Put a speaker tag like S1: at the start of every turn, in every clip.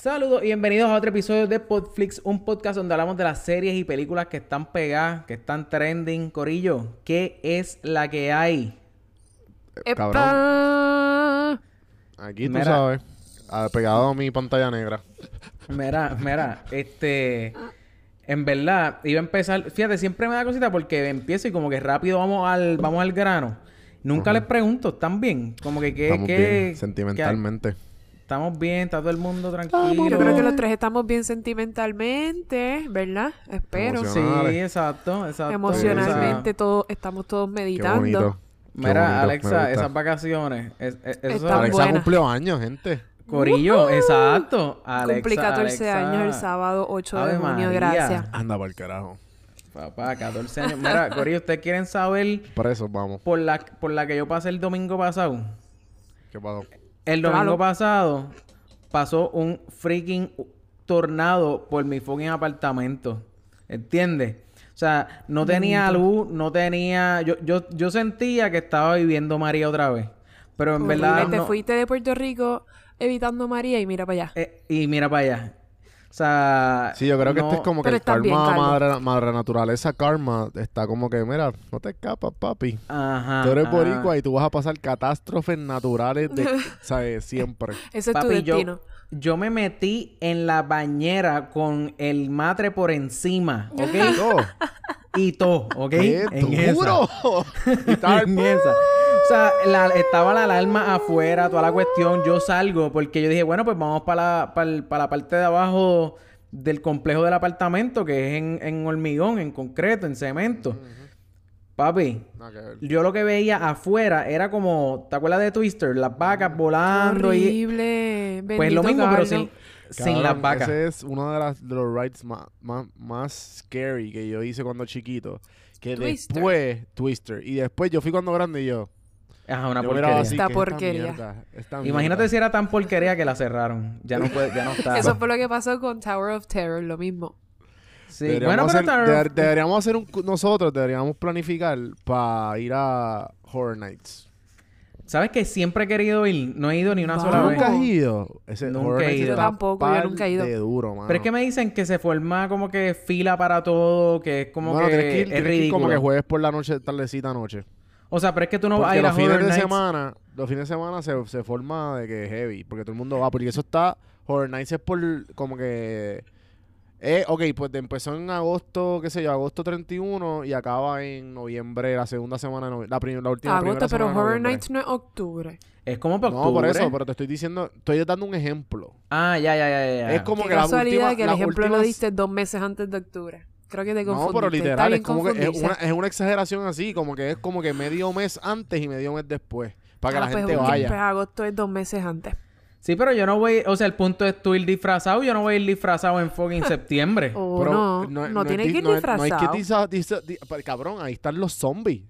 S1: Saludos y bienvenidos a otro episodio de Podflix, un podcast donde hablamos de las series y películas que están pegadas, que están trending. Corillo, ¿qué es la que hay?
S2: Cabrón,
S3: ¡Epa!
S2: aquí tú
S1: Mira.
S2: sabes. ah, Pegado a mi pantalla negra.
S1: Mira, mira, este. En verdad, iba a empezar. Fíjate, siempre me da cosita porque empiezo y como que rápido vamos al, vamos al grano. Nunca les pregunto, ¿están bien? Como que qué.
S2: Estamos
S1: qué-
S2: bien,
S1: qué-
S2: sentimentalmente.
S1: estamos bien, está todo el mundo tranquilo.
S3: Ah, Yo creo que los tres estamos bien sentimentalmente, ¿verdad? Espero.
S2: Emocional.
S1: Sí, exacto, exacto.
S3: Emocionalmente
S1: O sea,
S3: todos estamos todos
S2: Qué
S3: meditando.
S2: bonito. Qué bonito,
S1: mira,
S2: me
S1: Alexa,
S2: gusta.
S1: esas vacaciones. es- es- eso-
S3: Están
S2: Alexa
S3: buenas.
S2: cumplió años, gente.
S1: Corillo, exacto. Alexa,
S3: Cumplí 14
S1: Alexa.
S3: años el sábado 8 de
S1: Ave
S3: junio,
S1: María.
S3: gracias.
S2: Anda para el carajo.
S1: Papá, 14 años. Mira, Corillo, ¿ustedes quieren saber
S2: Por eso vamos.
S1: por la, por la que yo pasé el domingo pasado?
S2: ¿Qué pasó?
S1: El domingo
S3: Claro.
S1: pasado pasó un freaking tornado por mi fucking apartamento. ¿Entiendes? O sea, no tenía luz, no tenía... Yo, yo, yo sentía que estaba viviendo María otra vez. Pero en verdad...
S3: Horrible, Te
S1: no-
S3: fuiste de Puerto Rico evitando María y mira para allá.
S1: eh, y mira para allá. O sea...
S2: Sí, yo creo que
S1: no-
S2: este es como que
S3: Pero
S2: el
S3: estás
S2: karma
S3: bien, Carlos.
S2: madre, madre naturaleza, karma, está como que, mira, no te escapas, papi.
S1: Ajá.
S2: Tú eres
S1: ajá.
S2: boricua y tú vas a pasar catástrofes naturales de, ¿sabes? Siempre.
S3: Ese es tu
S1: Papi, yo-
S3: destino.
S1: Yo, me metí en la bañera con el matre por encima, ¿ok?
S2: No,
S1: y todo, ¿ok?
S2: ¡Qué
S1: En esa.
S2: duro! Y tal,
S1: En esa. O sea, la- estaba la alarma afuera, toda la cuestión. Yo salgo porque yo dije, bueno, pues vamos para la, para el- para la parte de abajo del complejo del apartamento, que es en, en hormigón, en concreto, en cemento. Papi,
S2: Nada que ver.
S1: yo lo que veía afuera era como, ¿te acuerdas de Twister? Las vacas volando y...
S3: Horrible.
S1: Pues lo mismo,
S3: Bendito
S1: pero
S3: Carlos.
S1: sin, sin
S2: Cabrón,
S1: las vacas.
S2: Ese es uno de, las, de los rides más, más, más scary que yo hice cuando chiquito. Que
S3: Twister.
S2: después, Twister. Y después yo fui cuando grande y yo.
S1: Ajá, una
S2: yo
S1: porquería.
S2: así,
S3: Esta
S2: ¿qué
S3: porquería.
S2: mierda? Esta
S1: Imagínate
S2: mierda.
S1: si era tan porquería que la cerraron. Ya no puede, ya no está.
S3: Eso fue lo que pasó con Tower of Terror, lo mismo.
S1: Sí, bueno,
S2: Deberíamos
S1: pero
S2: hacer-
S1: Tower
S2: deber- deberíamos hacer un... cu- Nosotros deberíamos planificar para ir a Horror Nights.
S1: ¿Sabes que siempre he querido ir? No he ido ni una
S3: Vamos.
S2: ¿Tú
S1: sola vez.
S2: nunca has ido? Ese
S1: Nunca
S2: Horror
S1: he
S2: Nights
S1: ido.
S2: está
S3: Yo Ah. tampoco, yo
S2: par
S3: nunca he ido.
S2: de duro, mano.
S1: Pero es que me dicen que se forma como que fila para todo, que es como
S2: Bueno,
S1: que,
S2: tienes que ir-
S1: es
S2: tienes que ir como que
S1: ridículo.
S2: jueves por la noche, tardecita noche.
S1: o sea, pero es que tú no vas a
S2: Porque
S1: ir a
S2: los fines
S1: Horror
S2: de
S1: Nights.
S2: semana, los fines de semana se, se forma de que es heavy, porque todo el mundo va, porque eso está, Horror Nights es por como que... Eh, ok, pues de- empezó en agosto, qué sé yo, agosto 31 y acaba en noviembre, la segunda semana, de novie- la, prim- la última
S3: Agosto,
S2: primera
S3: pero
S2: semana de
S3: Horror
S2: noviembre.
S3: Nights no es octubre.
S1: Es como para
S2: No, por
S1: octubre.
S2: eso, pero te estoy diciendo, estoy dando un ejemplo.
S1: Ah, ya, ya, ya, ya.
S2: Es como
S3: Qué
S2: que la
S3: casualidad
S2: última,
S3: que el
S2: las
S3: ejemplo lo
S2: últimas-
S3: diste dos meses antes de octubre. Creo que te
S2: No,
S3: confundiste.
S2: pero
S3: Está
S2: literal, es
S3: bien
S2: como que es
S3: confundirse.
S2: una, es una exageración así, como que es como que medio mes antes y medio mes después, para que
S3: Ah,
S2: la
S3: pues,
S2: gente
S3: ok,
S2: vaya.
S3: pues, agosto es dos meses antes.
S1: Sí, pero yo no voy... O sea, el punto es tú ir disfrazado. Yo no voy a ir disfrazado en fucking septiembre.
S3: O
S2: Pero
S3: no, no,
S2: es
S3: tiene
S2: di-
S3: que ir
S2: no es-
S3: disfrazado.
S2: No hay que disa- disa- di- pa- cabrón, ahí están los zombies.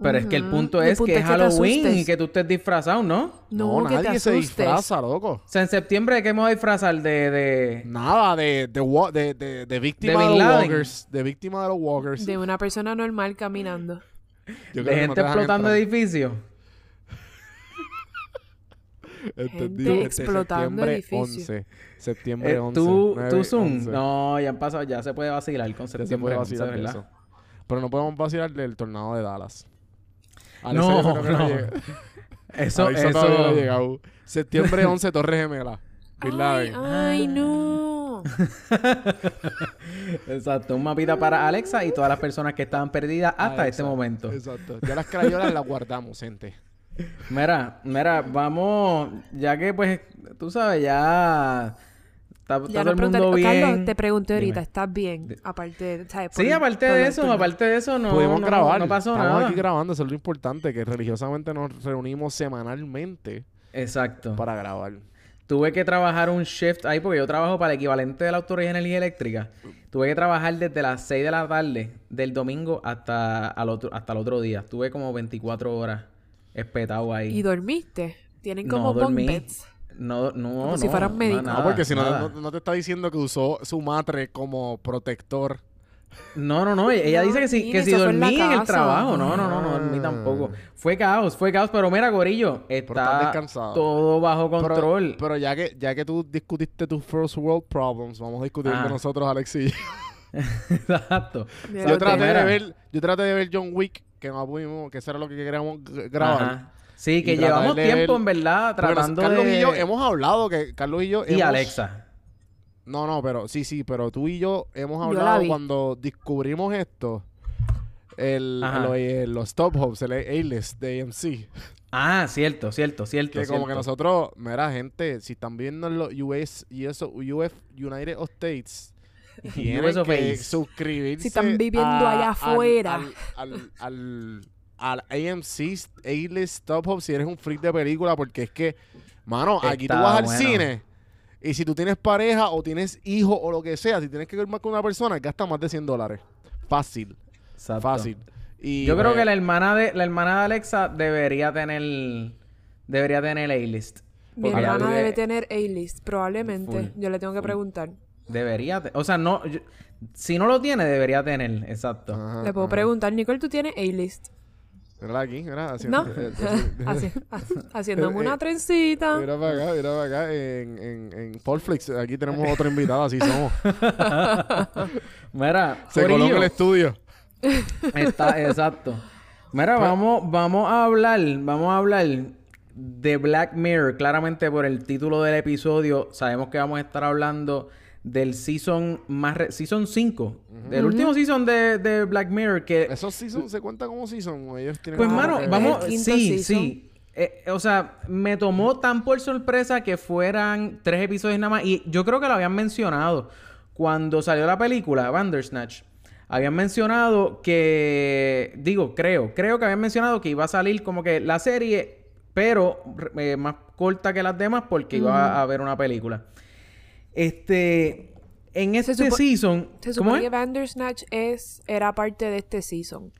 S1: Pero es que el
S3: Ujú.
S1: punto
S3: El
S1: es
S3: punto
S1: que
S3: es
S1: es
S3: que te
S1: Halloween y
S3: asustes.
S1: que tú estés disfrazado, ¿no?
S3: no, que te
S2: nadie se
S3: asustes.
S2: disfraza, loco.
S1: O sea, en septiembre, ¿de qué me voy a disfrazar? De, de...
S2: Nada de, de, wa- de, de, de víctima
S1: De
S2: de,
S1: Bin
S2: los
S1: Laden.
S2: walkers. De víctima de los walkers.
S3: De una persona normal caminando.
S2: Yo creo
S1: de
S2: que no
S1: gente
S2: te dejan
S1: explotando
S2: entrar.
S1: edificios.
S2: Entendí,
S3: Gente
S2: este,
S3: explotando
S2: septiembre
S3: edificios.
S2: 11. Septiembre
S1: Eh,
S2: 11.
S1: ¿Tú,
S2: nueve,
S1: tú Zoom?
S2: 11.
S1: No, ya han pasado, ya se puede vacilar con
S2: Ya se
S1: septiembre
S2: puede
S1: 11,
S2: vacilar de
S1: ¿verdad?
S2: eso. Pero no podemos vacilar del tornado de Dallas. Alexa, yo
S1: No,
S2: creo que
S1: no.
S2: llega-
S1: Eso,
S2: Alexa todavía no ha
S1: eso.
S2: llegado. Septiembre 11, Torres Gemela. Bin
S3: Ay,
S2: Laden.
S1: Ah.
S3: ay, no.
S1: Exacto, un mapita para Alexa y todas las personas que estaban perdidas hasta
S2: Alexa,
S1: este momento.
S2: Ah, Exacto. Ya las crayolas las guardamos, gente.
S1: Mira, mira, vamos, ya que pues, tú sabes, ya está, está todo
S3: Ya no
S1: el mundo
S3: pregunté-
S1: bien.
S3: Carlos, te pregunté ahorita,
S1: Dime.
S3: ¿estás bien? Aparte de, ¿sabes?
S1: Sí,
S3: Por-
S1: aparte
S3: por
S1: de
S3: el
S1: eso,
S3: turno.
S1: aparte de eso, no,
S2: Pudimos
S1: no,
S2: grabar.
S1: no pasó
S2: Estamos
S1: nada.
S2: aquí grabando, eso es lo importante, que religiosamente nos reunimos semanalmente
S1: Exacto.
S2: para grabar.
S1: Tuve que trabajar un shift ahí porque yo trabajo para el equivalente de la Autoridad de Energía Eléctrica. Tuve que trabajar desde las 6 de la tarde del domingo hasta, al otro, hasta el otro día. Estuve como 24 horas espetado ahí.
S3: ¿Y dormiste? Tienen
S1: No
S3: como
S1: dormí.
S3: bombets.
S1: No, no,
S3: Como
S1: no.
S3: si fueras
S1: no,
S3: médico.
S2: No,
S1: nada,
S2: porque si no,
S1: nada.
S2: no, no te está diciendo que usó su matre como protector
S1: No, no, no. Ella
S3: No,
S1: dice que si,
S3: mira,
S1: que si
S3: eso fue en la
S1: dormí en, el
S3: casa.
S1: trabajo. No, no, no, no dormí
S2: Ah.
S1: tampoco. Fue caos, fue caos. Pero mira, Gorillo,
S2: estás
S1: está
S2: descansado.
S1: todo bajo
S2: Pero-
S1: control.
S2: Pero, ya que ya que tú discutiste tus first world problems, vamos a discutir
S1: Ah.
S2: con nosotros, Alex y yo.
S1: Exacto.
S3: Mira,
S2: Yo
S1: Exacto,
S2: traté de
S1: mira.
S2: ver, yo traté de ver John Wick, que no pudimos, que eso era lo que queríamos g- grabar.
S1: Ajá. Sí, que
S2: Y tratar
S1: llevamos
S2: de
S1: tiempo,
S2: ver-
S1: en verdad,
S2: Porque nos-
S1: tratando
S2: Carlos
S1: de...
S2: y yo hemos hablado que Carlos y yo
S1: Y
S2: hemos-
S1: Alexa.
S2: No, no, pero sí, sí, pero tú y yo hemos
S3: la
S2: hablado
S3: vi.
S2: cuando descubrimos esto. El,
S1: Ajá.
S2: lo- eh, los top hops, el A-list de AMC.
S1: Ah, cierto, cierto, cierto.
S2: Que como
S1: cierto.
S2: que nosotros, mira, gente, si están viendo en los US y eso, UF United of States, tienen
S1: US of
S2: que
S1: A's.
S2: suscribirse.
S3: Si están viviendo
S2: a-
S3: allá
S2: al-
S3: afuera.
S2: Al, al, al, al AMC A-List Top Hop si eres un freak de película, porque es que, mano, aquí tú
S1: Está
S2: vas al
S1: bueno.
S2: cine. Y si tú tienes pareja o tienes hijo o lo que sea, si tienes que ir más con una persona, gasta más de 100 dólares. Fácil,
S1: Exacto.
S2: fácil. Y
S1: Yo creo
S2: pues,
S1: que la hermana de la hermana de Alexa debería tener debería tener A-list.
S3: Mi
S1: Porque ya
S3: hermana
S1: tú-
S3: debe tener A-list, probablemente.
S1: Full,
S3: Yo le tengo que
S1: full.
S3: preguntar.
S1: Debería, te- o sea, no yo- si no lo tiene debería tener, exacto.
S2: ajá,
S3: Le puedo
S2: ajá.
S3: preguntar, Nicole, ¿tú tienes A-list?
S2: Mírala aquí, mira, haciendo-
S3: ¿No?
S2: eh,
S3: Haci- ha- Haciéndome
S2: Eh,
S3: una
S2: eh,
S3: trencita.
S2: Mira para acá, mira para acá. En, en, en Portflix, aquí tenemos otro invitado, así somos.
S1: Mira,
S2: Se coló en
S1: corillo,
S2: el estudio.
S1: está exacto. Mira, vamos vamos a hablar, vamos a hablar de Black Mirror, claramente por el título del episodio, sabemos que vamos a estar hablando del season más re- season 5, el último season de, de Black Mirror que
S2: ¿Esos season se cuentan como season? o Ellos tienen
S1: Pues,
S2: como
S1: mano,
S2: que-
S1: vamos.
S3: El
S1: Sí,
S3: quinto season.
S1: sí. Eh, o sea, me tomó tan por sorpresa que fueran tres episodios nada más. Y yo creo que lo habían mencionado cuando salió la película, Bandersnatch. Habían mencionado que. Digo, creo. Creo que habían mencionado que iba a salir como que la serie, pero eh, más corta que las demás porque iba a haber una película. Este. En este
S3: supo-
S1: season.
S3: Se
S1: ¿Cómo
S3: supone
S1: es?
S3: que Bandersnatch es, era parte de este season.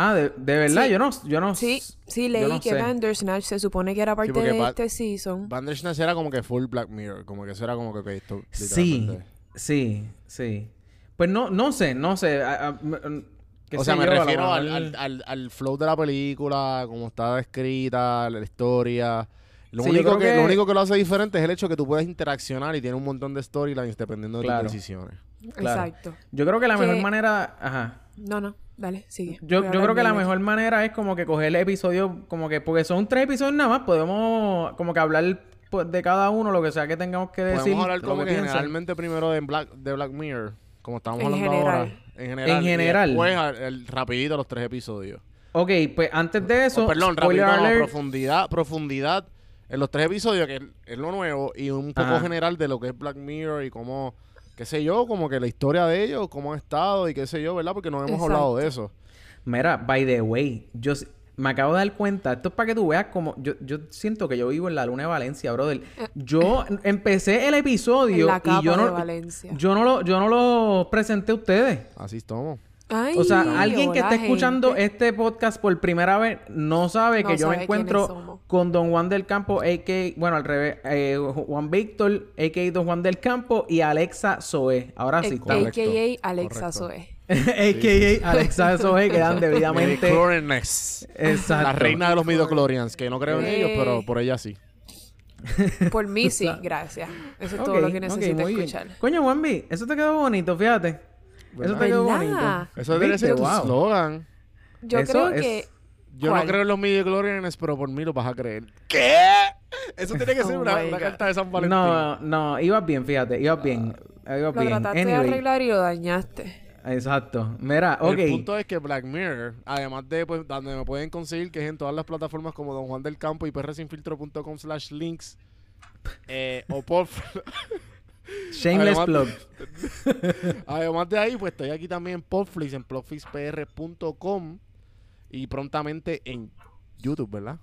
S1: Ah, de, de verdad,
S3: Sí.
S1: yo no. Yo no
S3: Sí, sí,
S1: yo
S3: leí
S1: no
S3: que
S1: sé.
S3: Bandersnatch se supone que era parte
S2: porque
S3: de
S2: Ba-
S3: este season.
S2: Bandersnatch era como que full Black Mirror. Como que eso era como que, ok, esto
S1: Sí,
S2: literalmente.
S1: sí, sí. Pues no, no sé, no sé. a- a- m- m- qué
S2: O
S1: sé
S2: sea, me
S1: yo, a lo
S2: refiero al,
S1: mejor-
S2: al, al, al flow de la película, como está escrita, la historia. Lo,
S1: Sí, yo
S2: único
S1: creo
S2: que,
S1: que-
S2: lo único que lo hace diferente es el hecho que tú puedes interaccionar y tiene un montón de storylines dependiendo de
S1: Claro.
S2: tus decisiones.
S1: claro.
S3: Exacto.
S1: Yo creo que la mejor
S3: que-
S1: manera. Ajá.
S3: No, no, dale, sigue.
S1: Yo,
S3: Voy
S1: yo
S3: a
S1: creo
S3: hablar
S1: que la
S3: bien
S1: mejor manera es como que coger el episodio, como que, porque son tres episodios nada más, podemos como que hablar pues, de cada uno, lo que sea que tengamos que decir.
S2: Podemos hablar
S1: lo
S2: como
S1: que
S2: que
S1: piensan.
S2: generalmente primero de Black, de Black Mirror, como estamos
S3: En
S2: hablando
S3: general.
S2: ahora. En general.
S1: En
S2: y
S1: general.
S2: después, al- el- rapidito los tres episodios.
S1: Ok, pues antes de eso.
S2: Oh, perdón,
S1: spoiler
S2: rapidito, no,
S1: alert.
S2: profundidad, profundidad en los tres episodios, que es, es lo nuevo, y un poco
S1: Ajá.
S2: general de lo que es Black Mirror y cómo, qué sé yo, como que la historia de ellos, cómo han estado y qué sé yo, ¿verdad? Porque no hemos
S3: Exacto.
S2: hablado de eso.
S1: Mira, by the way, yo s- me acabo de dar cuenta, esto es para que tú veas como yo, yo siento que yo vivo en la luna de Valencia, brother. Yo em- empecé el
S3: Eh. En
S1: episodio
S3: la capa
S1: y yo
S3: de
S1: no
S3: Valencia.
S1: yo no lo yo no lo presenté a ustedes.
S2: Así estamos.
S3: Ay,
S1: O sea, alguien que
S3: hola,
S1: está escuchando
S3: gente.
S1: este podcast por primera vez no sabe
S3: No
S1: que yo
S3: sabe
S1: me
S3: quiénes
S1: encuentro
S3: somos.
S1: con Don Juan del Campo, a.k.a. Bueno, al revés, eh, Juan Víctor, a.k.a. Don Juan del Campo y Alexa Zoe. Ahora sí,
S3: A.k.a.
S1: estamos.
S3: Alexa
S2: correcto.
S3: Zoe.
S1: a.k.a. Alexa Zoe quedan debidamente...
S2: Midichlorians.
S1: Exacto.
S2: La reina de los midichlorians, que no creo en
S3: Eh.
S2: ellos, pero por ella sí.
S3: Por mí sí, gracias. Eso es todo
S1: Ok,
S3: lo que
S1: ok,
S3: necesito
S1: muy bien.
S3: escuchar.
S1: Coño, Juanvi, eso te quedó bonito, fíjate. Eso te quedó
S3: ¿Verdad?
S1: bonito.
S2: Eso debería ser tu
S1: Viste, wow.
S2: slogan.
S3: Yo
S1: Eso
S3: creo
S1: es-
S3: que...
S2: Yo
S3: ¿Cuál?
S2: no creo en los midichlorians, pero por mí lo vas a creer. ¿Qué? Eso tiene que ser
S3: Oh
S2: una,
S3: my
S2: una
S3: God.
S2: carta de San Valentín. Ah,
S1: No, no, ibas bien, fíjate, ibas bien. Ibas
S3: Lo
S1: bien.
S3: trataste de
S1: Anyway,
S3: arreglar y lo dañaste.
S1: Exacto. Mira, ok.
S2: El punto es que Black Mirror, además de pues, donde me pueden conseguir, que es en todas las plataformas como Don Juan del Campo y prsinfiltro.com slash links. eh, o por
S1: Shameless
S2: además-
S1: plug.
S2: además de ahí, pues estoy aquí también en Podflix, en blogflixpr.com y prontamente en YouTube, ¿verdad?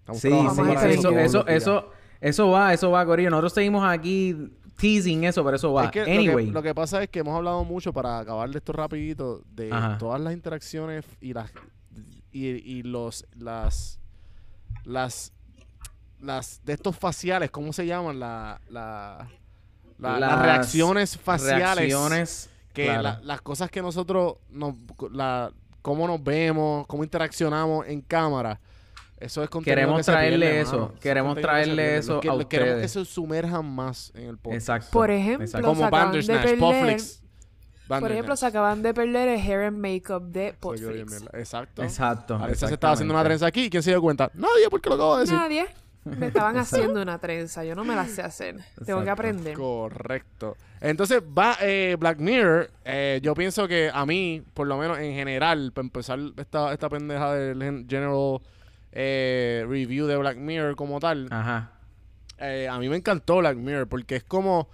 S2: Estamos
S1: Sí,
S2: trabajando
S1: sí,
S3: vamos a
S2: para
S3: hacer
S1: eso,
S2: todos
S1: eso,
S2: los días.
S1: eso, eso va, eso va, Corillo. Nosotros seguimos aquí teasing eso, pero eso va.
S2: Es que lo que-
S1: anyway.
S2: lo, que, pasa es que hemos hablado mucho para acabar de esto rapidito de
S1: Ajá.
S2: todas las interacciones y las y, y los las las las de estos faciales, ¿cómo se llaman? La, la- la- las
S1: Las
S2: reacciones faciales
S1: Reacciones
S2: que que
S1: Claro.
S2: la- las cosas que nosotros nos la cómo nos vemos, cómo interaccionamos en cámara. Eso es contenido
S1: Queremos
S2: que se
S1: traerle
S2: pierde,
S1: eso.
S2: mano. Eso es
S1: Queremos
S2: contenido que se
S1: traerle
S2: pierde.
S1: eso
S2: Los que-
S1: a
S2: los Queremos que
S1: ustedes.
S2: se sumerjan más en el podcast.
S1: Exacto.
S3: Por ejemplo,
S1: Exacto.
S3: se
S2: Como
S3: acaban de
S2: Bandersnatch,
S3: perder-
S2: Popflix.
S3: Por ejemplo, se acaban de perder el hair and makeup de Portflix.
S2: Exacto.
S1: Exacto.
S2: A veces se estaba haciendo una
S1: exactamente.
S2: trenza aquí. ¿Quién se dio cuenta? Nadie, porque lo acabo de decir.
S3: Nadie. Me estaban haciendo una trenza. Yo no me la sé hacer. Tengo que
S1: Exacto.
S3: aprender.
S2: Correcto. Entonces, va eh, Black Mirror. eh, yo pienso que a mí, por lo menos en general, para empezar esta, esta pendeja del gen- general eh, review de Black Mirror como tal,
S1: Ajá.
S2: eh, a mí me encantó Black Mirror porque es como.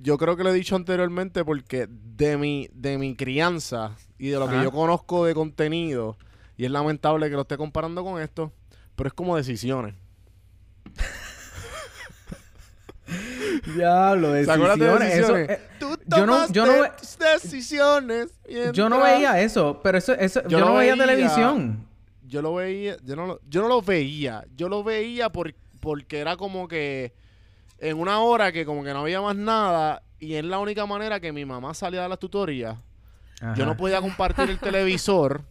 S2: Yo creo que lo he dicho anteriormente porque de mi, de mi crianza y de lo que
S1: Ajá.
S2: yo conozco de contenido, y es lamentable que lo esté comparando con esto, pero es como decisiones.
S1: Diablo,
S2: ¿Se acuerdan de
S1: decisiones. Eso,
S2: decisiones?
S1: eh,
S2: Tú
S1: yo no- yo no
S2: tomaste decisiones.
S1: yo no
S2: mientras-
S1: veía eso, pero eso, eso yo,
S2: Yo
S1: no
S2: lo
S1: veía,
S2: veía.
S1: televisión.
S2: Yo lo veía, yo no lo, yo no lo veía. Yo lo veía por, porque era como que en una hora que como que no había más nada y es la única manera que mi mamá salía de las tutorías. Yo no
S1: Ajá.
S2: podía compartir el televisor.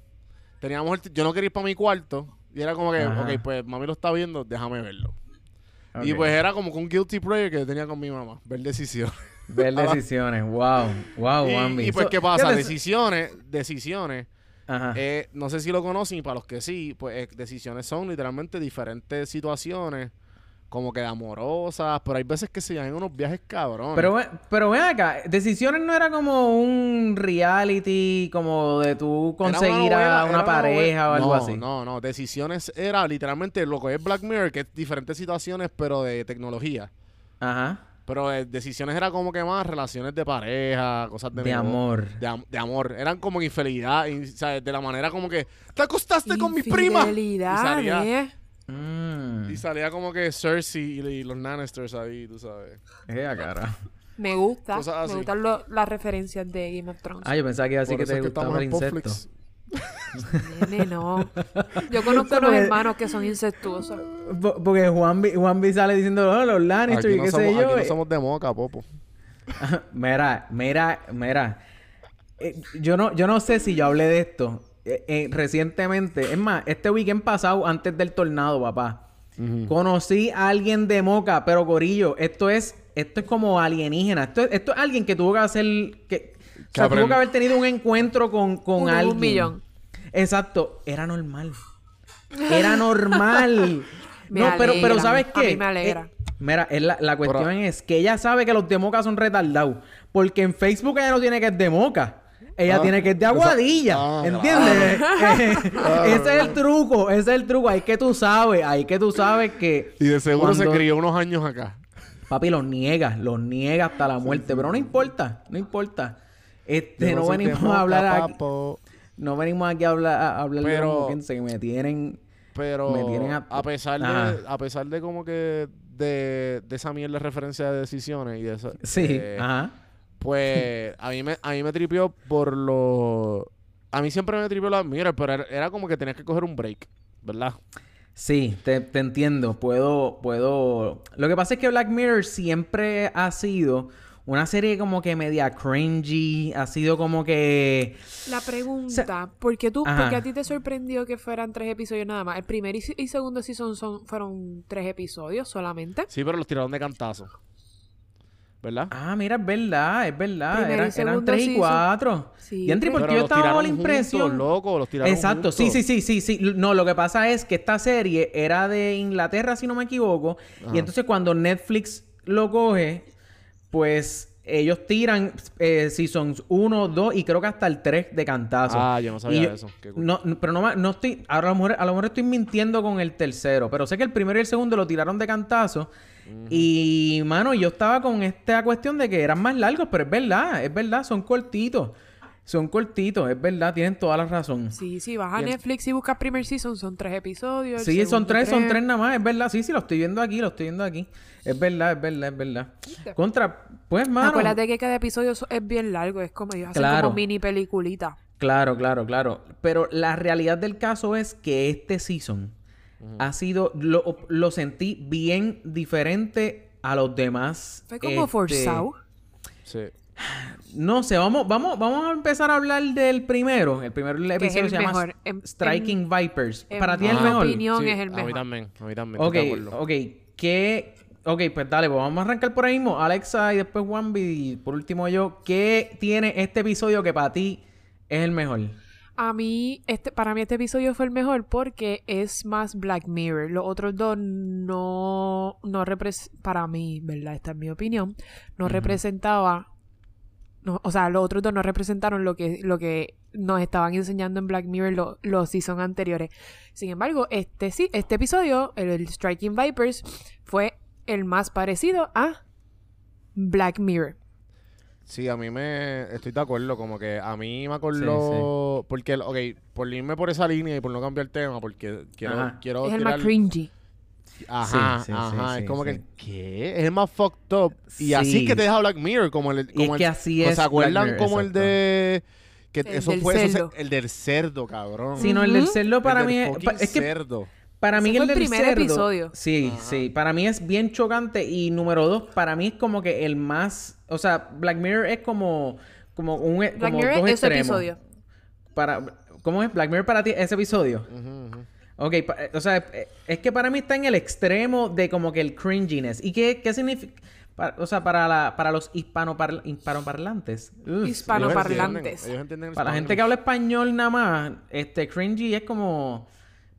S2: Teníamos el t- yo no quería ir para mi cuarto y era como que,
S1: Ajá.
S2: ok, pues mami lo está viendo, déjame verlo. Y
S1: Ok.
S2: pues era como que un guilty pleasure que yo tenía con mi mamá, ver decisión.
S1: Ver decisiones. Wow. Wow, Bambi.
S2: y, y, pues,
S1: Oh, So-
S2: ¿qué pasa?
S1: fíjate,
S2: Decisiones, decisiones.
S1: Ajá.
S2: Eh, no sé si lo conocen y para los que sí, pues eh, decisiones son literalmente diferentes situaciones, como que de amorosas, pero hay veces que se dan unos viajes cabrones.
S1: Pero, ve- pero ven acá, Decisiones no era como un reality, como de tú
S2: Era una
S1: conseguir
S2: novela,
S1: a
S2: era
S1: una pareja
S2: novela.
S1: o algo
S2: No,
S1: así.
S2: No, no, decisiones era literalmente lo que es Black Mirror, que es diferentes situaciones, pero de tecnología.
S1: Ajá.
S2: Pero eh, decisiones era como que más relaciones de pareja, cosas de
S1: De
S2: nego-
S1: amor.
S2: De, am- de amor, eran como que infidelidad, y, ¿sabes? de la manera como que te acostaste
S1: Este
S2: con mi prima. Y
S3: Infidelidad,
S2: salía-
S3: ¿eh?
S1: Mm.
S2: Y salía como que Cersei y, y los Lannisters ahí, tú sabes.
S1: Mm. Ea, cara.
S3: Me gusta.
S2: Cosas
S3: Me
S2: así.
S3: gustan lo- las referencias de Game of Thrones.
S1: Ah, yo pensaba que iba a decir
S2: Por
S1: que
S2: eso
S1: te
S2: es
S1: gustaba el
S2: estamos en
S1: insecto.
S2: Popflix.
S3: Nene, no. Yo conozco
S1: Eso no
S3: unos
S1: es-
S3: hermanos que son incestuosos.
S1: Po- Porque Juan, B- Juan B sale diciendo, oh, los Lannister
S2: Aquí
S1: y
S2: no
S1: qué
S2: somos-
S1: sé yo.
S2: aquí no
S1: eh.
S2: somos de moca, popo.
S1: Mira, mira, mira. Eh, yo, no, yo no sé si yo hablé de esto eh, eh, recientemente. Es más, este weekend pasado, antes del tornado, papá, conocí a alguien de Moca, pero Corillo, esto es, esto es como alienígena. Esto, es- esto es alguien que tuvo que hacer, que, o sea,
S2: aprend-
S1: tuvo que haber tenido un encuentro con, con
S3: Uno en un
S1: alguien.
S3: millón.
S1: Exacto, era normal. Era normal.
S3: Me
S1: no, pero, pero
S3: alegra,
S1: ¿sabes
S3: a
S1: qué?
S3: mí me alegra.
S1: Eh, mira, es la, la cuestión
S2: Pero-
S1: es que ella sabe que los democas son retardados. Porque en Facebook ella no tiene que es de moca. Ella
S2: Ah,
S1: tiene que es de
S2: esa-
S1: aguadilla.
S2: Ah,
S1: ¿Entiendes? Eh, ese es el truco, ese es el truco. Ahí que tú sabes, ahí que tú sabes que.
S2: Y de seguro se
S1: cuando-
S2: crió unos años acá.
S1: Papi, los niegas, los niegas hasta la muerte. pero no importa, no importa. Este, no, venimos a hablar aquí. No venimos aquí a hablar, a hablar de
S2: Pero-
S1: los moquenses, que me tienen.
S2: Pero
S1: Me tienen
S2: a...
S1: a-
S2: pesar de,
S1: Ajá.
S2: a pesar de como que de, de esa mierda de referencia de decisiones y de eso.
S1: Sí,
S2: eh,
S1: ajá.
S2: Pues a mí me, a mí me tripió por lo. A mí siempre me tripió la mira, pero era, era como que tenías que coger un break, ¿verdad?
S1: Sí, te, te entiendo. Puedo, puedo. Lo que pasa es que Black Mirror siempre ha sido una serie como que media cringy. Ha sido como que.
S3: La pregunta, ¿por qué tú,
S1: Ajá.
S3: porque a ti te sorprendió que fueran tres episodios nada más? El primer y, se- y segundo season son, fueron tres episodios solamente.
S2: Sí, pero los tiraron de cantazo. ¿Verdad?
S1: Ah, mira, es verdad, es verdad.
S3: Primero y
S1: Eran- eran
S3: segundo
S1: tres y
S3: season.
S1: cuatro.
S3: Sí.
S1: Y Andri,
S3: Pero
S1: porque yo estaba bajo la impresión.
S2: Juntos, loco, los tiraron
S1: Exacto, sí, sí, sí, sí, sí. No, lo que pasa es que esta serie era de Inglaterra, si no me equivoco, y entonces cuando Netflix lo coge, pues ellos tiran eh, seasons 1, 2 y creo que hasta el 3 de cantazo.
S2: Ah, yo no sabía
S1: Y
S2: eso. Qué cool.
S1: No, no, pero no, ma- no estoy, ahora a lo, mejor, a lo mejor estoy mintiendo con el tercero, pero sé que el primero y el segundo lo tiraron de cantazo. Y, mano, yo estaba con esta cuestión de que eran más largos, pero es verdad, es verdad, son cortitos. Son cortitos, es verdad, tienen toda la razón.
S3: Sí, sí, vas a
S2: Y el-
S3: Netflix y buscas primer season, son tres episodios. el
S1: Sí, son
S3: segundo
S1: tres, son tres nada más, es verdad. Sí, sí, lo estoy viendo aquí, lo estoy viendo aquí. Es verdad, es verdad, es verdad. Contra, pues, mano.
S3: Acuérdate que cada episodio so- es bien largo, es como ellos hacen
S1: Claro.
S3: como mini peliculita.
S1: Claro, claro, claro. Pero la realidad del caso es que este season ha sido, lo, lo sentí bien diferente a los demás.
S3: Fue como
S1: este,
S3: forzado.
S2: Sí.
S1: No sé, vamos, vamos, vamos a empezar a hablar del primero. El primer
S3: Que es
S1: episodio
S3: el
S1: se llama
S3: mejor. em, En-
S1: Striking Vipers.
S3: en
S1: Para ti
S3: mi
S1: es el mejor.
S3: opinión es el
S2: A
S3: mejor.
S2: mí también, a mí también.
S1: Ok,
S2: estoy de acuerdo.
S1: ok. ¿Qué? Ok, pues dale, pues vamos a arrancar por ahí mismo. Alexa y después Wambi y por último yo. ¿Qué tiene este episodio que para ti es el mejor?
S3: A mí, este, para mí este episodio fue el mejor porque es más Black Mirror. Los otros dos no, no repres- para mí, ¿verdad? Esta es mi opinión. No representaba, no, o sea, los otros dos no representaron lo que, lo que nos estaban enseñando en Black Mirror lo- los seasons anteriores. Sin embargo, este sí, este episodio, el, el Striking Vipers, fue el más parecido a Black Mirror.
S2: Sí, a mí me... Estoy de acuerdo, como que a mí me acordó... Porque, ok, por irme por esa línea y por no cambiar el tema, porque quiero...
S1: Ajá.
S2: quiero
S3: es el
S2: tirar-
S3: más cringy.
S2: Ajá,
S1: Sí, sí,
S2: ajá.
S1: sí,
S2: es
S1: sí,
S2: como
S1: sí.
S2: que, ¿qué? Es el más fucked up. Y
S1: Sí.
S2: así que te deja Black Mirror, como el... Como
S1: y es
S2: el-
S1: que así
S2: ¿Se
S1: es.
S2: acuerdan
S1: Black Mirror,
S2: como
S1: exacto.
S2: el de... Que
S3: El
S2: eso
S3: del
S2: fue eso se-
S3: cerdo.
S2: el del cerdo, cabrón.
S1: Sí, no, el del
S3: Ujú.
S1: cerdo para
S2: El
S1: mí
S2: del
S1: es... pa-
S2: fucking
S1: Es que
S2: cerdo.
S1: para mí
S3: Ese fue
S1: el
S3: el
S1: del
S3: primer
S1: cerdo-
S3: episodio.
S1: Sí,
S2: Ajá.
S1: sí. Para mí es bien chocante. Y número dos, para mí es como que el más... O sea, Black Mirror es como... Como un... e-
S3: Black
S1: como
S3: Mirror
S1: dos
S3: es ese
S1: extremos.
S3: episodio.
S1: Para... ¿Cómo es? Black Mirror para ti, ese episodio.
S2: Ujú, ujú.
S1: Ok, pa- eh, o sea, eh, es que para mí está en el extremo de como que el cringiness. ¿Y qué, qué significa? Pa- o sea, para, la, para los hispanopar- hispanoparlantes. Uf.
S3: Hispa-
S2: Ellos
S3: Hispanoparlantes.
S2: entienden, ellos entienden el
S1: para la gente que
S2: español.
S1: habla español nada más, este cringy es como,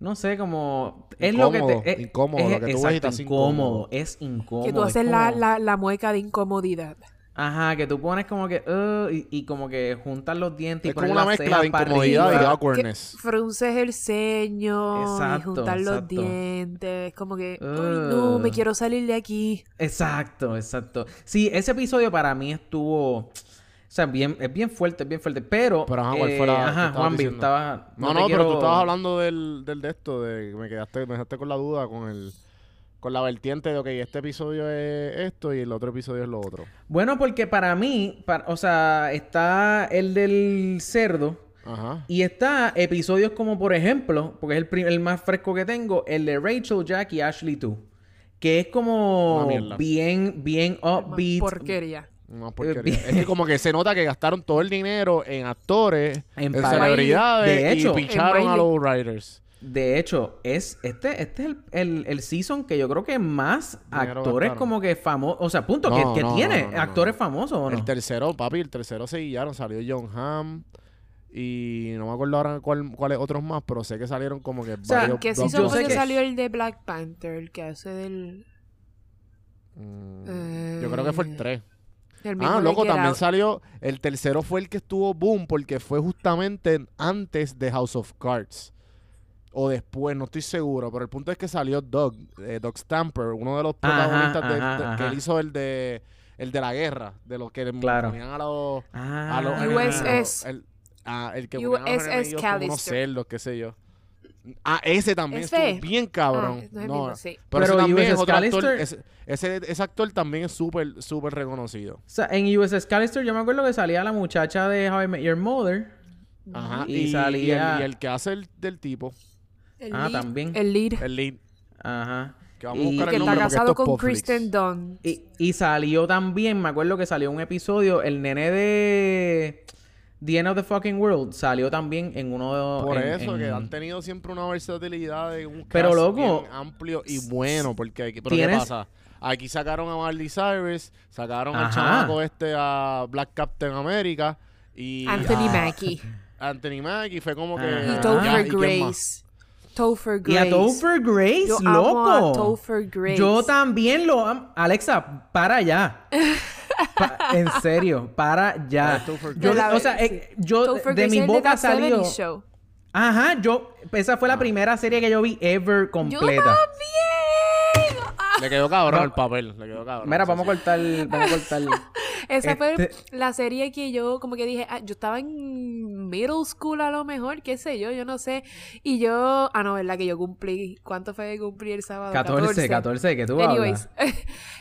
S1: no sé, como... Es lo que
S2: Incómodo,
S1: te... es-
S2: incómodo,
S1: es-
S2: lo que tú ves y
S1: exacto,
S2: estás
S1: incómodo,
S2: incómodo.
S1: Es incómodo.
S3: Que tú
S1: es
S3: haces la,
S1: como-
S3: la, la mueca de incomodidad.
S1: Ajá, que tú pones como que... "Ugh", y, y como que juntas los dientes y
S2: Es
S1: pones
S2: como una
S1: las
S2: mezcla
S1: cejas
S2: de
S1: para
S2: incomodidad y
S1: arriba.
S2: awkwardness.
S3: Que frunces el ceño y
S1: Exacto,
S3: juntar los
S1: exacto.
S3: dientes. Como que, "Ay, no, me
S1: Ugh.
S3: quiero salir de aquí.
S1: Exacto, exacto. Sí, ese episodio para mí estuvo. O sea, bien, es bien fuerte, es bien fuerte. Pero. eh,
S2: Pero, ajá, ¿cuál fue la que
S1: Ajá,
S2: estabas
S1: Juanvi,
S2: diciendo?
S1: estaba.
S2: No,
S1: te
S2: no, pero
S1: quiero-
S2: tú estabas hablando del, del de esto, de que me quedaste, me dejaste con la duda, con el con la vertiente de, ok, este episodio es esto y el otro episodio es lo otro.
S1: Bueno, porque para mí, para- o sea, está el del cerdo.
S2: Ajá.
S1: Y está episodios como, por ejemplo, porque es el, prim- el más fresco que tengo, el de Rachel, Jack y Ashley 2. Que es como
S2: Una mierda.
S1: bien, bien upbeat.
S3: Porquería.
S2: No, porquería. es que como que se nota que gastaron todo el dinero en actores,
S1: En
S2: en,
S1: pa-
S2: celebridades
S1: De hecho.
S2: y picharon
S3: En
S2: a los writers.
S1: De hecho, es este, este es el, el, el season que yo creo que más
S2: Dinero
S1: actores
S2: gastaron.
S1: como que famosos, o sea, punto, que,
S2: No,
S1: que
S2: no,
S1: tiene
S2: no, no, no,
S1: actores
S2: no.
S1: famosos o no.
S2: El tercero, papi, el tercero se guiaron, salió John Hamm y no me acuerdo ahora cuál- cuáles otros más, pero sé que salieron como que
S1: sea,
S2: varios
S3: Que sí
S1: Yo
S3: son
S1: sé
S3: que
S1: que-
S3: salió el de Black Panther, el que hace del,
S2: Mm, Yo creo que fue el
S3: Eh,
S2: 3.
S3: del mismo
S2: Ah,
S3: de
S2: loco,
S3: Get
S2: también
S3: Out.
S2: salió. El tercero fue el que estuvo boom porque fue justamente antes de House of Cards. O después, no estoy seguro. Pero el punto es que salió Doug, eh, Doug Stamper, uno de los
S1: Ajá,
S2: protagonistas de-
S1: ajá,
S2: de- que
S1: ajá.
S2: él hizo el de, el de la guerra, de los que le
S1: Claro.
S2: ponían a los.
S1: Ah,
S2: A los
S3: USS.
S2: El, ah, el que ponían a los
S3: USS
S2: enemigos como unos
S3: Callister.
S2: cerdos, qué sé yo. Ah, ese también
S3: Ese.
S2: estuvo bien
S3: Ah,
S2: cabrón.
S3: no es el
S2: No,
S3: mismo, sí.
S2: Pero, ese
S1: Pero
S2: también es
S1: USS
S2: otro actor.
S1: Callister-
S2: Ese, ese- ese actor también es súper, súper reconocido.
S1: O sea, en USS Callister yo me acuerdo que salía la muchacha de How I Met Your Mother.
S2: Ajá.
S1: Y
S2: Y, y
S1: salía-
S2: el, y el que hace el del tipo,
S3: El
S1: Ah,
S3: lead-
S1: también.
S3: El lead
S2: el lead.
S1: Ajá.
S2: Que vamos a
S1: Y-
S2: buscar
S3: que
S2: el
S3: está
S2: nombre porque
S3: casado
S2: esto es
S3: con
S2: Popflix.
S3: Kristen Dunn.
S1: Y, y salió también, me acuerdo que salió un episodio, el nene de The End of the Fucking World salió también en uno de...
S2: Por
S1: en-
S2: eso, que
S1: en-
S2: han tenido siempre una versatilidad de un
S1: Pero,
S2: cast
S1: loco,
S2: bien amplio y bueno. Porque aquí, pero
S1: tienes-
S2: ¿qué pasa? Aquí sacaron a Marley Cyrus, sacaron al
S1: Ajá.
S2: chamaco este a Black Captain America y
S3: Anthony
S2: a
S3: Mackie.
S2: Anthony Mackie fue como que
S1: Ajá.
S3: Y
S1: Ah,
S2: ya,
S3: Topher
S2: ¿y quién más?
S3: Grace. Topher
S1: Y
S3: Grace.
S1: a Topher Grace,
S3: Yo
S1: loco.
S3: amo a Topher Grace.
S1: Yo también lo amo. Alexa, para ya. Pa- en serio, para ya.
S2: Ah, Topher
S1: Yo,
S3: De la-
S1: o sea, eh, yo
S3: Topher
S1: de
S3: Grace
S1: mi
S3: es el
S1: boca
S3: The 70's
S1: salió.
S3: Show.
S1: Ajá, yo esa fue la primera serie que yo vi ever
S3: Yo
S1: completa.
S3: también. Ah,
S2: Le quedó cabrón el papel, le quedó cabrón.
S1: Mera,
S2: Sí,
S1: vamos a
S2: sí.
S1: cortar, vamos a cortar.
S3: Esa fue
S1: Este-
S3: la serie que yo como que dije, ah, yo estaba en middle school a lo mejor, qué sé yo, yo no sé. Y yo, ah no, verdad que yo cumplí, ¿cuánto fue que cumplí el sábado?
S1: 14, 14, que tú
S3: Anyways,
S1: hablas.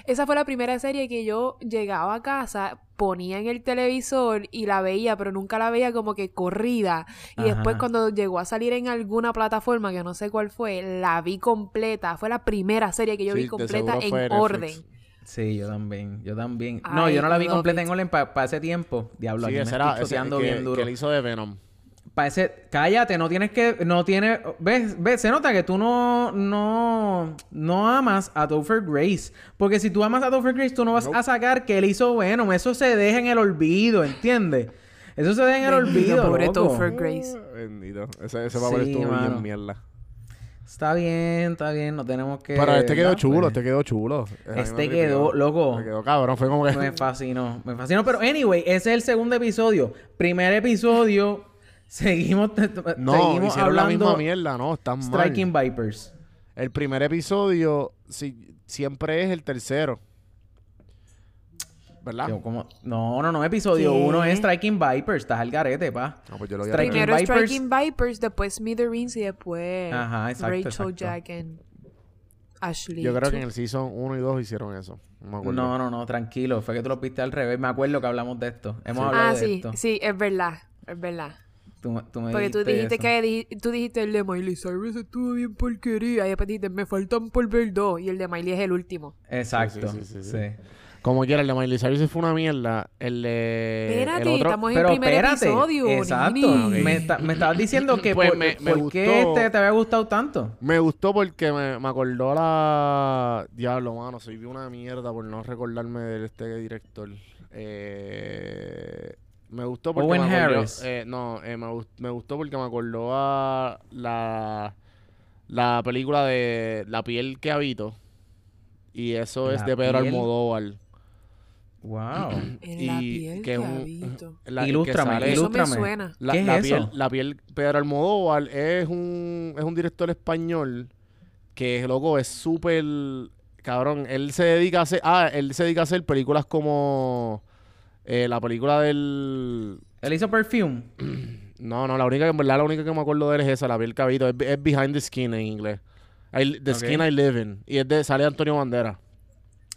S3: esa fue la primera serie que yo llegaba a casa, ponía en el televisor y la veía, pero nunca la veía como que corrida. Y después
S1: Ajá.
S3: cuando llegó a salir en alguna plataforma, que no sé cuál fue, la vi completa. Fue la primera serie que yo
S2: Sí,
S3: vi
S2: de
S3: completa
S2: seguro fue
S3: en
S2: Netflix.
S3: orden.
S1: Sí, yo también. Yo también.
S3: I
S1: no, yo no la vi
S3: love
S1: completa
S3: it.
S1: en Online para ese tiempo. Diablo,
S2: Sí,
S1: aquí me
S2: ese era
S1: estoy
S2: ese,
S1: choteando
S2: que,
S1: bien duro.
S2: que le hizo de Venom.
S1: Para ese... Cállate, no tienes que... No tienes... ¿Ves? ¿Ves? Se nota que tú no... No... No amas a Topher Grace. Porque si tú amas a Topher Grace, tú no vas
S2: Nope.
S1: a sacar que él hizo Venom. Eso se deja en el olvido, ¿entiendes? Eso se deja en el
S3: Bendito,
S1: olvido,
S3: pobre
S1: loco.
S3: Topher Grace.
S2: Ah, Bendito. Ese, ese papel
S1: Sí,
S2: estuvo
S1: mano.
S2: bien mierda.
S1: Está bien, está bien. No tenemos que...
S2: Pero este quedó
S1: ¿verdad?
S2: chulo,
S1: Pues,
S2: este quedó chulo. A mí
S1: Este
S2: me
S1: quedó,
S2: tripeó.
S1: loco.
S2: Me quedó cabrón, fue como que.
S1: Me fascinó, me fascinó. Pero anyway, ese es el segundo episodio. Primer episodio, seguimos,
S2: No,
S1: seguimos
S2: hicieron la misma
S1: hablando
S2: mierda, no, están mal.
S1: Striking Vipers.
S2: El primer episodio si- siempre es el tercero. ¿Verdad?
S1: Yo como- No, no, no, episodio
S3: Ah. ¿Qué?
S1: uno es Striking Vipers, estás al garete, pa.
S2: No, pues yo lo voy a
S1: Striking-
S2: leer.
S3: Primero
S1: Vipers.
S3: Striking Vipers, después Smithereens y después
S1: Ajá, exacto,
S3: Rachel,
S1: exacto.
S3: Jack and Ashley.
S2: Yo creo que en
S3: Chu-
S2: el season 1 y 2 hicieron eso. No me acuerdo.
S1: No, no, no, tranquilo, fue que tú lo viste al revés. Me acuerdo que hablamos de esto. Hemos hablado
S3: Ah,
S1: de
S3: sí,
S1: esto.
S3: sí, es verdad, es verdad.
S1: Tú, tú me
S3: Porque tú dijiste
S1: eso.
S3: que dij- tú dijiste el de Miley Cyrus estuvo bien porquería y después dijiste me faltan por ver dos y el de Miley es el último.
S1: Exacto,
S2: Sí, sí, sí, sí,
S1: sí.
S2: Como quiera, el de Miley Cyrus fue una mierda. El de.
S3: Espérate,
S2: el otro-
S3: estamos en
S1: Pero
S3: el primer
S1: espérate,
S3: episodio.
S1: exacto.
S3: nini.
S1: Me, está- me estabas diciendo que
S2: Pues
S1: por,
S2: me- me
S1: por qué
S2: gustó.
S1: este te había gustado tanto.
S2: Me gustó porque me, me acordó la. Diablo, mano, soy una mierda por no recordarme de este director. Eh, Me gustó porque
S1: Owen
S2: me acordó-
S1: Harris.
S2: eh, no, eh, me, gust- me gustó porque me acordó a la, la película de La piel que habito. Y eso es
S1: La
S2: de Pedro
S1: piel
S2: Almodóvar.
S1: Wow.
S3: En la
S2: y que
S3: piel que
S2: un-
S3: habito.
S2: La, que
S1: Ilústrame,
S2: sale-
S1: ilú-
S3: Eso me
S1: ilústrame.
S3: suena.
S2: la,
S1: ¿Qué es
S2: la
S1: eso?
S2: piel, la piel Pedro Almodóvar es un, es un director español que loco es súper cabrón. Él se dedica a hacer, ah, él se dedica a hacer películas como eh, la película del
S1: Él hizo Perfume.
S2: no, no, la única que en verdad la única que me acuerdo de él es esa, la piel cabito, es, es Behind the Skin en inglés. I- the
S1: Ok.
S2: Skin I Live In. Y es de, sale Antonio Bandera.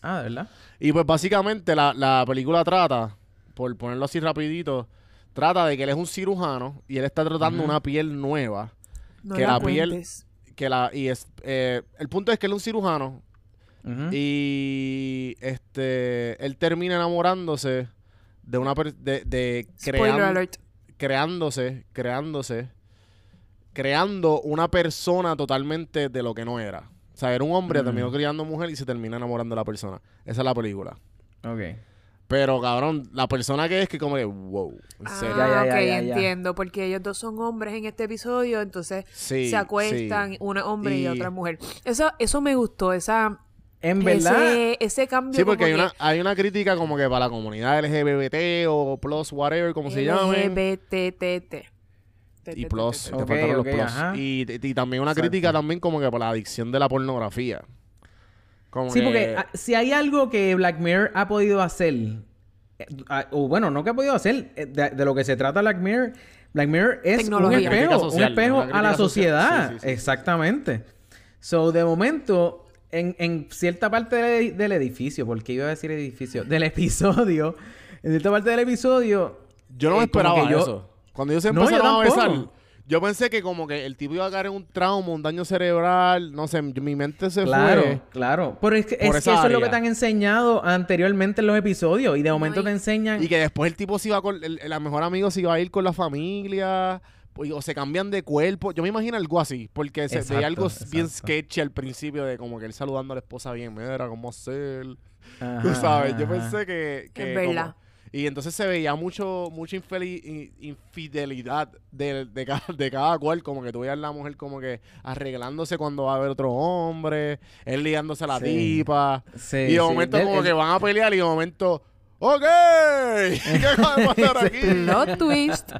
S1: Ah, ¿de verdad?
S2: Y pues básicamente la, la película trata, por ponerlo así rapidito, trata de que él es un cirujano y él está tratando una piel nueva.
S3: No
S2: que
S3: la,
S2: la piel-
S3: cuentes.
S2: Que la, y es, eh, el punto es que él es un cirujano
S1: Ujú.
S2: y este él termina enamorándose de una per- de, de
S3: Spoiler
S2: crean-
S3: alert.
S2: creándose, creándose, creando una persona totalmente de lo que no era. O sea, era un hombre,
S1: Mm.
S2: terminó criando mujer y se termina enamorando de la persona. Esa es la película.
S1: Ok.
S2: Pero cabrón, la persona que es que como que, wow, en serio.
S1: Ya,
S3: Ah,
S1: ya, ya,
S3: ok,
S1: ya, ya.
S3: entiendo. Porque ellos dos son hombres en este episodio, entonces
S2: Sí,
S3: se acuestan,
S2: sí.
S3: una hombre y...
S2: Y-
S3: otra mujer. Eso, eso me gustó, esa,
S1: En verdad,
S3: ese, ese cambio.
S2: Sí, porque
S3: como
S2: hay
S3: que
S2: una, hay una crítica como que para la comunidad LGBT o plus whatever, como se llame.
S3: LGBTT.
S2: Y plus, te
S1: Ok,
S2: faltaron los
S1: ok,
S2: plus.
S1: ajá.
S2: Y, y también una
S1: Exacto.
S2: crítica también como que para la adicción de la pornografía. Como
S1: sí,
S2: que-
S1: porque ah, si hay algo que Black Mirror ha podido hacer, eh, ah, o bueno, no que ha podido hacer, eh, de, de lo que se trata Black Mirror, Black Mirror es un
S3: Tecnología. Una
S2: crítica
S1: espejo, un
S2: social,
S1: espejo
S2: una
S1: a la
S2: crítica social.
S1: sociedad.
S2: Sí, sí, sí, sí.
S1: Exactamente. So, de momento, en, en cierta parte del, del edificio, porque iba a decir edificio, del episodio, en cierta parte del episodio...
S2: Yo no me
S1: eh, como
S2: esperaba
S1: que yo-
S2: eso. Cuando ellos se
S1: No, yo
S2: empezaron a
S1: tampoco.
S2: besar, yo pensé que como que el tipo iba a caer en un trauma, un daño cerebral, no sé, mi mente se
S1: Claro,
S2: fue.
S1: claro. Pero es que,
S2: por
S1: es que
S2: esa
S1: eso es lo que
S2: área.
S1: te han enseñado anteriormente en los episodios. Y de momento
S3: y-
S1: te enseñan...
S2: Y que después el tipo se iba con, el, el- la mejor amigo se iba a ir con la familia, pues, o, o se cambian de cuerpo. Yo me imagino algo así, porque se
S1: Exacto,
S2: veía algo bien
S1: exacto.
S2: sketchy al principio de como que él saludando a la esposa bien, mira, cómo hacer.
S1: Ajá,
S2: Tú sabes, yo
S1: ajá.
S2: pensé que... que
S3: Es verdad.
S2: como- y entonces se veía mucho, mucha infeli- in- infidelidad de, de, cada, de cada cual, como que tú veías la mujer como que arreglándose cuando va a haber otro hombre, él ligándose a la
S1: Sí.
S2: tipa,
S1: Sí,
S2: y
S1: sí.
S2: de momento
S1: Del-
S2: como
S1: el-
S2: que van a pelear y de momento, ¡ok! ¿Qué va a pasar aquí?
S3: Plot twist.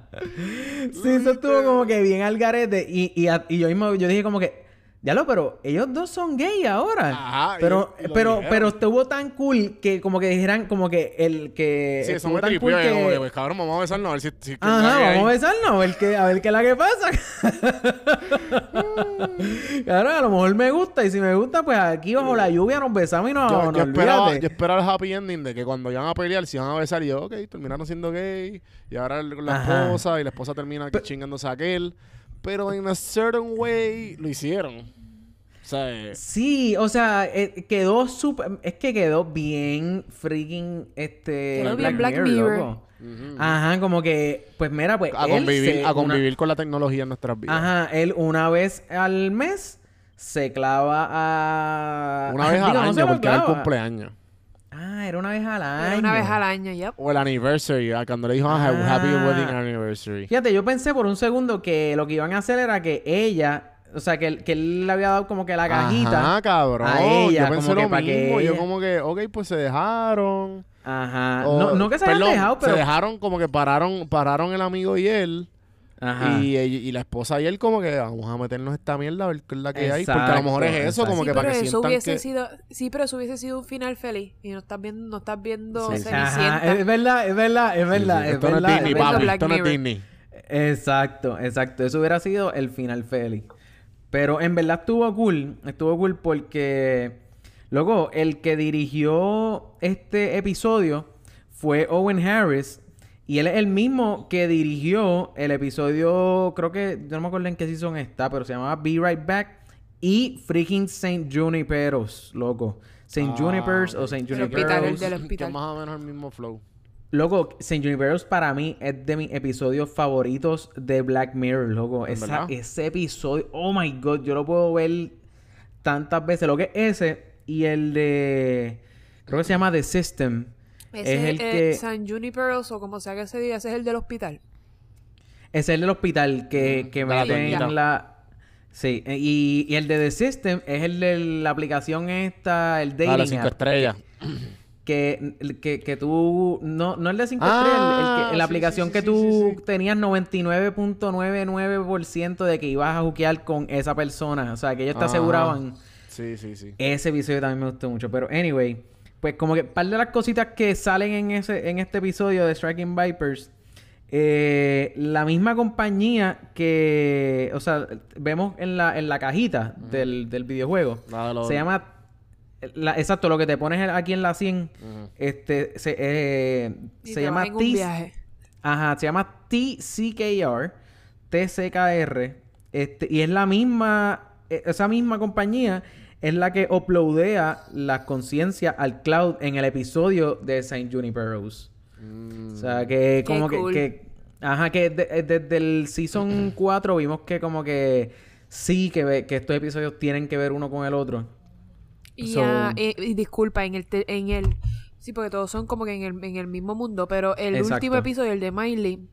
S1: Sí, eso estuvo como que bien al garete. Y, y, a- y yo mismo yo dije como que, ya lo, pero ellos dos son gay ahora.
S2: Ajá, y-
S1: pero,
S2: y lo
S1: pero,
S2: dijeron.
S1: pero estuvo tan cool que como que dijeran como que el que
S2: Sí, eso
S1: estuvo
S2: me
S1: tan
S2: tripió,
S1: cool
S2: eh, como
S1: que-
S2: que, pues, cabrón, vamos a besarnos a ver si... si
S1: Ajá,
S2: ahí-
S1: vamos a besarnos, a ver qué, a ver qué es la que pasa. claro, a lo mejor me gusta, y si me gusta, pues aquí bajo la lluvia nos besamos y nos,
S2: Yo,
S1: nos
S2: yo esperaba,
S1: olvídate.
S2: yo esperaba el happy ending de que cuando iban a pelear se iban a besar y yo, ok, terminaron siendo gay y ahora el- con la
S1: Ajá.
S2: esposa y la esposa termina chingándose a aquel. Pero en a certain way lo hicieron. sea,
S1: Sí, o sea, eh, quedó súper... Es que quedó bien freaking, este...
S3: Quedó bien Black Mirror.
S1: loco.
S2: ujú.
S1: Ajá, como que... Pues mira, pues
S2: a
S1: él
S2: convivir,
S1: se- una-
S2: a convivir con la tecnología en nuestras vidas.
S1: Ajá, él una vez al mes se clava a...
S2: Una vez al
S1: Digo, no se
S2: año,
S1: lo
S2: porque era el
S1: clava.
S2: cumpleaños.
S1: Ah, era una vez al año.
S3: Pero una vez al año, ya.
S2: O el anniversary, ah, cuando le dijo, ah, happy
S1: Ah.
S2: wedding anniversary.
S1: Fíjate, yo pensé por un segundo que lo que iban a hacer era que ella, o sea, que, él- que él le había dado como que la cajita.
S2: Ajá, cabrón.
S1: a ella,
S2: yo pensé
S1: como que
S2: lo
S1: para que
S2: mismo. Yo
S1: ella-
S2: como que, ok, pues se dejaron.
S1: Ajá.
S2: O-
S1: Ah, no, no que se hayan
S2: Oh, perdón,
S1: dejado, pero.
S2: Se dejaron como que pararon, pararon el amigo y él.
S1: Ajá.
S2: Y, ella- y la esposa y él como que vamos a meternos esta mierda a ver qué es la que hay. Porque a lo
S1: Exacto,
S2: mejor es eso,
S1: exacto.
S2: como
S3: sí,
S2: que
S3: pero
S2: para que
S3: eso
S2: sientan
S3: hubiese
S2: que...
S3: sido, sí, pero eso hubiese sido un final feliz. Y no estás viendo, no estás viendo
S1: Sí, sí.
S3: Cenicienta.
S1: Ajá, Es verdad, es verdad, es verdad, es
S2: Esto no es
S1: verdad.
S2: Disney,
S1: es verdad.
S2: papi.
S3: Black
S2: Esto no es
S3: Mirror.
S2: Disney.
S1: Exacto, exacto. Eso hubiera sido el final feliz. Pero en verdad estuvo cool. Estuvo cool porque. Luego, el que dirigió este episodio fue Owen Harris. Y él es el mismo que dirigió el episodio. Creo que. yo No me acuerdo en qué season está, pero se llamaba Be Right Back. Y freaking Saint Juniperos, loco. Saint
S2: Ah,
S1: Junipers o
S2: ok.
S1: Saint
S3: El hospital, el
S1: Juniperos.
S3: de del
S2: Que
S3: hospital.
S2: más o menos el mismo flow.
S1: Loco, St. Universe para mí es de mis episodios favoritos de Black Mirror, loco.
S2: ¿En
S1: Esa-
S2: verdad?
S1: ese episodio, oh my god, yo lo puedo ver tantas veces. Lo que es ese y el de. Creo que se llama The System.
S3: Ese
S1: es el
S3: eh,
S1: que.
S3: San Juniperos o como sea que se diga, ese es el del hospital.
S1: Es el del hospital que, que
S2: Mm, De la
S1: meten
S2: doñita.
S1: la. Sí, eh, y, y el de The System es el de la aplicación esta, el dating
S2: A las cinco
S1: app, Eh,
S2: estrellas.
S1: que, que, que tú, no, no el de 5
S2: Ah,
S1: estrellas, el que-
S2: sí,
S1: la
S2: sí,
S1: aplicación
S2: sí,
S1: que
S2: sí,
S1: tú
S2: sí, sí.
S1: tenías 99.99% de que ibas a juquear con esa persona, o sea, que ellos te
S2: Ajá.
S1: aseguraban.
S2: Sí, sí, sí.
S1: Ese episodio también me gustó mucho, pero anyway, pues como que par de las cositas que salen en ese en este episodio de Striking Vipers, eh, la misma compañía que, o sea, vemos en la, en la cajita del, del videojuego,
S2: La de los-
S1: se llama... la- exacto, lo que te pones aquí en la 100
S2: Ujú.
S1: este se, eh,
S3: Y
S1: se
S3: te
S1: llama
S3: vas en un
S1: T-
S3: viaje.
S1: ajá, se llama TCKR, TCKR, este, y es la misma, e- esa misma compañía es la que uploadea las conciencias al cloud en el episodio de Saint Juniperos.
S2: Mm.
S1: O sea, que
S3: Qué
S1: como que,
S3: cool.
S1: que- ajá, que de- eh, desde el season 4 vimos que como que sí, que, ve- que estos episodios tienen que ver uno con el otro.
S3: Y,
S1: So-
S3: ah, eh, y disculpa, en el, te- en el. Sí, porque todos son como que en el, en el mismo mundo. Pero el
S1: Exacto.
S3: último episodio, el de Miley,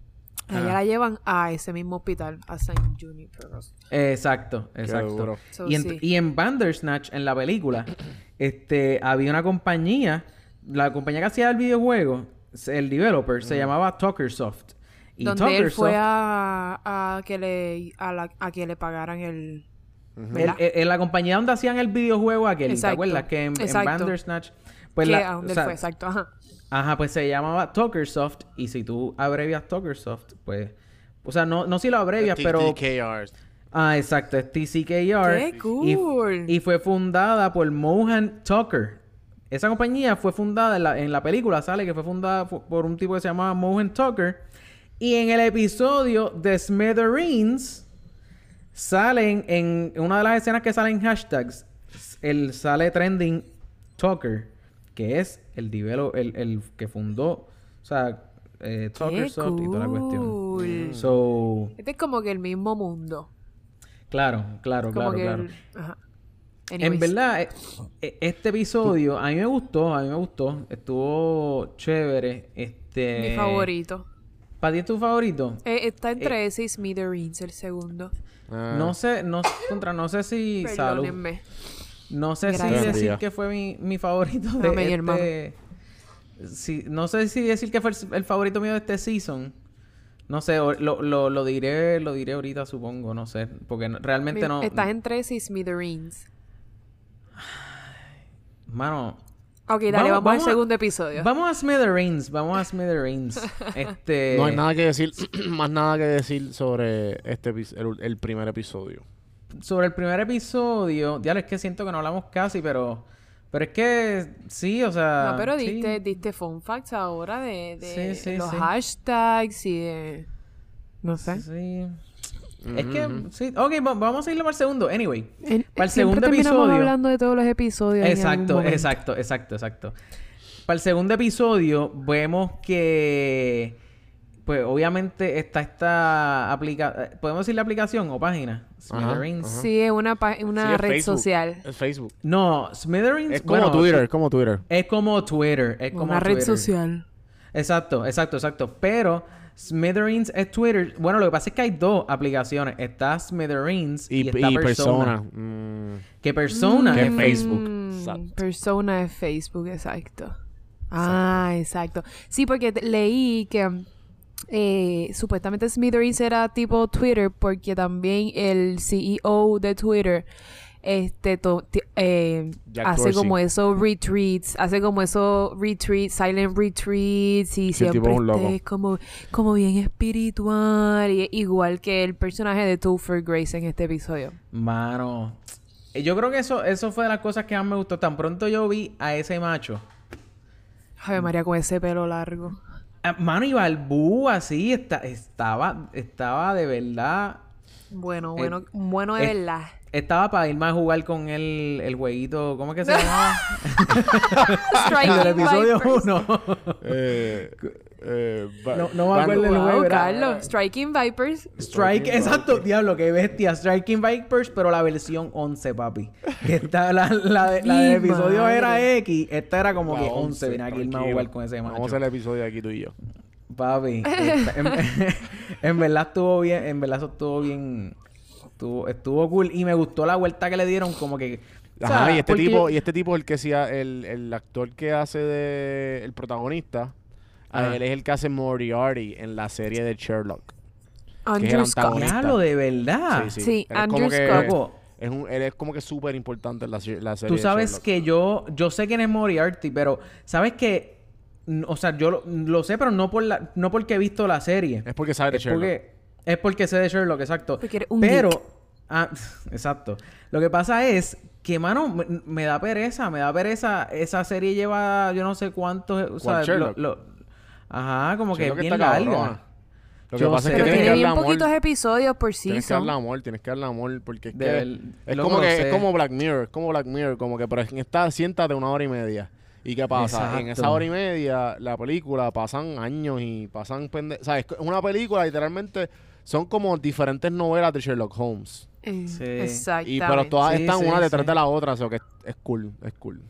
S3: allá
S1: Ajá.
S3: la llevan a ese mismo hospital, a San Juniperos.
S1: Exacto,
S2: Qué
S1: exacto.
S2: duro.
S3: So,
S1: y, en,
S3: sí.
S1: y en Bandersnatch, en la película, este, había una compañía, la compañía que hacía el videojuego, se- el developer, se llamaba Tuckersoft. Y
S3: donde él fue
S1: Tuckersoft,
S3: a, a que le a, la- a que le pagaran el
S2: Ujú.
S1: el-
S3: ¿verdad?
S1: el- en la compañía donde hacían el videojuego aquel, ¿te
S3: Exacto,
S1: acuerdas? Que en, en
S3: exacto.
S1: Bandersnatch, pues
S3: que-
S1: la-
S3: a donde
S1: o
S3: él
S1: sea,
S3: fue exacto ajá
S1: Ajá, pues se llamaba Tuckersoft. Y si tú abrevias Tuckersoft, pues... O sea, no, no si lo abrevias, pero...
S2: TTKRs.
S1: Ah, exacto, es TCKR.
S3: qué
S1: Y-
S3: cool
S1: Y, fue fundada por Mohan Tucker. Esa compañía fue fundada en la, en la película, sale que fue fundada fu- por un tipo que se llamaba Mohan Tucker. Y en el episodio de Smithereens salen en en una de las escenas que salen hashtags, el sale trending Tucker, que es el develo- el, el que fundó, o sea, eh,
S3: qué
S1: Tuckersoft y toda la cuestión.
S3: cool.
S1: So,
S3: este es como que el mismo mundo
S1: claro, claro,
S3: como
S1: claro,
S3: que
S1: claro.
S3: el- ajá.
S1: En
S3: Anyways.
S1: verdad, eh, eh, este episodio a mí me gustó, a mí me gustó. Estuvo chévere. Este,
S3: mi favorito
S1: ¿Para ti es tu favorito?
S3: Eh, está entre ese y Smithereens el segundo
S2: Ah.
S1: No sé, no contra, no sé si salud.
S3: perdónenme
S1: No sé
S3: Gracias.
S1: si decir
S2: Buen día.
S1: que fue mi, mi favorito de
S3: Amén, hermano.
S1: este. si- no sé si decir que fue el, el favorito mío de este season. No sé, o- lo, lo, lo diré, lo diré ahorita, supongo, no sé. Porque no- realmente
S3: Mi-
S1: no.
S3: estás entre ese y Smithereens
S1: Mano,
S3: ok
S1: Vamos-
S3: dale vamos,
S1: vamos a-
S3: al segundo episodio
S1: vamos a Smithereens, vamos a Smithereens. este.
S2: No hay nada que decir, más nada que decir sobre este epi- el, el primer episodio.
S1: sobre el primer episodio, ya es que siento que no hablamos casi, pero pero es que sí, o sea,
S3: no, pero
S1: sí.
S3: diste, diste fun facts ahora de, de
S1: Sí, sí,
S3: los
S1: sí.
S3: hashtags y de... No sé.
S1: Sí. Es que, sí. Ok, va- vamos a irle para el segundo. Anyway.
S3: En-
S1: Para el
S3: siempre
S1: segundo
S3: terminamos
S1: episodio-
S3: hablando de todos los episodios. en algún
S1: Exacto,
S3: momento.
S1: exacto, exacto, exacto. Para el segundo episodio vemos que, pues obviamente está esta aplicación, ¿podemos decir la aplicación o página?
S2: Ajá,
S1: Smithereens.
S2: ajá.
S3: Sí, es una, pa- una
S2: Sí, es
S3: red
S2: Facebook.
S3: social.
S2: Es Facebook.
S1: No, Smithereens.
S2: Es como
S1: bueno,
S2: Twitter, es como Twitter.
S1: Es como Twitter, es como
S3: una red
S1: Twitter.
S3: social.
S1: Exacto, exacto, exacto. Pero Smithereens es Twitter. Bueno, lo que pasa es que hay dos aplicaciones. Está Smithereens y,
S2: Y,
S1: está
S2: y
S1: Persona.
S2: persona. Mm.
S1: Que Persona
S2: Que
S1: es
S2: Mm. Facebook. Exacto.
S3: Exacto. Persona de Facebook, exacto. Ah, exacto. Sí, porque te- leí que mm, eh, supuestamente Smithereens era tipo Twitter porque también el CEO de Twitter este to- ti- eh,
S2: Jack
S3: hace
S2: Dorsey.
S3: como esos retreats, hace como esos retreats, silent retreats y
S2: Sí, el tipo
S3: siempre
S2: es un loco.
S3: este es como, como bien espiritual y igual que el personaje de Topher Grace en este episodio.
S1: Mano, eh, yo creo que eso, eso fue de las cosas que más me gustó. Tan pronto yo vi a ese macho.
S2: Mm.
S3: Ave María con ese pelo largo.
S1: Ah, Mano, y Balbú así está, estaba, estaba de verdad.
S3: Bueno,
S1: Eh,
S3: bueno, bueno de
S1: eh,
S3: verdad.
S1: Estaba para ir más a jugar con el, el jueguito. ¿Cómo es que se llama?
S3: Striking
S1: Del episodio
S3: Vipers.
S1: 1.
S2: Eh, eh, va-
S1: No- no me acuerdo
S2: van-
S1: el
S3: Wow,
S1: juego, era-
S3: Carlos, Striking Vipers.
S1: Strike,
S2: Striking
S1: exacto, diablo, qué bestia. Striking Vipers, pero la versión 11, papi. Que está, la, la de- la del
S3: Mi
S1: episodio
S3: madre.
S1: era X, esta era como
S2: la
S1: que 11. Ven aquí, irme a
S2: tranquilo.
S1: jugar con ese macho.
S2: Vamos a hacer el episodio aquí tú y yo.
S1: Papi, esta- en, en verdad estuvo bien, en verdad eso estuvo bien, estuvo, estuvo cool y me gustó la vuelta que le dieron como que... o sea,
S2: Ajá, y este
S1: porque yo-
S2: tipo, y este tipo el que hacía, el, el actor que hace de el protagonista, a
S1: Ajá.
S2: él es el que hace Moriarty en la serie de Sherlock.
S3: Andrew Scott.
S2: antagonista.
S1: Diablo, de verdad.
S2: sí, Eh, sí.
S3: Sí,
S2: Él es como
S3: Andrew
S2: que,
S1: Ah, Scott.
S2: es un, él es como que súper importante en la, se- la serie
S1: Tú
S2: de
S1: sabes
S2: Sherlock.
S1: que yo, yo sé quién es Moriarty, pero sabes que, n- o sea, yo lo, lo sé, pero no por la, no porque he visto la serie.
S2: Es porque sabe de
S1: Es
S2: Sherlock.
S1: porque, es porque sé de Sherlock, exacto.
S3: Porque eres un
S1: Pero,
S3: geek.
S1: ah, exacto. Lo que pasa es que, mano, me, me da pereza, me da pereza. Esa serie lleva yo no sé cuántos. O sea,
S2: ¿Cuál, Sherlock?
S1: lo- lo- ajá, como que
S2: Sherlock
S1: es bien
S2: está
S1: larga.
S2: cabrona. Lo que
S1: Yo
S2: pasa
S1: sé.
S2: es que
S3: Pero
S1: tienes
S2: tiene que
S3: tiene
S2: darle
S3: bien
S2: amor.
S3: poquitos episodios por
S2: Tienes que darle
S3: season.
S2: amor, tienes que darle amor, porque es
S1: De
S2: que
S1: el-
S2: es
S1: loco,
S2: como
S1: lo
S2: que
S1: sé.
S2: es como Black Mirror, como Black Mirror, como que pero en esta siéntate una hora y media. ¿Y qué pasa? En esa
S1: Exacto.
S2: hora y media, la película, pasan años y pasan pende... O sea, es co- una película literalmente son como diferentes novelas de Sherlock Holmes.
S3: Eh,
S1: Sí.
S3: Exactamente.
S2: Y pero todas
S1: Sí,
S2: están
S1: sí,
S2: una detrás
S1: sí.
S2: de la otra, o sea que es, es cool, es cool.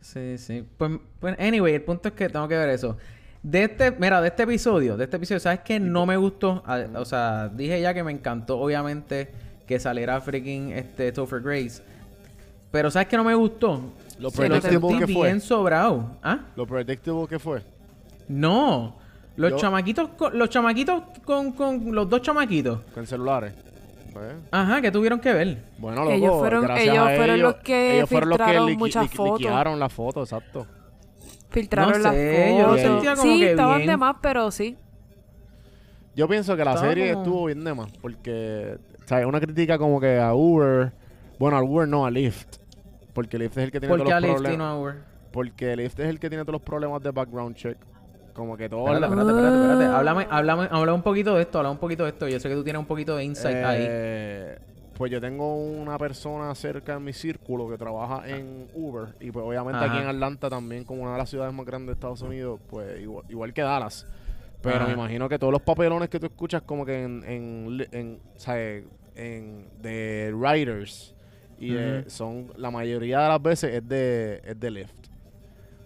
S1: Sí, sí. Pues, pues, anyway, el punto es que tengo que ver eso. De este, mira, de este episodio, de este episodio, ¿sabes qué? No me gustó. A- o sea, dije ya que me encantó, obviamente, que saliera freaking este Topher Grace. Pero ¿sabes qué no me gustó?
S2: Lo
S1: Se
S2: predictable
S1: sentí
S2: que fue.
S1: bien sobrado. ¿Ah?
S2: Lo predictable que fue.
S1: No. Los
S2: Yo-
S1: chamaquitos, con, los chamaquitos con, con los dos chamaquitos.
S2: Con celulares. Pues,
S1: Ajá, que tuvieron que ver.
S2: Bueno, loco,
S3: Ellos fueron-
S2: gracias
S3: ellos
S2: a
S3: fueron
S2: ellos,
S3: los que
S2: ellos fueron los que
S3: filtraron
S2: liqui-
S3: muchas
S2: liqui-
S3: fotos.
S2: liquidaron la foto, exacto.
S3: Filtraron
S1: No
S3: las
S1: sé, yo lo
S3: fotos.
S1: sentía como
S3: sí,
S1: que
S3: estaban
S1: bien.
S3: de más, pero sí.
S2: Yo pienso que la
S1: Estaba
S2: serie
S1: como-
S2: estuvo bien de más, porque, ¿sabes? Una crítica como que a Uber, bueno, al Uber no, a Lyft, porque Lyft es el que tiene
S1: ¿Por
S2: todos
S1: qué a
S2: los
S1: Lyft y no
S2: problemas.
S1: a Uber?
S2: Porque Lyft es el que tiene todos los problemas de background check. Como que todo...
S1: Espérate,
S2: la-
S1: espérate, espérate, espérate.
S3: Ah.
S1: Háblame, háblame, háblame un poquito de esto, habla un poquito de esto. Yo sé que tú tienes un poquito de insight ahí.
S2: Eh, Pues yo tengo una persona cerca en mi círculo que trabaja en Uber y pues obviamente
S1: Ajá.
S2: aquí en Atlanta también como una de las ciudades más grandes de Estados Unidos, pues igual, igual que Dallas. Pero
S1: Ajá.
S2: me imagino que todos los papelones que tú escuchas como que en, en, li- en, ¿sabes? en de riders y de-
S1: Ujú.
S2: son la mayoría de las veces es de es de Lyft.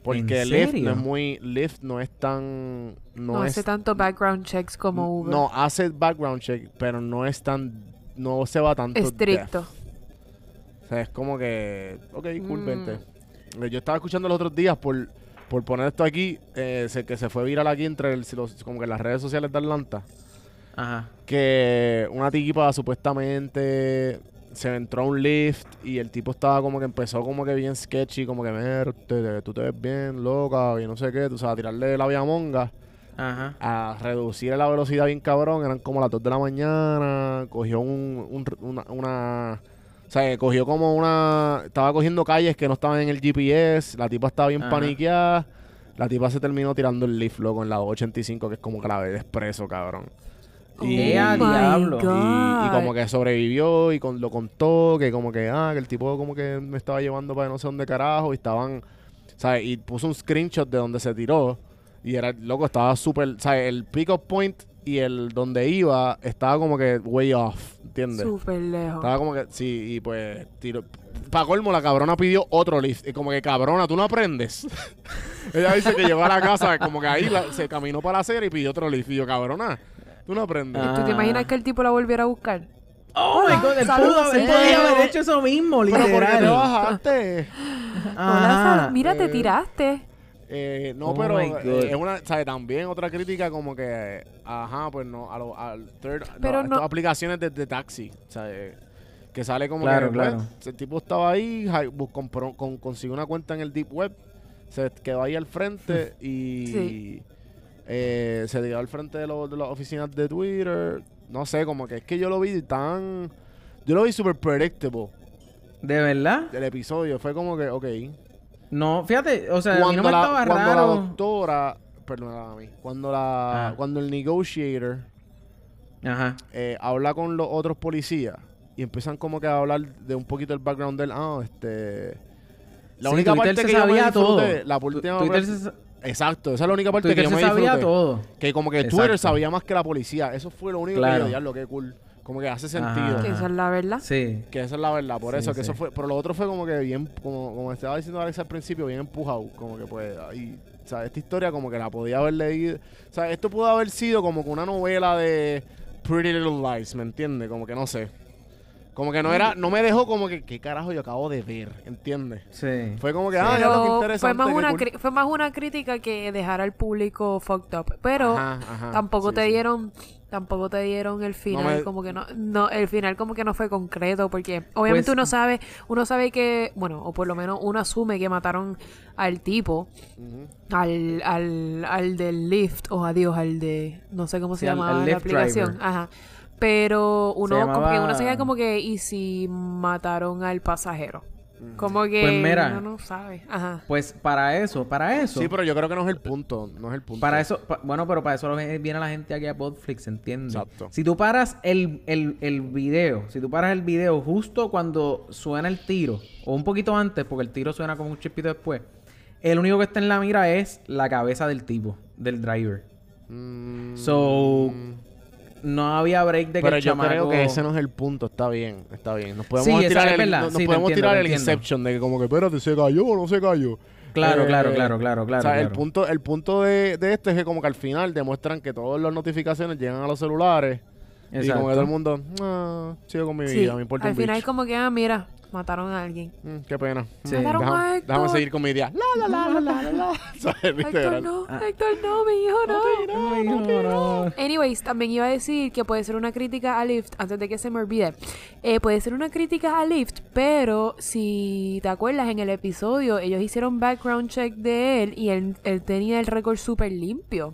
S2: Porque
S1: ¿En
S2: Lyft
S1: serio?
S2: no es muy Lyft no es tan no,
S3: No,
S2: es
S3: hace tanto background checks como Uber.
S2: no, hace background check, pero no es tan. No se va tanto.
S3: Estricto.
S2: depth. O sea, es como que. Ok, cool,
S3: Mm.
S2: vente. Eh, Yo estaba escuchando los otros días por, por poner esto aquí, eh, se- que se fue viral aquí entre el- los- como que las redes sociales de Atlanta.
S1: Ajá.
S2: Que una tipa supuestamente se entró a un lift y el tipo estaba como que empezó como que bien sketchy, como que, "Mer, te- te- tú te ves bien loca y no sé qué, tú sabes, a tirarle la vía monga
S1: Ajá.
S2: a reducir la velocidad bien cabrón. Eran como las 2 de la mañana. Cogió un, un- una, una- O sea, cogió como una... Estaba cogiendo calles que no estaban en el GPS. La tipa estaba bien
S1: Ajá.
S2: paniqueada. La tipa se terminó tirando el leaf, loco, en la 85, que es como que la vez expreso, cabrón. Y,
S1: ¡Ea,
S2: y-
S1: diablo!
S2: y- Oh y como que sobrevivió y con, lo contó, que como que, ah, que el tipo como que me estaba llevando para no sé dónde carajo y estaban, ¿sabes? Y puso un screenshot de donde se tiró y era, loco, estaba súper, ¿sabes? El pick-up point y el donde iba estaba como que way off, ¿entiendes?
S3: Súper lejos.
S2: Estaba como que, sí, y pues tiro. Pa' colmo, la cabrona pidió otro lift. Y como que, cabrona, tú no aprendes. Ella dice que llegó a la casa, como que ahí la- se caminó para la acera y pidió otro lift. Y yo, cabrona, tú no aprendes.
S1: Ah.
S3: ¿Tú te imaginas que el tipo la volviera a buscar?
S1: ¡Oh, my God! Él
S3: Saludos,
S1: pudo- él
S3: señor.
S1: podía haber hecho eso mismo,
S2: Pero ¿por qué te
S1: literal.
S2: bajaste?
S3: Hola,
S1: Ajá.
S3: Sara, mira, te
S2: Eh.
S3: tiraste.
S2: Eh, no,
S1: Oh
S2: pero
S1: my God.
S2: eh, es una, ¿sabes? También otra crítica como que, eh, ajá, pues no, a lo- al third,
S3: Pero
S2: no,
S3: no-
S2: estas aplicaciones de, de taxi, ¿sabes? Que sale como
S1: Claro,
S2: que,
S1: claro.
S2: pues, el tipo estaba ahí, ja- bus- compró- con- consiguió una cuenta en el deep web, se quedó ahí al frente y
S3: Sí.
S2: eh, se quedó al frente de, los- de las oficinas de Twitter, no sé, como que es que yo lo vi tan, yo lo vi super predictable,
S1: ¿De verdad?
S2: el episodio, fue como que, ok,
S1: No, fíjate, o sea, a mí
S2: cuando,
S1: no me
S2: la,
S1: estaba
S2: cuando la
S1: raro.
S2: doctora, perdóname a mí, cuando la
S1: Ajá.
S2: cuando el negotiator
S1: Ajá.
S2: eh, habla con los otros policías y empiezan como que a hablar de un poquito el background del ah, este la
S1: Sí,
S2: única
S1: Twitter
S2: parte
S1: se
S2: que yo me
S1: sabía todo.
S2: disfruté, la
S1: Tu-
S2: última
S1: Twitter
S2: parte-
S1: se, sa-
S2: exacto, esa es la única parte
S1: Twitter
S2: que yo
S1: se
S2: me
S1: sabía
S2: disfruté.
S1: todo.
S2: Que como que
S1: Exacto.
S2: Twitter sabía más que la policía, eso fue lo único que
S1: Claro.
S2: yo diablo, qué cool. Como que hace
S1: Ajá.
S2: sentido.
S1: Ajá.
S3: Esa es la verdad.
S1: Sí.
S2: Que esa es la verdad, por
S1: Sí,
S2: eso, que
S1: sí.
S2: eso fue, pero lo otro fue como que bien, como, como estaba diciendo Alex al principio, bien empujado, como que pues, ahí, o sea, esta historia como que la podía haber leído, o sea, esto pudo haber sido como que una novela de Pretty Little Lies, ¿me entiendes? Como que no sé, como que no era, no me dejó como que, ¿qué carajo yo acabo de ver? ¿Entiendes?
S1: Sí.
S2: Fue como que, ah, ya lo que
S3: Pero fue
S2: interesante.
S3: más,
S2: qué
S3: una
S2: cool".
S3: cri- fue más una crítica que dejar al público fucked up. Pero
S2: Ajá, ajá,
S3: tampoco
S2: sí,
S3: te
S2: sí.
S3: dieron tampoco te dieron el final
S2: me-
S3: como que no no el final como que no fue concreto porque obviamente
S1: Pues-
S3: uno sabe uno sabe que bueno o por lo menos uno asume que mataron al tipo
S2: Ujú.
S3: al, al, al del Lyft o adiós al de no sé cómo
S1: Sí,
S3: se
S1: al-
S3: llama
S1: al
S3: la
S1: Lyft
S3: aplicación
S1: driver.
S3: ajá pero uno como que
S1: llamaba-
S3: uno se queda como que y si mataron al pasajero como que
S1: Pues mira.
S3: uno no sabe ajá
S1: Pues para eso, para eso.
S2: Sí, pero yo creo que no es el punto, no es el punto.
S1: Para eso, pa- bueno, pero para eso lo- viene la gente aquí a Podflix, ¿entiendes?
S2: Exacto.
S1: Si tú paras el, el, el video, si tú paras el video justo cuando suena el tiro, o un poquito antes, porque el tiro suena como un chispito después, el único que está en la mira es la cabeza del tipo, del driver.
S2: Mm,
S1: So, no había break de que
S2: Pero
S1: el
S2: yo
S1: chamaco...
S2: creo que ese no es el punto, está bien, está bien. Nos podemos
S1: Sí, esa-
S2: tirar
S1: es
S2: el,
S1: verdad,
S2: no- nos
S1: sí, te
S2: podemos
S1: entiendo,
S2: tirar
S1: te
S2: el
S1: entiendo.
S2: inception de que como que espérate, se cayó o no se cayó.
S1: Claro,
S2: Eh,
S1: claro, claro, claro, claro.
S2: o sea, el
S1: claro.
S2: punto, el punto de, de esto es que como que al final demuestran que todas las notificaciones llegan a los celulares y
S1: Exacto.
S2: como que todo el mundo, ah, sigo con mi
S3: Sí,
S2: vida, me importa
S3: al
S2: un
S3: final
S2: bicho".
S3: como que ah mira mataron a alguien
S2: Mm, qué pena.
S1: Sí.
S2: Mm,
S3: Mataron a
S2: déjame,
S3: Héctor.
S2: déjame seguir con mi idea. La, la, la, la, la, la. O sea,
S3: Héctor
S2: literal.
S3: no
S1: Ah.
S3: Héctor no mi hijo no
S1: Ay, no, no.
S3: Anyways, también iba a decir que puede ser una crítica a Lyft, antes de que se me olvide, Eh, puede ser una crítica a Lyft, pero si te acuerdas, en el episodio ellos hicieron background check de él y él, él tenía el récord súper limpio.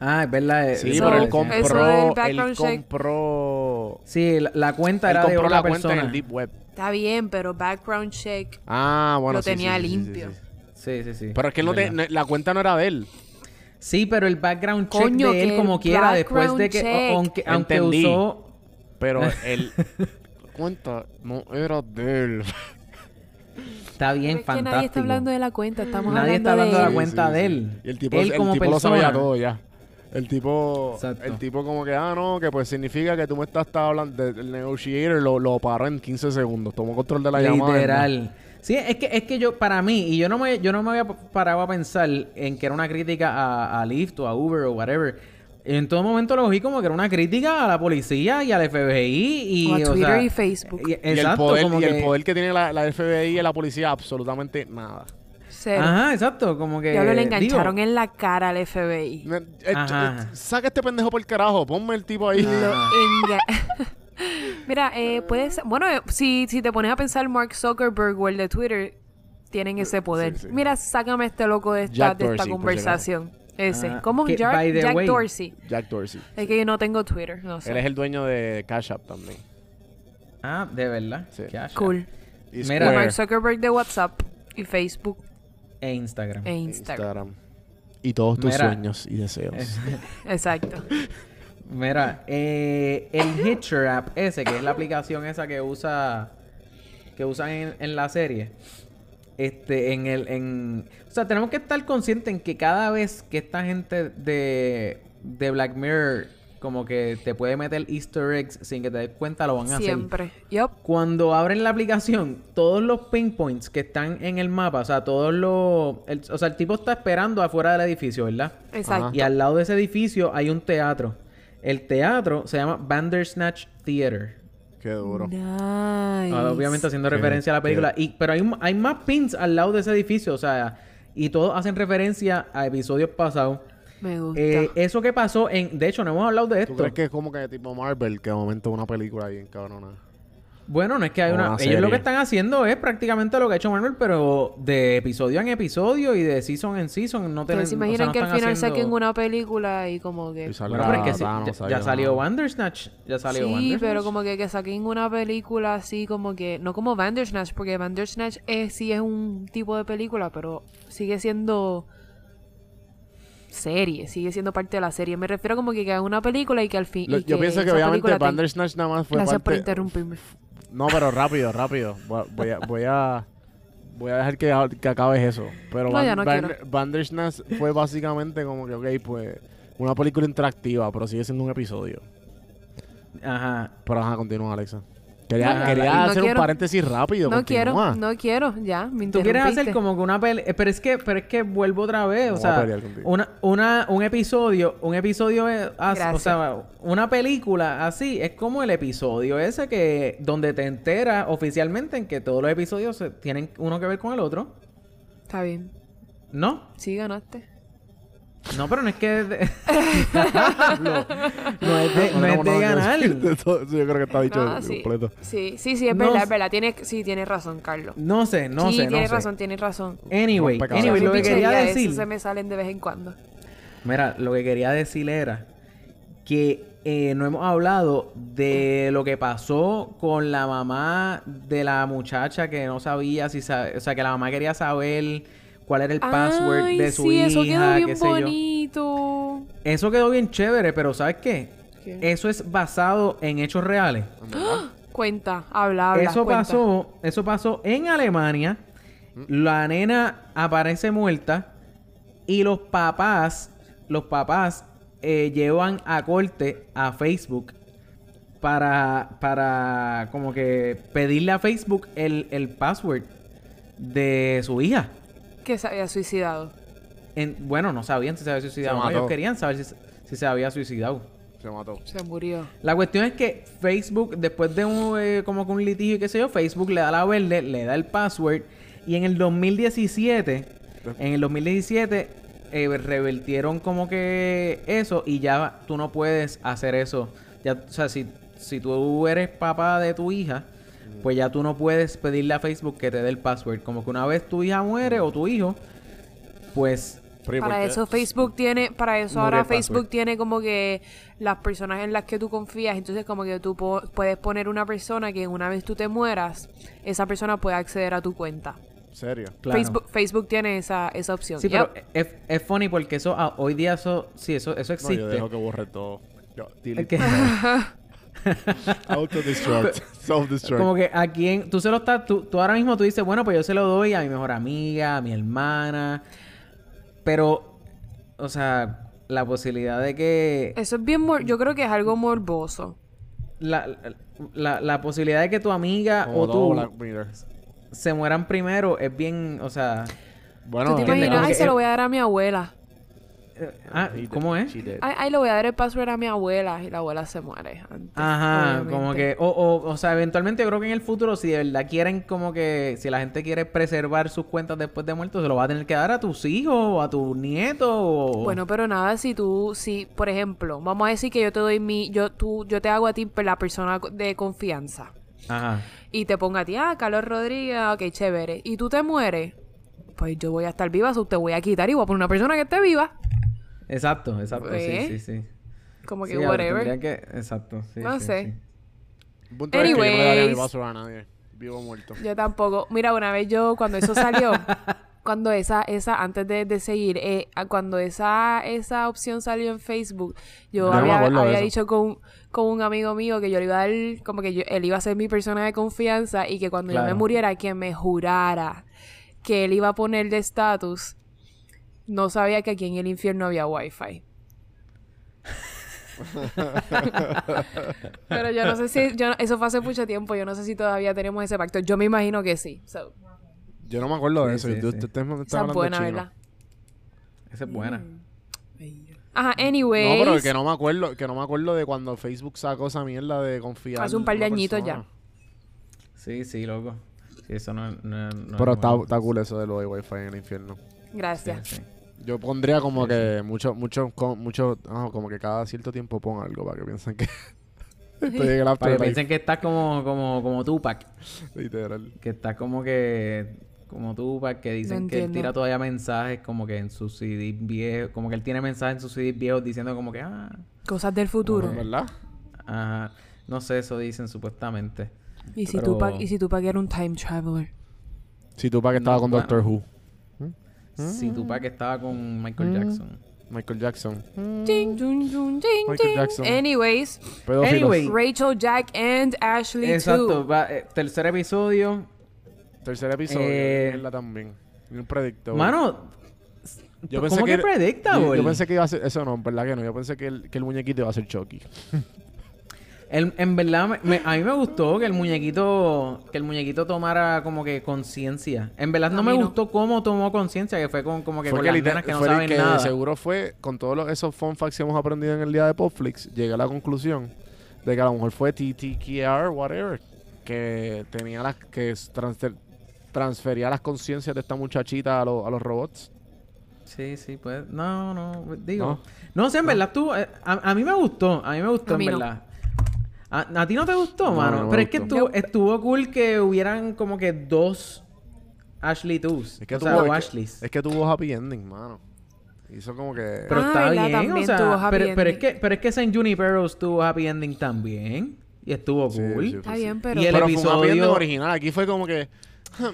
S1: Ah, es verdad. eh,
S2: Sí,
S1: eso
S3: So,
S2: pero él
S1: parece.
S3: comp-
S2: compró, él
S3: background check.
S2: compró,
S1: Sí, la, la cuenta
S2: él
S1: era de
S2: compró
S1: otra
S2: la cuenta en
S1: persona.
S2: el deep web.
S3: Está bien, pero background check.
S2: Ah, bueno,
S3: Lo
S2: sí, sí,
S3: tenía
S2: sí, sí, sí,
S3: limpio.
S2: sí.
S1: Sí, sí, sí.
S2: Pero es que él no te-
S1: verdad.
S2: no- la cuenta no era de él.
S1: Sí, pero el background check
S3: Coño,
S1: de él
S3: que
S1: como
S3: el
S1: quiera después de
S3: background
S1: que
S3: check.
S1: o- aunque, aunque
S2: Entendí.
S1: usó
S2: Pero él. cuenta no era de él.
S1: está bien
S3: Es que
S1: fantástico.
S3: nadie está hablando de la cuenta, estamos
S1: Nadie está
S3: hablando,
S1: hablando
S3: de,
S1: de la
S3: él.
S1: cuenta. de él.
S2: Y el tipo,
S1: Él
S2: el
S1: como
S2: tipo lo sabía
S1: persona.
S2: todo ya. El tipo.
S1: Exacto.
S2: El tipo, como que, ah, no, que pues significa que tú me estás, estás hablando. de- El negotiator lo, lo paró en 15 segundos. Tomó control de la llamada.
S1: Literal. Sí, es que, es que yo, para mí, y yo no me, yo no me había parado a pensar en que era una crítica a, a Lyft o a Uber o whatever. En todo momento lo vi como que era una crítica a la policía y al FBI y
S3: O a
S1: o
S3: Twitter
S1: sea,
S3: y Facebook.
S1: y-
S2: Y, el
S1: exacto,
S2: poder,
S1: como
S2: y
S1: que-
S2: el poder que tiene la, la FBI y la policía, absolutamente nada.
S3: Cero.
S1: Ajá, exacto, como que
S3: Diablo, le
S1: digo,
S3: engancharon en la cara al FBI.
S2: Eh, Me- eh,
S1: Ajá.
S2: eh, saca este pendejo por el carajo. Ponme el tipo ahí.
S1: Ah.
S3: Enga- Mira, eh, puedes. Bueno, eh, si, si te pones a pensar, Mark Zuckerberg o el de Twitter tienen ese poder.
S2: sí.
S3: Mira, sácame este loco de esta,
S2: Jack
S3: de esta
S2: Dorsey, por
S3: conversación. Ese.
S1: Ah,
S3: ¿Cómo
S1: que,
S3: es Jack,
S1: by the
S3: Jack
S1: way-
S3: Dorsey?
S2: Jack Dorsey.
S3: Es que yo no tengo Twitter, no sé.
S2: Él es el dueño de Cash App también.
S1: Ah, de verdad.
S2: Sí.
S1: Qué asco.
S3: Cool.
S2: Y
S1: Mira.
S2: Square.
S3: Mark Zuckerberg de WhatsApp y Facebook
S1: E Instagram.
S3: e Instagram.
S2: Y todos tus
S1: Mira.
S2: sueños y deseos.
S3: Exacto.
S1: Mira, eh, el Hitcher app ese, que es la aplicación esa que usa que usan en, en la serie. Este, en el, en... O sea, tenemos que estar conscientes en que cada vez que esta gente de, de Black Mirror como que te puede meter easter eggs sin que te des cuenta, lo van a hacer.
S3: Siempre. Yup.
S1: Cuando abren la aplicación, todos los pinpoints que están en el mapa, o sea, todos los... el- o sea, el tipo está esperando afuera del edificio, ¿verdad?
S3: Exacto.
S1: Y al lado de ese edificio hay un teatro. El teatro se llama Bandersnatch Theater.
S2: Qué duro.
S3: Nice.
S1: Ah, Obviamente haciendo
S2: Qué-
S1: referencia a la película. Y, pero hay, un- hay más pins al lado de ese edificio, o sea, y todos hacen referencia a episodios pasados.
S3: Me gusta.
S1: Eh, eso que pasó en... De hecho, no hemos hablado de
S2: ¿Tú
S1: esto.
S2: crees que es como que tipo Marvel, que de momento una película bien cabrona?
S1: Bueno, no es que hay
S2: O
S1: una... Ellos
S2: una
S1: lo
S2: Oh, serie.
S1: que están haciendo es prácticamente lo que ha hecho Marvel, pero de episodio en episodio y de season en season. No tienen-
S3: Entonces,
S1: o sea,
S3: imaginan
S1: no
S3: que al
S1: están
S3: final
S1: haciendo-
S3: saquen una película y como que.
S2: Y salga
S1: Bueno, pero es que sí,
S2: Thanos
S1: ya,
S2: ahí,
S1: ya
S2: ¿no?
S1: salió Bandersnatch. Ya salió
S3: Sí,
S1: Bandersnatch.
S3: pero como que, que saquen una película así como que, no como Bandersnatch, porque Bandersnatch es, sí es un tipo de película, pero sigue siendo serie, sigue siendo parte de la serie. Me refiero como que que hagan una película y que al fin...
S2: Lo-
S3: y
S2: yo pienso que
S3: esa
S2: obviamente
S3: película te-
S2: Bandersnatch nada más fue
S3: Gracias por
S2: parte...
S3: interrumpirme.
S2: No, pero rápido, rápido. Voy a, voy a, voy a, voy a dejar que, que acabes eso. Pero
S3: No, ya no
S2: Bandersnatch fue básicamente como que, ok, pues una película interactiva, pero sigue siendo un episodio.
S1: Ajá.
S2: Pero ajá, continúa, Alexa. Quería,
S1: No,
S2: quería
S3: no
S2: hacer
S3: quiero.
S2: un paréntesis rápido.
S3: No quiero,
S2: continúa.
S3: no quiero, ya, me
S1: Tú quieres
S3: interrumpiste.
S1: hacer como que una pelea, pero es que, pero es que vuelvo otra vez,
S2: No
S1: o
S2: voy a
S1: sea,
S2: pelear contigo.
S1: una, una, un episodio, un episodio, es- as- o
S3: Gracias.
S1: sea, una película así es como el episodio ese que donde te enteras oficialmente en que todos los episodios se- tienen uno que ver con el otro,
S3: Está bien,
S1: ¿no?
S3: sí ganaste.
S1: No, pero no es que no, no es de, no es de ganar.
S2: Sí, yo creo que está dicho
S3: No, Ah, sí,
S2: completo.
S3: sí, sí, sí, es
S1: No
S3: verdad,
S1: sé.
S3: es verdad, tienes, sí, tienes razón, Carlos.
S1: No sé, no
S3: sí,
S1: sé, no
S3: tienes
S1: sé.
S3: razón, tienes razón.
S1: Anyway,
S2: Rompecabezas.
S1: anyway,
S2: Sí,
S1: lo que quería
S3: Pichería, eso
S1: decir.
S3: se me salen de vez en cuando.
S1: Mira, lo que quería decir era que eh, no hemos hablado de lo que pasó con la mamá de la muchacha que no sabía si sa- o sea, que la mamá quería saber cuál era el password
S3: Ay,
S1: de su
S3: sí,
S1: hija,
S3: eso quedó bien
S1: qué sé yo.
S3: bonito. Eh,
S1: Eso quedó bien chévere, pero ¿sabes qué?
S3: ¿Qué?
S1: Eso es basado en hechos reales.
S3: Ah. Cuenta, habla, habla.
S1: eso
S3: cuenta.
S1: pasó, eso pasó en Alemania. La nena aparece muerta y los papás, los papás eh, llevan a corte a Facebook para, para como que pedirle a Facebook el, el password de su hija.
S3: Que se había suicidado.
S1: En- bueno, no sabían si se había suicidado. o no.
S2: mató.
S1: Ellos querían saber si, se- si se había suicidado.
S2: Se mató.
S3: Se murió.
S1: La cuestión es que Facebook, después de un, eh, como que un litigio y qué sé yo, Facebook le da la verde, le da el password y en el 2017,
S2: Pues
S1: en el 2017 eh, revertieron como que eso y ya tú no puedes hacer eso. Ya, o sea, si, si tú eres papá de tu hija, pues ya tú no puedes pedirle a Facebook que te dé el password. Como que una vez tu hija muere o tu hijo, pues
S2: Pero, ¿y por
S3: Para
S2: qué?
S3: eso Facebook tiene, para eso
S2: Murió
S3: ahora
S2: el password.
S3: Facebook tiene como que las personas en las que tú confías, entonces como que tú po- puedes poner una persona que una vez tú te mueras, esa persona puede acceder a tu cuenta.
S2: Serio.
S1: claro.
S3: Facebook, Facebook tiene esa, esa opción.
S1: Sí,
S3: Yep.
S1: pero eh, es, es funny porque eso ah, hoy día eso sí eso eso
S2: No,
S1: existe.
S2: yo dejo que borre todo. Yo,
S1: Es
S2: delete.
S1: que-
S2: Auto-destruct. Self-destruct.
S1: como que a quien tú se lo estás, tú, tú ahora mismo tú dices, bueno, pues yo se lo doy a mi mejor amiga, a mi hermana, pero, o sea, la posibilidad de que,
S3: Eso es bien, mor- yo creo que es algo morboso.
S1: la, la, la posibilidad de que tu amiga
S2: Como
S1: ah, o
S2: todo
S1: tú
S2: Black Mirror.
S1: se mueran primero es bien, o sea,
S2: Bueno, este, ah,
S3: ¿Tú te
S1: entiende,
S3: imaginas?
S1: Ah, como
S3: Ay,
S1: que
S3: se lo
S1: es-
S3: voy a dar a mi abuela.
S1: eh, ah, ¿cómo es?
S3: Ay, ay, le voy a dar el password a mi abuela y la abuela se muere. antes,
S1: Ajá,
S3: obviamente.
S1: como que, o, o, o sea, eventualmente yo creo que en el futuro, si de verdad quieren como que, si la gente quiere preservar sus cuentas después de muerto, se lo va a tener que dar a tus hijos o a tus nietos o...
S3: Bueno, pero nada, si tú, si, por ejemplo, vamos a decir que yo te doy mi, yo, tú, yo te hago a ti la persona de confianza
S1: Ajá.
S3: y te pongo a ti, ah, Carlos Rodríguez, ok, chévere, y tú te mueres, pues yo voy a estar viva, so te voy a quitar y voy a poner una persona que esté viva,
S1: Exacto, exacto,
S3: Pues,
S1: sí, sí, sí.
S3: como que
S1: Sí, ahora tendría
S3: whatever.
S1: que- Exacto, sí,
S3: No
S1: sí,
S3: sé.
S1: sí.
S2: Punto es que yo no le daría mi
S3: Anyways.
S2: password a nadie. Vivo o muerto.
S3: Yo tampoco. Mira, una vez yo, cuando eso salió, cuando esa, esa, antes de, de seguir, eh, a- cuando esa, esa opción salió en Facebook,
S2: Yo
S3: yo
S2: no me
S3: había,
S2: acuerdo de
S3: había
S2: eso.
S3: dicho con, con un amigo mío que yo le iba a dar, como que yo- él iba a ser mi persona de confianza y que cuando yo me
S1: Claro.
S3: muriera, que me jurara que él iba a poner de estatus, no sabía que aquí en el infierno había wifi. Pero yo no sé si, yo no- eso fue hace mucho tiempo, yo no sé si todavía tenemos ese pacto. Yo me imagino que sí. So,
S2: Yo no me acuerdo de
S1: Sí,
S2: eso.
S1: sí,
S2: y
S1: sí.
S2: tú- Ustedes me
S3: esa
S2: están
S3: es
S2: hablando
S3: buena,
S2: chino.
S3: ¿verdad?
S1: Esa es
S3: Mm.
S1: buena.
S3: Ajá, anyways.
S2: No, pero que no me acuerdo, que no me acuerdo de cuando Facebook sacó esa mierda de confiar.
S3: Hace un par de
S2: en una
S3: añitos
S2: persona.
S3: ya.
S1: Sí, sí, loco. Sí, eso no, no- no
S2: Pero
S1: es
S2: está,
S1: bueno.
S2: está cool eso de lo de Wi-Fi en el infierno.
S1: Sí,
S3: Gracias.
S1: sí.
S2: Yo pondría como que mucho, mucho, co- mucho, ah, como que cada cierto tiempo pon algo para que piensen que estoy en el
S1: Para que
S2: afterlife,
S1: piensen que estás como, como, como Tupac.
S2: literal.
S1: Que estás como que. Como Tupac, que dicen que él
S3: entiendo.
S1: tira todavía mensajes como que en sus CD viejos. Como que él tiene mensajes en sus CD viejos diciendo como que. Ah,
S3: Cosas del futuro.
S2: Bueno, ¿Verdad?
S1: ajá. No sé, eso dicen supuestamente.
S3: y si
S1: pero-
S3: Tupac, y si Tupac era un time traveler.
S2: Si tú para que estaba
S1: No,
S2: con
S1: bueno.
S2: Doctor Who,
S1: Si
S2: Mm.
S1: Tupac estaba con Michael Jackson.
S2: Michael Jackson.
S1: Mm.
S3: Ching, chun, chun, ching,
S2: Michael
S3: ching.
S2: Jackson.
S3: Anyways,
S2: Pedófilos.
S1: Anyway.
S3: Rachel, Jack and Ashley
S1: Exacto.
S3: too.
S1: va, eh, tercer episodio.
S2: Tercer episodio,
S1: Eh,
S2: mierda también. Un predicto.
S1: Mano,
S2: yo
S1: ¿cómo que
S2: era-
S1: predictable?
S2: Yo, yo pensé que iba a ser, eso no, en verdad que no. Yo pensé que el, que el muñequito iba a ser Chucky.
S1: el- en verdad me- me- a mí me gustó que el muñequito que el muñequito tomara como que conciencia. En verdad
S3: A
S1: no
S3: mí
S1: me
S3: no.
S1: gustó cómo tomó conciencia, que fue con como que
S2: Fue
S1: con
S2: que
S1: las
S2: literal-
S1: nenas que no
S2: fue el
S1: saben
S2: que
S1: nada.
S2: seguro fue, con todos los- esos fun facts que hemos aprendido en el día de Popflix, llegué a la conclusión de que a lo mejor fue TTKR, whatever, que tenía las, que s- transfer- transfería las conciencias de esta muchachita a, lo- a los robots.
S1: Sí, sí, pues no, no, digo.
S2: No.
S1: No, sé, en verdad tú eh, a, a mí me gustó, a mí me gustó
S3: A mí
S1: en
S3: no.
S1: verdad. A, a ti no te gustó,
S2: No,
S1: mano,
S2: no me
S1: pero es que
S2: gustó.
S1: estuvo, estuvo cool que hubieran como que dos Ashley Toos,
S2: Es que,
S1: o
S2: tuvo,
S1: sea, o
S2: es, que,
S1: Ashleys.
S2: es que tuvo happy ending, mano. Hizo como que...
S1: Pero
S3: Ah,
S1: está
S3: ¿verdad?
S1: bien,
S3: También
S1: o sea,
S3: tuvo happy
S1: pero, pero es
S3: ending.
S1: que pero es que San Junipero tuvo happy ending también y estuvo
S2: Sí,
S1: cool.
S2: sí,
S3: Está bien, pero...
S1: Y el-
S2: Pero fue un happy ending
S1: episodio-
S2: original. Aquí fue como que...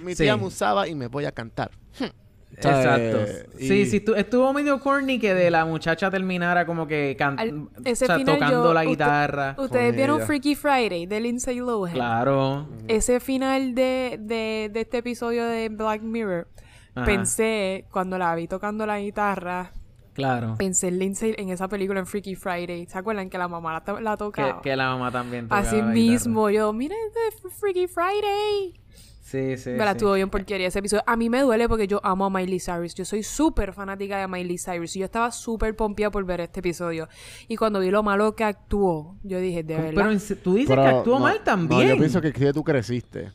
S2: Mi tía
S1: Sí.
S2: me usaba y me voy a cantar. sea,
S1: Exacto.
S2: eh,
S1: Sí,
S2: y-
S1: sí, estu- estuvo medio corny que de la muchacha terminara como que can-
S3: al-
S1: o
S3: ese
S1: sea,
S3: final
S1: tocando
S3: yo-
S1: la
S3: usted-
S1: guitarra.
S3: Ustedes
S2: Con
S3: vieron
S2: ella.
S3: Freaky Friday de Lindsay Lohan.
S1: Claro.
S3: Ese final de, de, de este episodio de Black Mirror,
S1: Ajá.
S3: pensé, cuando la vi tocando la guitarra,
S1: Claro.
S3: pensé en Lindsay en esa película en Freaky Friday. ¿Se acuerdan que la mamá la, to- la
S1: Que,
S3: tocaba?
S1: que la mamá también tocaba
S3: Así
S1: la guitarra.
S3: mismo, yo, mira este Freaky Friday.
S1: Sí, sí.
S3: Me la
S1: sí.
S3: estuvo bien porquería ese episodio. A mí me duele porque yo amo a Miley Cyrus. Yo soy súper fanática de Miley Cyrus. Y yo estaba súper pompeada por ver este episodio. Y cuando vi lo malo que actuó, yo dije, de verdad.
S1: Pero en se- tú dices
S2: Pero
S1: que actuó
S2: no,
S1: mal
S2: no,
S1: también.
S2: yo pienso que, que tú creciste.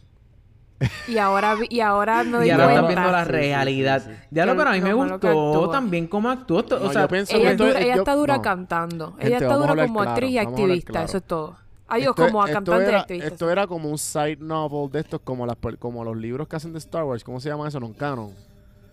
S3: Y ahora, vi- y ahora me doy
S1: Y ahora
S3: cuenta.
S1: estás viendo la
S2: Sí, sí, sí,
S1: realidad.
S2: sí.
S1: Ya lo,
S3: Pero
S1: pero a mí
S3: lo
S1: me
S3: malo que
S1: gustó
S3: actúa.
S1: también cómo actuó. esto, O
S2: No,
S1: sea,
S2: yo pienso
S3: Ella,
S2: que
S3: es
S2: esto
S3: dura-
S2: es-
S3: ella
S2: yo-
S3: está dura
S2: no.
S3: cantando.
S2: Gente,
S3: ella está
S2: vamos a
S3: dura
S2: hablar
S3: como
S2: claro,
S3: actriz y
S2: vamos a hablar
S3: activista.
S2: claro.
S3: Eso es todo. Adiós,
S2: Esto-
S3: como a
S2: esto
S3: cantante y
S2: era,
S3: activista.
S2: Esto era como un side novel de estos, como, las, pel- como los libros que hacen de Star Wars. ¿Cómo se llama eso? Non-canon.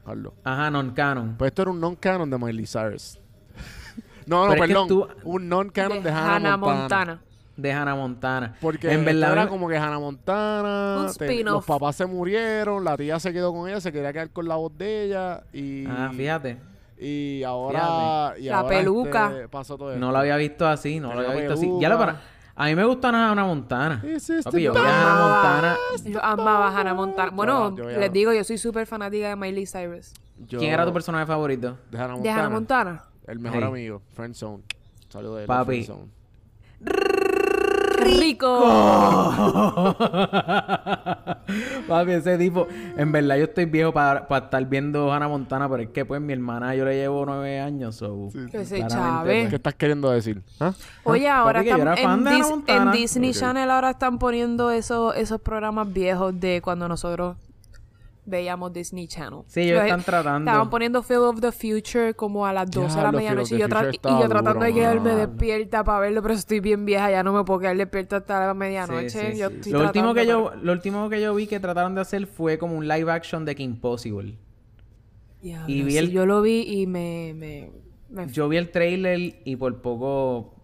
S2: Carlos.
S1: Ajá, non-canon.
S2: Pues esto era un non-canon de Miley Cyrus. no, no,
S1: Pero es que
S2: perdón.
S1: tú-
S2: Un non-canon de, Hannah, Montana.
S1: de Hannah Montana.
S2: Porque
S1: en verdad
S2: era
S1: me-
S2: como que Hannah Montana.
S3: Un
S2: te-
S3: spin-off.
S2: los papás se murieron, la tía se quedó con ella, se quería quedar con la voz de ella. Y,
S1: Ah, fíjate.
S2: y ahora. y
S3: La
S2: ahora,
S3: peluca.
S2: este, pasó todo esto.
S1: No lo había visto así, no lo
S2: Tenía
S1: había visto así.
S2: peluca.
S1: Ya lo para. A mí me gusta Hannah Montana.
S2: This is
S1: Papi,
S2: the
S1: yo vi a
S2: best.
S1: Hannah Montana.
S3: Yo amaba a Hannah Montana. Bueno,
S2: yo ya
S3: les
S2: no.
S3: digo, yo soy súper fanática de Miley Cyrus.
S2: Yo-
S1: ¿Quién era tu personaje favorito?
S2: De Hannah
S3: ¿De Hannah Montana?
S2: El mejor
S1: Sí.
S2: amigo, Friend Zone. Saludos de él,
S1: Papi.
S2: Friend Zone.
S3: ¡Rico!
S1: Papi, ese tipo. En verdad, yo estoy viejo para, para estar viendo Hannah Montana, pero es que pues mi hermana yo le llevo nueve años. So,
S3: Que se
S1: claramente,
S3: chave.
S1: pues.
S2: ¿Qué estás queriendo decir? ¿Ah?
S3: Oye, ahora
S1: Papi, que yo
S3: están,
S1: era fan
S3: en,
S1: de Hannah
S3: Dis-
S1: Montana.
S3: en Disney
S2: Ok.
S3: Channel ahora están poniendo esos, esos programas viejos de cuando nosotros veíamos Disney Channel.
S1: Sí, ellos
S3: Los-
S1: están tratando.
S3: Estaban poniendo Feel of the Future como a las 12 de la
S2: Diablo, Feel
S3: medianoche y
S2: of
S3: yo,
S2: the
S3: tra-
S2: Future
S3: y
S2: está
S3: yo
S2: duro,
S3: tratando de quedarme
S2: mano.
S3: despierta para verlo, pero estoy bien vieja, ya no me puedo quedar despierta hasta la medianoche.
S1: Sí, sí,
S3: yo
S1: sí.
S3: estoy
S1: Lo último
S3: tratando,
S1: que
S3: pero-
S1: yo, lo último que yo vi que trataron de hacer fue como un live action de Kim Possible.
S3: Diablo,
S1: y vi
S3: sí,
S1: el-
S3: yo lo vi y me... me, me-
S1: Yo vi el trailer y por poco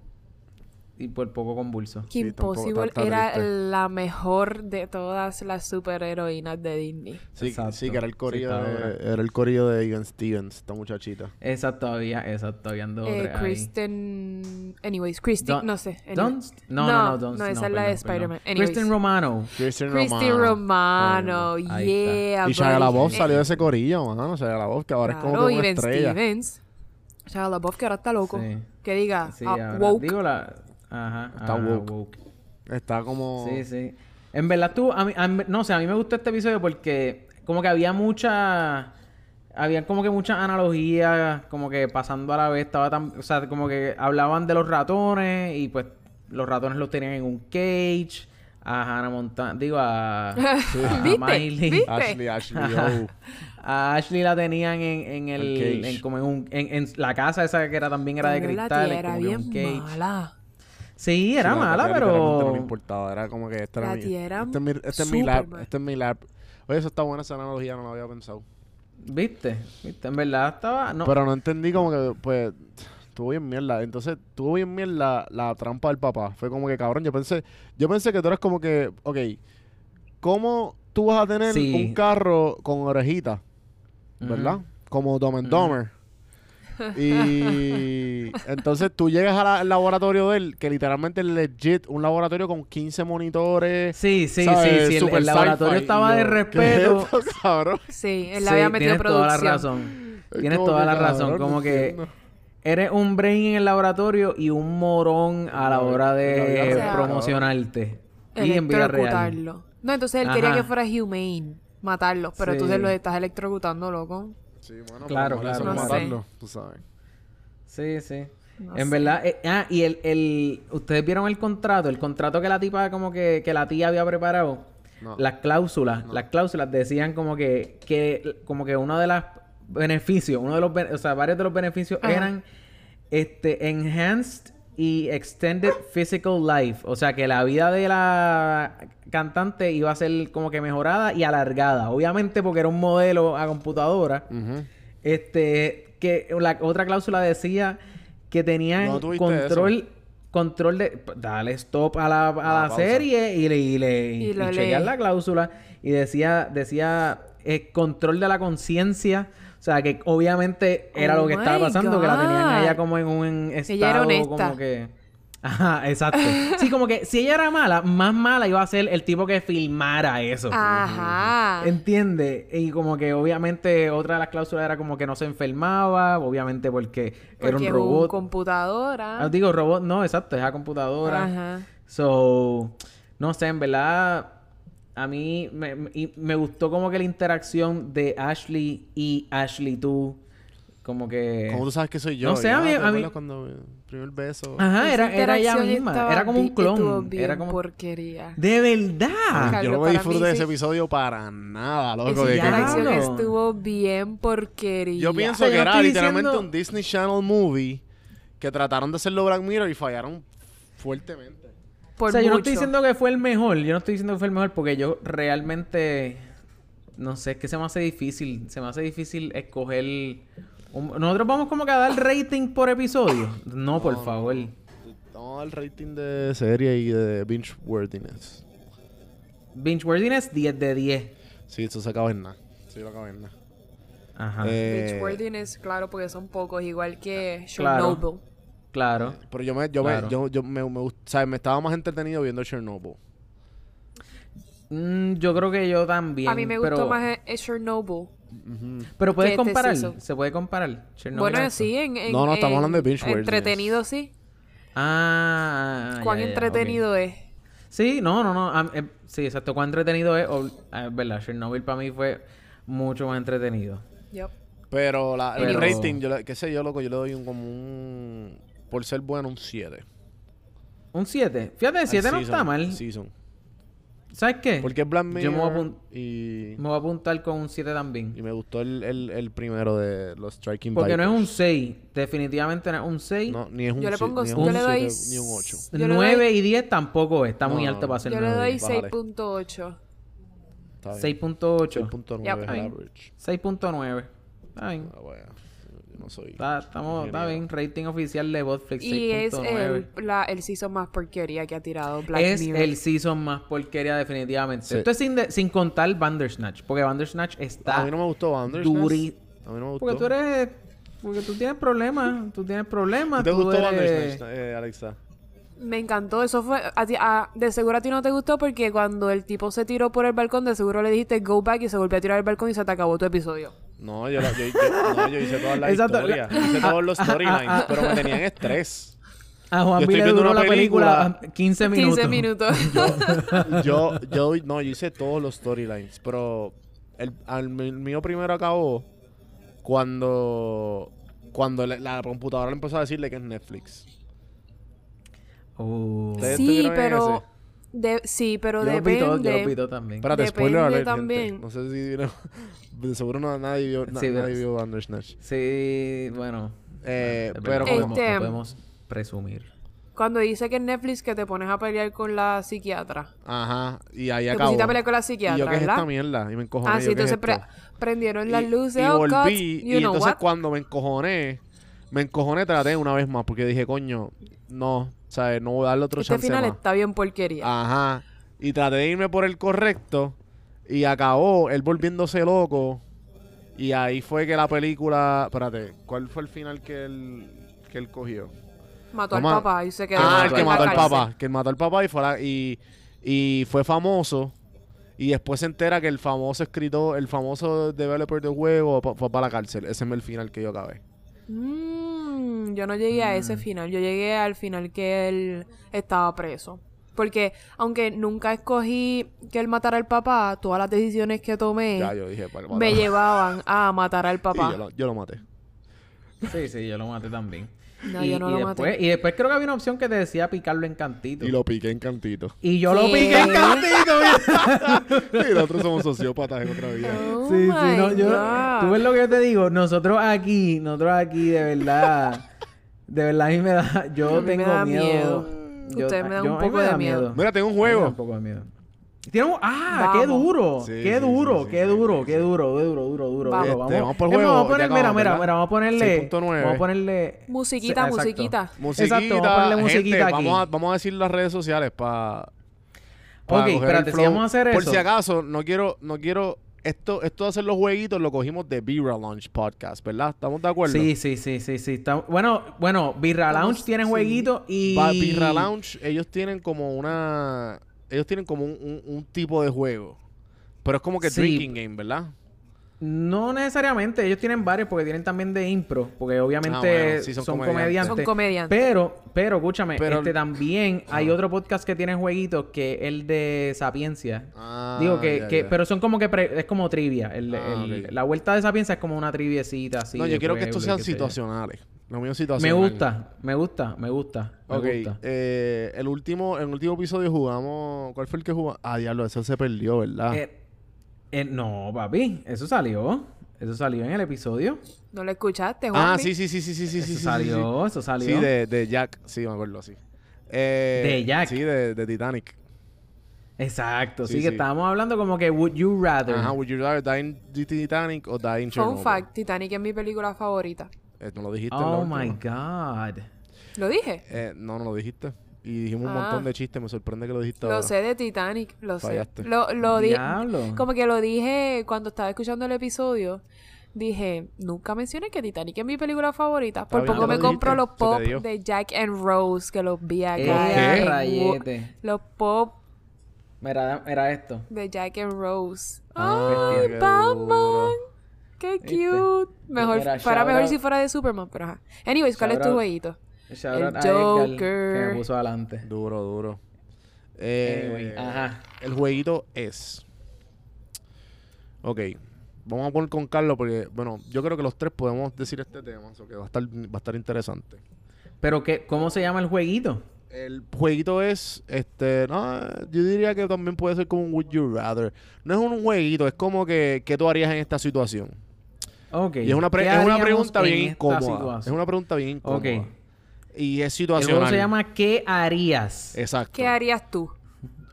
S1: y por poco convulso.
S3: Kim
S2: Sí, tampoco-
S3: Possible
S2: está- está
S3: era
S2: triste.
S3: la mejor de todas las superheroínas de Disney.
S2: Sí,
S1: Exacto.
S2: sí, que era el corillo,
S1: Sí,
S2: de,
S1: estaba
S2: era el corillo de Egan Stevens, esta muchachita.
S1: Esa todavía, esa todavía ando
S3: Eh,
S1: otra ahí.
S3: Kristen... Anyways, Kristen...
S1: Dun-
S3: no sé. anyway.
S1: Dunst? No,
S3: No,
S1: no, no, Dunst,
S3: no, esa es la de Spider-Man. Anyways.
S1: Kristen Romano.
S2: Kristen
S3: Christy Romano.
S1: Romano. Ahí
S3: yeah,
S2: Y Shia LaBeouf
S3: buddy.
S2: salió de ese corillo, mano. Shia LaBeouf, que ahora es como
S3: Claro,
S2: que
S3: y
S2: una
S3: Ben
S2: estrella.
S3: Stevens. Shia LaBeouf que ahora está loco.
S1: Sí.
S3: Que diga,
S1: Sí,
S3: ah,
S1: ahora-
S3: woke.
S1: Digo la... Ajá.
S2: Está
S1: ajá,
S2: woke. Está como...
S1: Sí, sí. En verdad tú, a mí, a mí- no sé, a mí me gustó este episodio porque como que había mucha, había como que muchas analogías, como que pasando a la vez, estaba tan, o sea, como que hablaban de los ratones y pues los ratones los tenían en un cage, a Hannah Montana, digo a, a
S3: ¿Viste?
S1: Miley.
S3: ¿Viste?
S2: Ashley, Ashley, oh.
S1: A Ashley la tenían en, en el,
S2: El cage.
S1: en como en, un- en- en la casa esa que era también era de
S3: Pero la
S1: cristal,
S3: tía
S1: como
S3: era
S1: que un
S3: bien
S1: cage.
S3: mala.
S1: Sí, era
S2: Sí, la
S1: mala,
S2: tía literalmente No me
S1: pero
S2: importaba, era como que este era
S3: La
S2: mi...
S3: tía era
S2: este es mi, este es mi lab,
S3: Superman.
S2: este es mi lab. Oye, eso está buena esa analogía, no lo había pensado.
S1: viste, viste, en verdad estaba, no,
S2: Pero no entendí como que, pues, estuvo bien mierda. Entonces, estuvo bien mierda la trampa del papá. Fue como que, cabrón, yo pensé, yo pensé que tú eras como que, ok, ¿cómo tú vas a tener
S1: Sí.
S2: un carro con orejitas?
S1: Ujú.
S2: ¿Verdad? Como Dumb and Dumber. Y entonces tú llegas a la- al laboratorio de él, que literalmente es legit, un laboratorio con 15 monitores.
S1: Sí, sí,
S2: ¿sabes?
S1: sí, sí. El,
S2: Super
S1: el laboratorio
S2: sci-fi.
S1: estaba
S2: Y
S1: de
S2: yo, ¿qué
S1: respeto.
S2: es esto, cabrón?
S3: Sí, él
S1: Sí,
S3: la había metido
S1: tienes
S3: producción.
S1: toda la razón.
S2: Es
S1: Tienes
S2: como
S1: toda
S2: que,
S1: la razón.
S2: cabrón, no
S1: Como que
S2: entiendo.
S1: eres un brain en el laboratorio y un morón a la hora
S2: En la vida
S1: de
S3: real,
S1: promocionarte. Y en vida real.
S3: Electrocutarlo. No, entonces él quería
S1: Ajá.
S3: que fuera humane, matarlo, pero
S1: Sí.
S3: tú se lo estás electrocutando, loco.
S2: Sí, bueno,
S1: Claro,
S2: pero por eso
S1: claro,
S2: hay que
S3: claro.
S2: matarlo, tú sabes.
S1: Sí, sí.
S3: No
S1: en
S3: sé.
S1: verdad, eh, ah, y el, el, ustedes vieron el contrato, el contrato que la tipa, como que, que la tía había preparado,
S2: No.
S1: las cláusulas, las cláusulas decían como que, que, como que uno de los beneficios, uno de los, ben- o sea, varios de los beneficios
S3: Ajá.
S1: eran, este, enhanced y extended physical life, o sea, que la vida de la cantante iba a ser como que mejorada y alargada, obviamente porque era un modelo a computadora,
S2: Ujú.
S1: este, que la otra cláusula decía que tenían
S2: No tuviste
S1: control, control de, p- dale stop a la, a la serie y le, y le-
S3: Y
S1: y
S3: lo
S1: chequear
S3: leí.
S1: la cláusula y decía, decía eh, control de la conciencia. O sea, que obviamente era
S3: Oh
S1: lo que estaba
S3: my
S1: pasando, que la tenían
S3: God.
S1: allá como en un estado
S3: Ella era honesta.
S1: como que... Ajá, exacto. Sí, como que si ella era mala, más mala iba a ser el tipo que filmara eso.
S3: Ah, Ajá.
S1: Entiende, y como que obviamente otra de las cláusulas era como que no se enfermaba, obviamente porque, era un
S3: Porque
S1: robot.
S3: computadora.
S1: Ah, digo, robot, no, exacto, es a computadora.
S3: Ajá.
S1: So, no sé, en verdad, a mí me, me- y me gustó como que la interacción de Ashley y Ashley tú, como que...
S2: ¿Cómo tú sabes que soy yo?
S1: Eh, No sé,
S2: Ya,
S1: a mí-
S2: ¿te
S1: a mí-
S2: acuerdas cuando eh, primer beso?
S1: Ajá,
S3: Esa
S1: ah, era, era ella
S3: interacción
S1: misma,
S3: estaba
S1: era como un
S3: bien- estuvo
S1: clon,
S3: bien
S1: era como...
S3: porquería.
S1: De verdad.
S3: Ca-
S2: Yo
S3: Carlos,
S2: no me
S3: para
S2: disfruté
S3: mí
S2: de
S3: sí.
S2: ese episodio para nada, loco.
S3: Esa
S2: de que-
S1: Claro.
S3: interacción estuvo bien porquería.
S2: Yo pienso
S1: Pero
S2: que
S1: yo
S2: era
S1: estoy
S2: literalmente
S1: diciendo-
S2: un Disney Channel movie que trataron de hacerlo Black Mirror y fallaron fuertemente.
S3: Por
S1: o sea, yo no
S3: mucho.
S1: estoy diciendo que fue el mejor, yo no estoy diciendo que fue el mejor porque yo realmente, no sé, es que se me hace difícil, se me hace difícil escoger... un- Nosotros vamos como que a dar rating por episodio. No, por
S2: no,
S1: favor.
S2: No, el rating de serie y de binge worthiness.
S1: Binge Worthiness 10 de 10.
S2: Sí, eso se acaba en nada. Sí, lo acaba en nada.
S1: Ajá.
S2: Eh,
S3: Bitch worthiness, claro, porque son pocos, igual que
S1: Claro.
S3: Chernobyl.
S1: claro.
S2: Pero yo me, yo
S1: Claro.
S2: me, yo, yo me, me, gust- ¿sabes? me estaba más entretenido viendo Chernobyl.
S1: Mm, yo creo que yo también.
S3: A mí me gustó
S1: pero,
S3: más eh, eh, Chernobyl.
S1: Pero puedes
S3: que este
S1: comparar.
S3: season.
S1: Se puede comparar. Chernobyl
S3: bueno,
S1: a eso.
S3: sí, en, en-
S2: No, no, estamos
S3: en
S2: hablando de binge worthiness.
S3: Entretenido, sí.
S1: Ah. ah, ah,
S3: Cuán
S1: ya, ya, ya, ok.
S3: entretenido es.
S1: Sí, no, no, no. am- eh, sí, exacto. Cuán entretenido es. ob- ah, Es verdad, Chernobyl para mí fue mucho más entretenido.
S3: Yup.
S2: Pero la, el
S1: Pero-
S2: rating, yo, le- qué sé yo, loco, yo le doy un como un... Por ser bueno, un 7.
S1: Un 7. Fíjate, 7 no está mal.
S2: Season.
S1: ¿Sabes qué?
S2: Porque es Black
S1: Yo
S2: Mirror
S1: me voy, a apun-
S2: y,
S1: me voy a apuntar con un 7 también.
S2: y me gustó el, el, el primero de los Striking
S1: Porque no es
S2: Vipers.
S1: un 6. Definitivamente no es un 6.
S2: No, ni es un
S3: Yo le
S2: si-
S3: pongo-
S2: ni es
S3: yo
S2: un
S3: le doy
S2: siete, ni un 8.
S3: Yo le doy-
S1: 9 y 10 tampoco es. Está
S2: No,
S1: muy
S2: no,
S1: alto
S2: no.
S1: para ser
S3: Yo le
S1: 9
S3: doy
S2: bájale.
S3: 6.8.
S1: 6.8.
S2: 6.9
S3: Yep.
S2: es
S1: Está
S2: el
S1: bien.
S2: average.
S1: 6.9. Está bien.
S2: Ah, bueno. Yo no soy.
S1: Está, estamos, está bien, rating oficial de Botflix
S3: Y es eh,
S1: 6.9.
S3: el, la, el season más porquería que ha tirado Black
S1: Es
S3: Mirror.
S1: el season más porquería definitivamente.
S2: Sí.
S1: Esto es sin, de- sin contar Bandersnatch, porque Bandersnatch está...
S2: Ah, A mí no me gustó Bandersnatch.
S1: duri-
S2: A mí no me gustó.
S1: Porque tú eres... Porque tú tienes problemas, tú tienes problemas.
S2: ¿Te
S1: tú
S2: gustó
S1: eres-
S2: Bandersnatch, eh, Alexa?
S3: Me encantó, eso fue... a ti- a- de seguro a ti no te gustó porque cuando el tipo se tiró por el balcón, de seguro le dijiste go back y se volvió a tirar al balcón y se te acabó tu episodio.
S2: No, yo, la- yo, yo- no, yo hice todas las
S1: Exacto,
S2: historias.
S1: la-
S2: Hice todos los
S1: Ah, ah, ah,
S2: storylines,
S1: ah.
S2: pero me tenían estrés.
S1: A
S2: Yo
S1: Juan
S2: estoy
S1: B. le
S2: viendo
S1: duró
S2: una
S1: la película
S2: película.
S1: 15 minutos.
S3: 15 minutos.
S2: Yo, yo, no, yo hice todos los storylines, pero el, al- el mío primero acabó cuando, cuando la, la computadora le empezó a decirle que es Netflix.
S1: Oh.
S2: Ustedes
S3: sí,
S2: estuvieron en
S3: pero...
S2: ese.
S3: de- sí, pero
S1: Yo lo
S3: depende...
S1: pito, yo lo pito también.
S2: Espérate, spoiler
S3: Depende
S2: alert, gente.
S3: también.
S2: No sé si vieron. de seguro no, nadie vio, na-
S1: Sí,
S2: nadie
S1: pero-
S2: vio Bandersnatch.
S1: Sí, bueno.
S2: Eh,
S1: es
S2: pero
S1: verdad,
S2: como-
S1: no podemos,
S3: Este-
S1: no podemos presumir.
S3: Cuando dice que en Netflix que te pones a pelear con la psiquiatra.
S2: Ajá, y ahí
S3: Te
S2: acabó.
S3: pusiste a pelear con la
S2: y
S3: psiquiatra,
S2: yo que es
S3: ¿verdad?
S2: esta mierda, y me encojoné.
S3: ah,
S2: yo,
S3: sí,
S2: ¿qué es
S3: entonces pre-
S2: esto?
S3: prendieron
S2: Y-
S3: las luces.
S2: y
S3: oh,
S2: volví,
S3: God,
S2: y
S3: you know
S2: entonces
S3: what?
S2: cuando me encojoné, me encojoné, traté una vez más, porque dije, coño, no, ¿sabes? No voy a darle otro
S3: Este
S2: chance
S3: final
S2: más.
S3: está bien
S2: Ah,
S3: porquería.
S2: Ajá. Y traté de irme por el correcto, y acabó él volviéndose loco, y ahí fue que la película... Espérate, ¿cuál fue el final que él, que él cogió?
S3: Mató
S2: Toma.
S3: al papá y se quedó.
S2: Ah, el
S1: mató
S2: que
S1: al
S2: mató al
S1: papá.
S2: papá. Que mató al papá y fue, a la- y, y fue famoso. Y después se entera que el famoso escritor, el famoso developer del juego pa- fue para la cárcel. Ese es el final que yo acabé.
S3: Mmm, yo no llegué a ese
S1: Mm.
S3: final. Yo llegué al final que él estaba preso. Porque, aunque nunca escogí que él matara al papá, todas las decisiones que tomé
S2: Ya, yo dije, para
S3: me llevaban a matar al papá.
S2: yo, lo, yo lo maté.
S1: Sí, sí, yo lo maté también.
S3: No,
S1: y,
S3: yo no
S1: y
S3: lo maté.
S1: después, Y después creo que había una opción que te decía picarlo en cantito.
S2: Y lo piqué en cantito.
S1: Y yo lo
S3: Sí.
S1: piqué en cantito. mira.
S2: y nosotros somos sociópatas en otra vida.
S3: Oh
S1: sí, sí,
S3: my
S1: no, yo,
S3: God.
S1: tú ves lo que yo te digo. Nosotros aquí, nosotros aquí, de verdad, de verdad a mí me da, yo
S3: A mí me
S1: tengo
S3: da
S1: miedo.
S3: miedo. Ustedes me dan un
S1: a mí
S3: poco
S1: me
S3: de
S1: da
S3: miedo.
S2: Mira, tengo un
S1: Me da
S2: juego.
S1: un poco de miedo. Tiene un- ¡Ah! ¡Qué
S3: Vamos.
S1: duro!
S2: Sí,
S1: ¡Qué
S2: sí,
S1: duro!
S2: sí, sí,
S1: ¡Qué
S2: sí,
S1: duro!
S2: sí,
S1: ¡Qué
S2: sí.
S1: duro! ¡Duro, duro, duro,
S3: Vamos.
S1: duro!
S2: Este, vamos por
S1: Es más,
S2: juego,
S1: Vamos a poner,
S2: ya
S1: mira,
S2: acabamos,
S1: mira,
S2: ¿verdad?
S1: mira, vamos a ponerle.
S2: 6.9.
S1: Vamos a ponerle.
S3: Musiquita,
S1: Exacto.
S3: musiquita.
S2: Musiquita,
S1: Exacto, vamos a ponerle
S2: gente,
S1: musiquita aquí.
S2: Vamos, a, vamos a decir las redes sociales para.
S1: Ok, espérate, si vamos a hacer
S2: Por
S1: eso.
S2: si acaso, no quiero, no quiero. Esto, esto de hacer los jueguitos lo cogimos de Bira Launch Podcast, ¿verdad? ¿Estamos de acuerdo?
S1: Sí, sí, sí, sí, sí. está- Bueno, bueno, Birra
S3: Vamos,
S1: Lounge tiene
S3: sí.
S1: jueguito y.
S2: Ba- Birra Lounge, ellos tienen como una. Ellos tienen como un, un- un tipo de juego. Pero es como que
S1: Sí.
S2: drinking game, ¿verdad?
S1: No necesariamente, ellos tienen varios porque tienen también de impro, porque obviamente
S2: Ah, bueno, sí, son
S1: son,
S2: comediantes.
S1: comediantes.
S3: Son comediantes.
S1: Pero, pero, escúchame,
S2: Pero-
S1: este también hay otro podcast que tiene jueguitos que es el de Sapiencia.
S2: Ah,
S1: Digo que,
S2: ya,
S1: que-
S2: ya.
S1: pero son como que pre- es como trivia. El-
S2: Ah,
S1: el-
S2: ok.
S1: La vuelta de Sapiencia es como una triviecita así.
S2: no,
S1: de
S2: yo quiero que
S1: pueblo
S2: estos
S1: y
S2: sean
S1: qué sé yo.
S2: situacionales. Lo mío es
S1: Me
S2: situacional.
S1: gusta, me gusta, me gusta. Me
S2: Ok,
S1: gusta.
S2: eh, el último, en el último episodio jugamos. ¿Cuál fue el que jugamos? Ah, diablo, eso se perdió, ¿verdad?
S1: Eh, eh, no, papi, eso salió. Eso salió en el episodio.
S3: ¿No lo escuchaste, Juan?
S2: ah, sí, sí, sí, sí, sí, sí,
S1: eso
S2: sí, sí, sí,
S1: salió,
S2: sí.
S1: eso salió.
S2: Sí, de, de Jack. Sí, me acuerdo, sí. Eh,
S1: De Jack.
S2: Sí, de, de Titanic.
S1: Exacto, sí,
S2: Sí,
S1: que
S2: sí.
S1: estábamos hablando como que would you rather.
S2: Ajá, would you rather die in the Titanic o die in Chernobyl?
S3: Fun fact, Titanic es mi película favorita.
S2: Eh, no lo dijiste. en la
S1: oh
S2: última.
S1: my god.
S3: ¿Lo dije?
S2: Eh, no, no lo dijiste. Y dijimos un
S3: Ah.
S2: montón de chistes. Me sorprende que lo dijiste
S3: Lo
S2: ahora.
S3: sé de Titanic, lo sé.
S2: Fallaste.
S3: Lo, lo di-
S1: Diablo.
S3: Como que lo dije cuando estaba escuchando el episodio. Dije, nunca mencioné que Titanic es mi película favorita. Por
S2: bien,
S3: poco
S2: ya
S3: me
S2: lo
S3: compro
S2: dijiste,
S3: los
S2: se te
S3: pop
S2: dio.
S3: de Jack and Rose que los vi acá.
S1: Eh,
S3: en Wo-
S1: rayete.
S3: Los pop
S1: Mira, mira esto.
S3: de Jack and Rose.
S2: Ah,
S3: ¡Ay,
S2: qué duro.
S3: Batman! ¡Qué
S1: ¿Viste?
S3: cute! Mejor,
S1: Mira,
S3: para
S1: shout
S3: mejor
S1: out-
S3: si fuera de Superman, pero ajá. Anyways, ¿cuál es
S1: Shout
S3: tu
S1: out-
S3: jueguito?
S1: Shout out a
S3: Joker.
S1: Edgar, que me puso adelante.
S2: Duro, duro. Eh,
S1: Anyway, ajá.
S2: El jueguito es. Ok. Vamos a poner con Carlos porque, bueno, yo creo que los tres podemos decir este tema, eso que va a estar, va a estar interesante.
S1: Pero que, ¿cómo se llama el jueguito?
S2: El jueguito es, este, no, yo diría que también puede ser como un Would You Rather. No es un jueguito, es como que, ¿qué tú harías en esta situación?
S1: Ok.
S2: Y es una, pre-
S1: ¿Qué
S2: es una
S1: haríamos
S2: pregunta
S1: en
S2: bien
S1: esta
S2: incómoda. Es
S1: situación?
S2: una pregunta bien incómoda.
S1: Ok.
S2: Y es
S1: El juego
S2: situacional. Eh,
S1: se llama ¿Qué harías?
S2: Exacto.
S3: ¿Qué harías tú?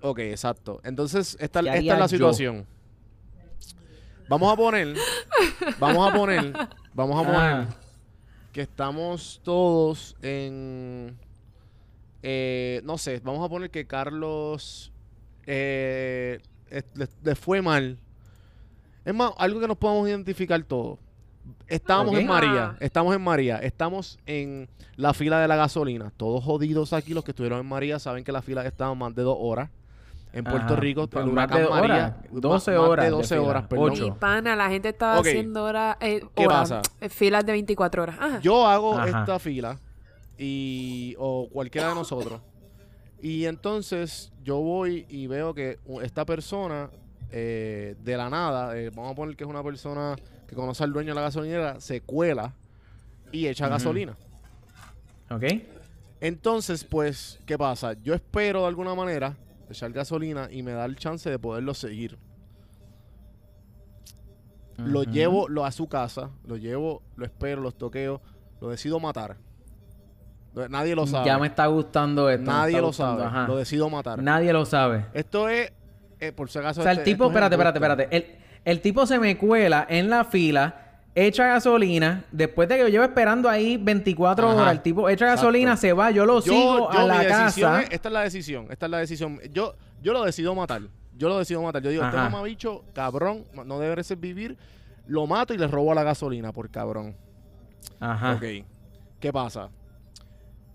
S2: Ok, exacto. Entonces, esta,
S1: ¿Qué
S2: esta es
S1: haría
S2: la
S1: yo?
S2: situación. Vamos a poner. vamos a poner. Vamos a poner.
S1: Ah,
S2: que estamos todos en... eh, no sé, vamos a poner que Carlos eh, es- le, le fue mal. Es más, algo que nos podemos identificar todos. Estábamos en
S1: Ok. Ah.
S2: María, estamos en María, estamos en la fila de la gasolina. Todos jodidos aquí, los que estuvieron en María, saben que la fila estaba más de dos horas. En Puerto
S1: Ajá.
S2: Rico,
S1: Pa-
S2: el
S1: más
S2: huracán
S1: de
S2: María.
S1: horas, 12
S2: ma- más
S1: horas
S2: de
S1: de
S2: 12
S1: fila,
S2: horas, perdón.
S1: ocho.
S3: Mi pana, la gente estaba
S2: Ok.
S3: haciendo horas, eh,
S2: ¿Qué
S3: horas,
S2: pasa?
S3: eh, filas de 24 horas. Ajá.
S2: Yo hago
S1: Ajá.
S2: esta fila y o cualquiera de nosotros. Y entonces yo voy y veo que u- esta persona eh, de la nada, eh, vamos a poner que es una persona que conoce al dueño de la gasolinera, se cuela y echa
S1: Ujú.
S2: gasolina.
S1: Ah, ¿Ok?
S2: Entonces, pues, ¿qué pasa? Yo espero de alguna manera echar gasolina y me da el chance de poderlo seguir. Lo
S1: Ujú.
S2: llevo lo, a su casa, lo llevo, lo espero, los toqueo, lo decido matar. No- Nadie lo sabe.
S1: Ya me está gustando esto. me
S2: Nadie
S1: está
S2: lo
S1: gustando,
S2: sabe.
S1: ajá.
S2: Lo decido matar.
S1: Nadie lo sabe.
S2: Esto es, eh, por si acaso.
S1: O sea, el
S2: este-
S1: tipo,
S2: esto es
S1: espérate, espérate,
S2: injusto.
S1: espérate. El, el tipo se me cuela en la fila, echa gasolina, después de que yo llevo esperando ahí 24
S2: Ajá.
S1: horas, el tipo echa gasolina,
S2: Exacto.
S1: se va, yo lo
S2: Yo,
S1: sigo
S2: yo,
S1: a
S2: mi
S1: la
S2: decisión
S1: casa.
S2: es- esta es la decisión. Esta es la decisión. Yo, yo lo decido matar. Yo lo decido matar. Yo digo, este
S1: Ajá.
S2: mamabicho, cabrón, ma- no debe ser vivir. Lo mato y le robo la gasolina por cabrón.
S1: Ajá.
S2: Ok. ¿Qué pasa?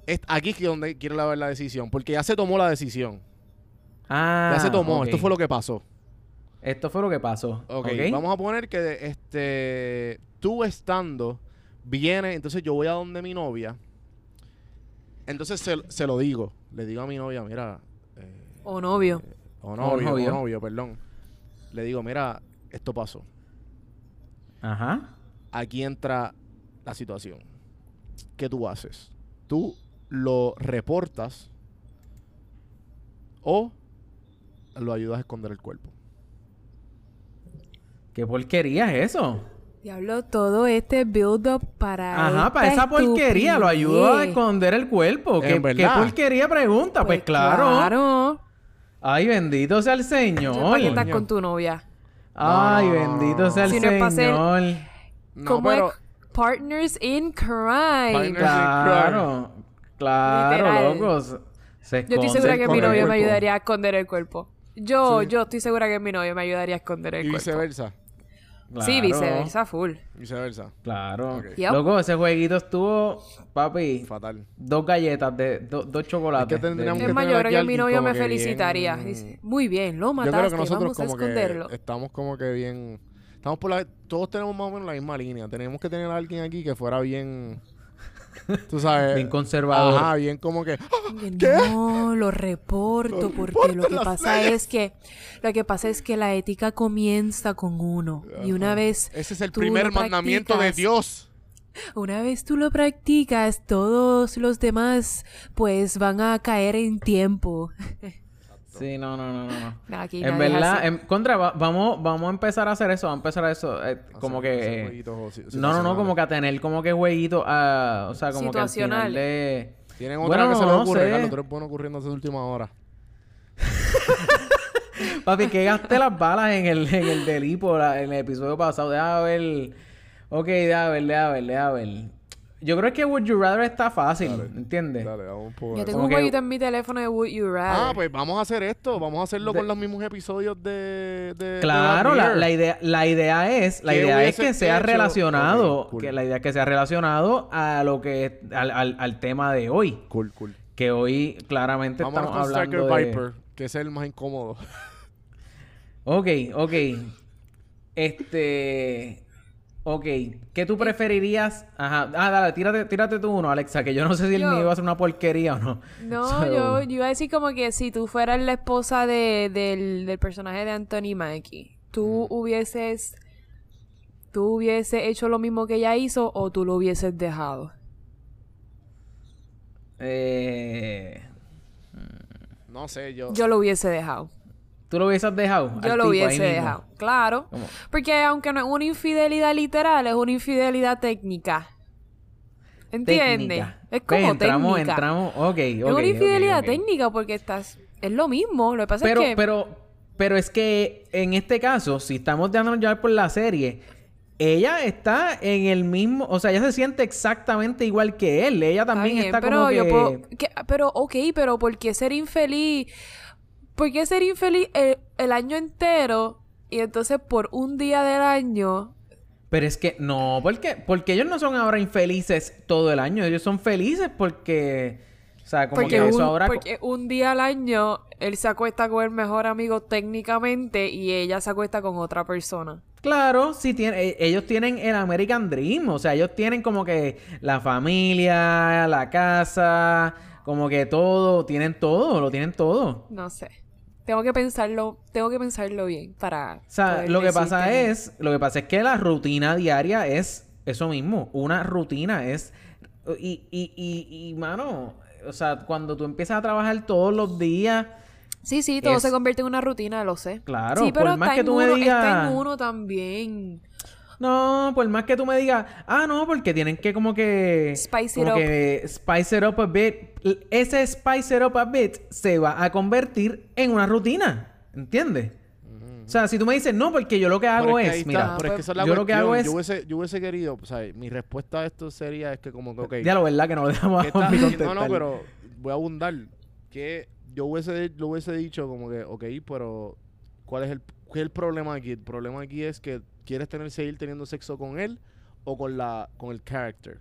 S2: Es, aquí es que donde quiero la, la decisión. Porque ya se tomó la decisión.
S1: Ah,
S2: ya se tomó.
S1: ok.
S2: Esto fue lo que pasó.
S1: Esto fue lo que pasó.
S2: Ok,
S1: Ok.
S2: vamos a poner que de- este tú estando viene, entonces yo voy a donde mi novia. Entonces se, se lo digo, le digo a mi novia, mira, eh,
S3: O novio.
S2: o novio, o
S1: novio.
S2: novio, perdón. Le digo, mira, esto pasó.
S1: Ajá.
S2: Aquí entra la situación. ¿Qué tú haces? Tú lo reportas o lo ayudas a esconder el cuerpo.
S1: ¿Qué porquería es eso?
S3: Diablo, todo este build-up para.
S1: Ajá, para
S3: esta
S1: esa porquería lo ayudó a
S3: estupidez.
S1: esconder el cuerpo.
S2: En
S1: ¿Qué, qué
S2: verdad.
S1: porquería pregunta? Pues, claro.
S3: Claro.
S1: Ay, bendito sea el Señor.
S3: ¿Para qué estás
S2: coño.
S3: con tu novia?
S1: Ay,
S2: No, no, no,
S1: bendito
S2: no,
S1: sea el
S3: no. Si no es pa' ser-
S1: Señor.
S3: ¿Cómo es? Partners in crime.
S2: Partners-
S1: Claro, claro,
S3: Literal.
S1: locos. Se
S3: Yo estoy
S1: esconde
S3: segura
S1: el
S3: que mi
S2: esconder el
S3: novio
S1: cuerpo.
S3: me ayudaría a esconder el cuerpo. Yo,
S2: Sí.
S3: yo estoy segura que mi novio me ayudaría a esconder el
S2: y
S3: cuerpo.
S2: viceversa.
S3: Sí,
S1: Claro,
S3: viceversa, full.
S2: Viceversa.
S1: Claro.
S2: Ok.
S3: Yep.
S1: Loco, ese jueguito estuvo, papi,
S2: Fatal.
S1: dos galletas de do- dos chocolates.
S2: Es que tendríamos
S1: de-
S2: que-
S3: Es más, yo
S2: tener
S3: creo
S2: aquí
S3: que mi
S2: alguien
S3: novio
S2: como
S3: me
S2: que
S3: felicitaría.
S2: bien-
S3: Dice, muy bien, lo
S2: Yo creo que
S3: mataste,
S2: nosotros
S3: vamos a
S2: como
S3: esconderlo.
S2: que estamos como que bien... Estamos por la... Todos tenemos más o menos la misma línea. Tenemos que tener a alguien aquí que fuera bien... Tú sabes...
S1: Bien conservador.
S2: Ajá, bien como que... ¡Ah!
S3: Y él, No, lo reporto porque lo que pasa es que lo que pasa es que la ética comienza con uno y una vez
S2: Ese es el
S3: tú
S2: primer
S3: lo
S2: mandamiento de
S3: practicas,
S2: Dios.
S3: Una vez tú lo practicas, todos los demás pues van a caer en tiempo.
S1: Sí, no, no, no, no, no.
S3: No, aquí
S1: En
S3: nadie es
S1: verdad,
S3: así.
S1: en contra, va- vamos, vamos a empezar a hacer eso, vamos a empezar a eso, eh, como
S2: Hacer- hacer
S1: que... eh,
S2: jueguitos o si-
S1: no, no, no,
S2: situaciones.
S1: como que a tener como que jueguito, ah, o sea, como que al final
S3: Situacional.
S1: de...
S2: Tienen otra
S1: Bueno,
S2: que se les
S1: no
S2: ocurre,
S1: sé.
S2: Carlos. Tú eres bueno ocurriendo esas últimas horas.
S1: Papi, que gasté las balas en el, en el del hipo, la- en el episodio pasado. Deja ver. Ok, deja ver, deja ver, deja ver. Yo creo que Would You Rather está fácil, ¿entiendes?
S2: Dale, vamos un poco.
S3: Yo
S2: de
S3: tengo
S1: como
S3: un
S1: que-
S3: jueguito en mi teléfono de Would You Rather.
S2: Ah, pues vamos a hacer esto. Vamos a hacerlo
S1: De-
S2: con los mismos episodios de... de- de
S1: Claro,
S2: Black
S1: la,
S2: Mirror.
S1: la idea, la idea es, la
S2: ¿Qué
S1: idea es
S2: hubiese
S1: que sea
S2: hecho?
S1: relacionado,
S2: Ok, cool.
S1: que la idea es que sea relacionado a lo que es- al, al- al tema de hoy.
S2: Cool, cool.
S1: Que hoy claramente
S2: Vámonos con
S1: estamos
S2: Striker
S1: hablando de...
S2: Viper, que es el más incómodo.
S1: Ok, ok. Este. Ok. ¿Qué
S3: Eh.
S1: tú preferirías? Ajá. Ah, dale, tírate, tírate tú uno, Alexa, que yo no sé si el
S3: Yo.
S1: mío va a ser una porquería o no.
S3: No,
S1: Ah, pues, So,
S3: yo, yo iba a decir como que si tú fueras la esposa de, del, del personaje de Anthony Mackie, tú hubieses, tú hubieses hecho lo mismo que ella hizo o tú lo hubieses dejado.
S1: eh,
S2: No sé, yo.
S3: Yo lo hubiese dejado.
S1: ¿Tú lo hubieses dejado? al
S3: Yo
S1: tipo
S3: lo
S1: ahí
S3: hubiese
S1: mismo?
S3: dejado. Claro.
S1: ¿Cómo?
S3: Porque aunque no es una infidelidad literal, es una infidelidad técnica. ¿Entiendes?
S1: Técnica.
S3: Es como
S1: Pues, entramos,
S3: técnica.
S1: entramos. Ok, ok.
S3: es una infidelidad
S1: técnica.
S3: técnica porque estás... Es lo mismo. Lo que pasa
S1: pero,
S3: es que...
S1: pero, pero es que en este caso, si estamos dejándonos llevar por la serie, ella está en el mismo, o sea, ella se siente exactamente igual que él. Ella también
S3: bien,
S1: está,
S3: pero
S1: como
S3: yo
S1: que-
S3: puedo- que- Pero, ok, pero ¿por qué ser infeliz? ¿Por qué ser infeliz el, el año entero y entonces por un día del año?
S1: Pero es que no, porque porque ellos no son ahora infelices todo el año, ellos son felices porque o sea, como
S3: Porque
S1: que eso
S3: un,
S1: ahora
S3: porque un día al año él se acuesta con el mejor amigo técnicamente y ella se acuesta con otra persona.
S1: Claro, sí tiene, e- ellos tienen el American Dream, o sea, ellos tienen como que la familia, la casa, como que todo, tienen todo, lo tienen todo.
S3: No sé. Tengo que pensarlo, tengo que pensarlo bien para.
S1: O sea,
S3: poder
S1: lo que
S3: decirte
S1: pasa
S3: Pues, bien.
S1: es, lo que pasa es que la rutina diaria es eso mismo, una rutina es y y y y mano, o sea, cuando tú empiezas a trabajar todos los días
S3: Sí, sí, todo
S1: es-
S3: se convierte en una rutina, lo sé.
S1: Claro,
S3: sí, pero
S1: por más
S3: está
S1: que
S3: en
S1: tú me
S3: uno- Está
S1: digas-
S3: en uno también.
S1: No, por más que tú me digas, ah, no, porque tienen que como que...
S3: Spice it
S1: como
S3: up.
S1: que spice it up a bit. L- Ese spice it up a bit se va a convertir en una rutina, ¿entiendes? O sea, si tú me dices, no, porque yo lo que hago
S2: Pero que ahí
S1: es,
S2: está,
S1: mira,
S2: pero es que esa es la
S1: yo lo que hago
S2: cuestión.
S1: es-
S2: Yo hubiese, yo hubiese querido, o sea, mi respuesta a esto sería es que como que, ok,
S1: ya lo verdad que no le damos
S2: ¿qué
S1: a Juanpi
S2: estás- No, no,
S1: contestar.
S2: pero voy a abundar. Que yo hubiese, lo hubiese dicho como que, ok, pero ¿cuál es el, qué es el problema aquí? El problema aquí es que quieres tener, seguir teniendo sexo con él o con la, con el character.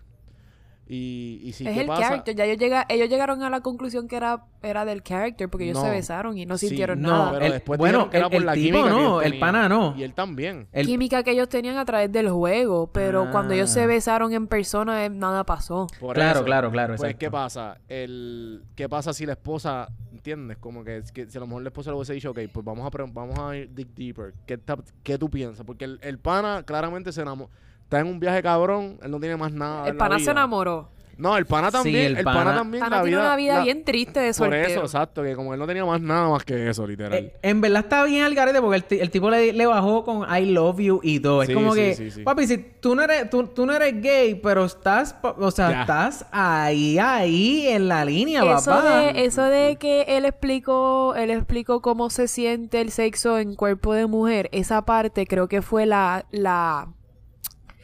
S2: Y, y si
S3: es
S2: ¿qué
S3: el
S2: pasa?
S3: character. Ya ellos, llega, ellos llegaron a la conclusión que era, era del character porque ellos
S2: No.
S3: se besaron y no
S2: Sí,
S3: sintieron
S1: no,
S3: nada.
S1: pero-
S2: Pero
S1: El-
S2: después
S1: bueno,
S2: dijeron que era
S1: el-
S2: por
S1: el
S2: la
S1: tipo
S2: química que
S1: no,
S2: ellos
S1: el
S2: tenían.
S1: pana no.
S2: Y él también.
S1: El-
S3: Química que ellos tenían a través del juego, pero cuando ellos
S1: Ah.
S3: se besaron en persona, eh, nada pasó.
S2: Por
S1: Claro,
S2: eso.
S1: claro, claro,
S2: Pues,
S1: exacto.
S2: ¿qué pasa? El, ¿Qué pasa si la esposa, entiendes? Como que, es que si a lo mejor la esposa le hubiese dicho, ok, pues vamos a, pre- vamos a ir dig deeper. ¿Qué, ta- qué tú piensas? Porque el, el pana claramente se enamoró. Está en un viaje cabrón, él no tiene más nada.
S3: El
S2: en la
S3: pana
S2: vida.
S3: se enamoró.
S2: No, el pana también.
S1: Sí, el
S2: el, pana,
S1: pana-
S3: El
S2: también.
S3: pana
S2: la
S3: tiene una vida
S2: la-
S3: bien triste de
S2: Por
S3: soltero.
S2: eso, exacto, que como él no tenía más nada más que eso, literal.
S1: Eh, en verdad está bien el garete porque el, ti- el tipo le, le bajó con I love you y todo. Es
S2: Sí,
S1: como
S2: sí,
S1: que,
S2: sí, sí.
S1: papi, si tú no eres, tú, tú no eres gay, pero estás, pa- o sea,
S2: Ya.
S1: estás ahí, ahí en la línea,
S3: Eso
S1: papá.
S3: de, eso de que él explicó, él explicó cómo se siente el sexo en cuerpo de mujer, esa parte creo que fue la, la,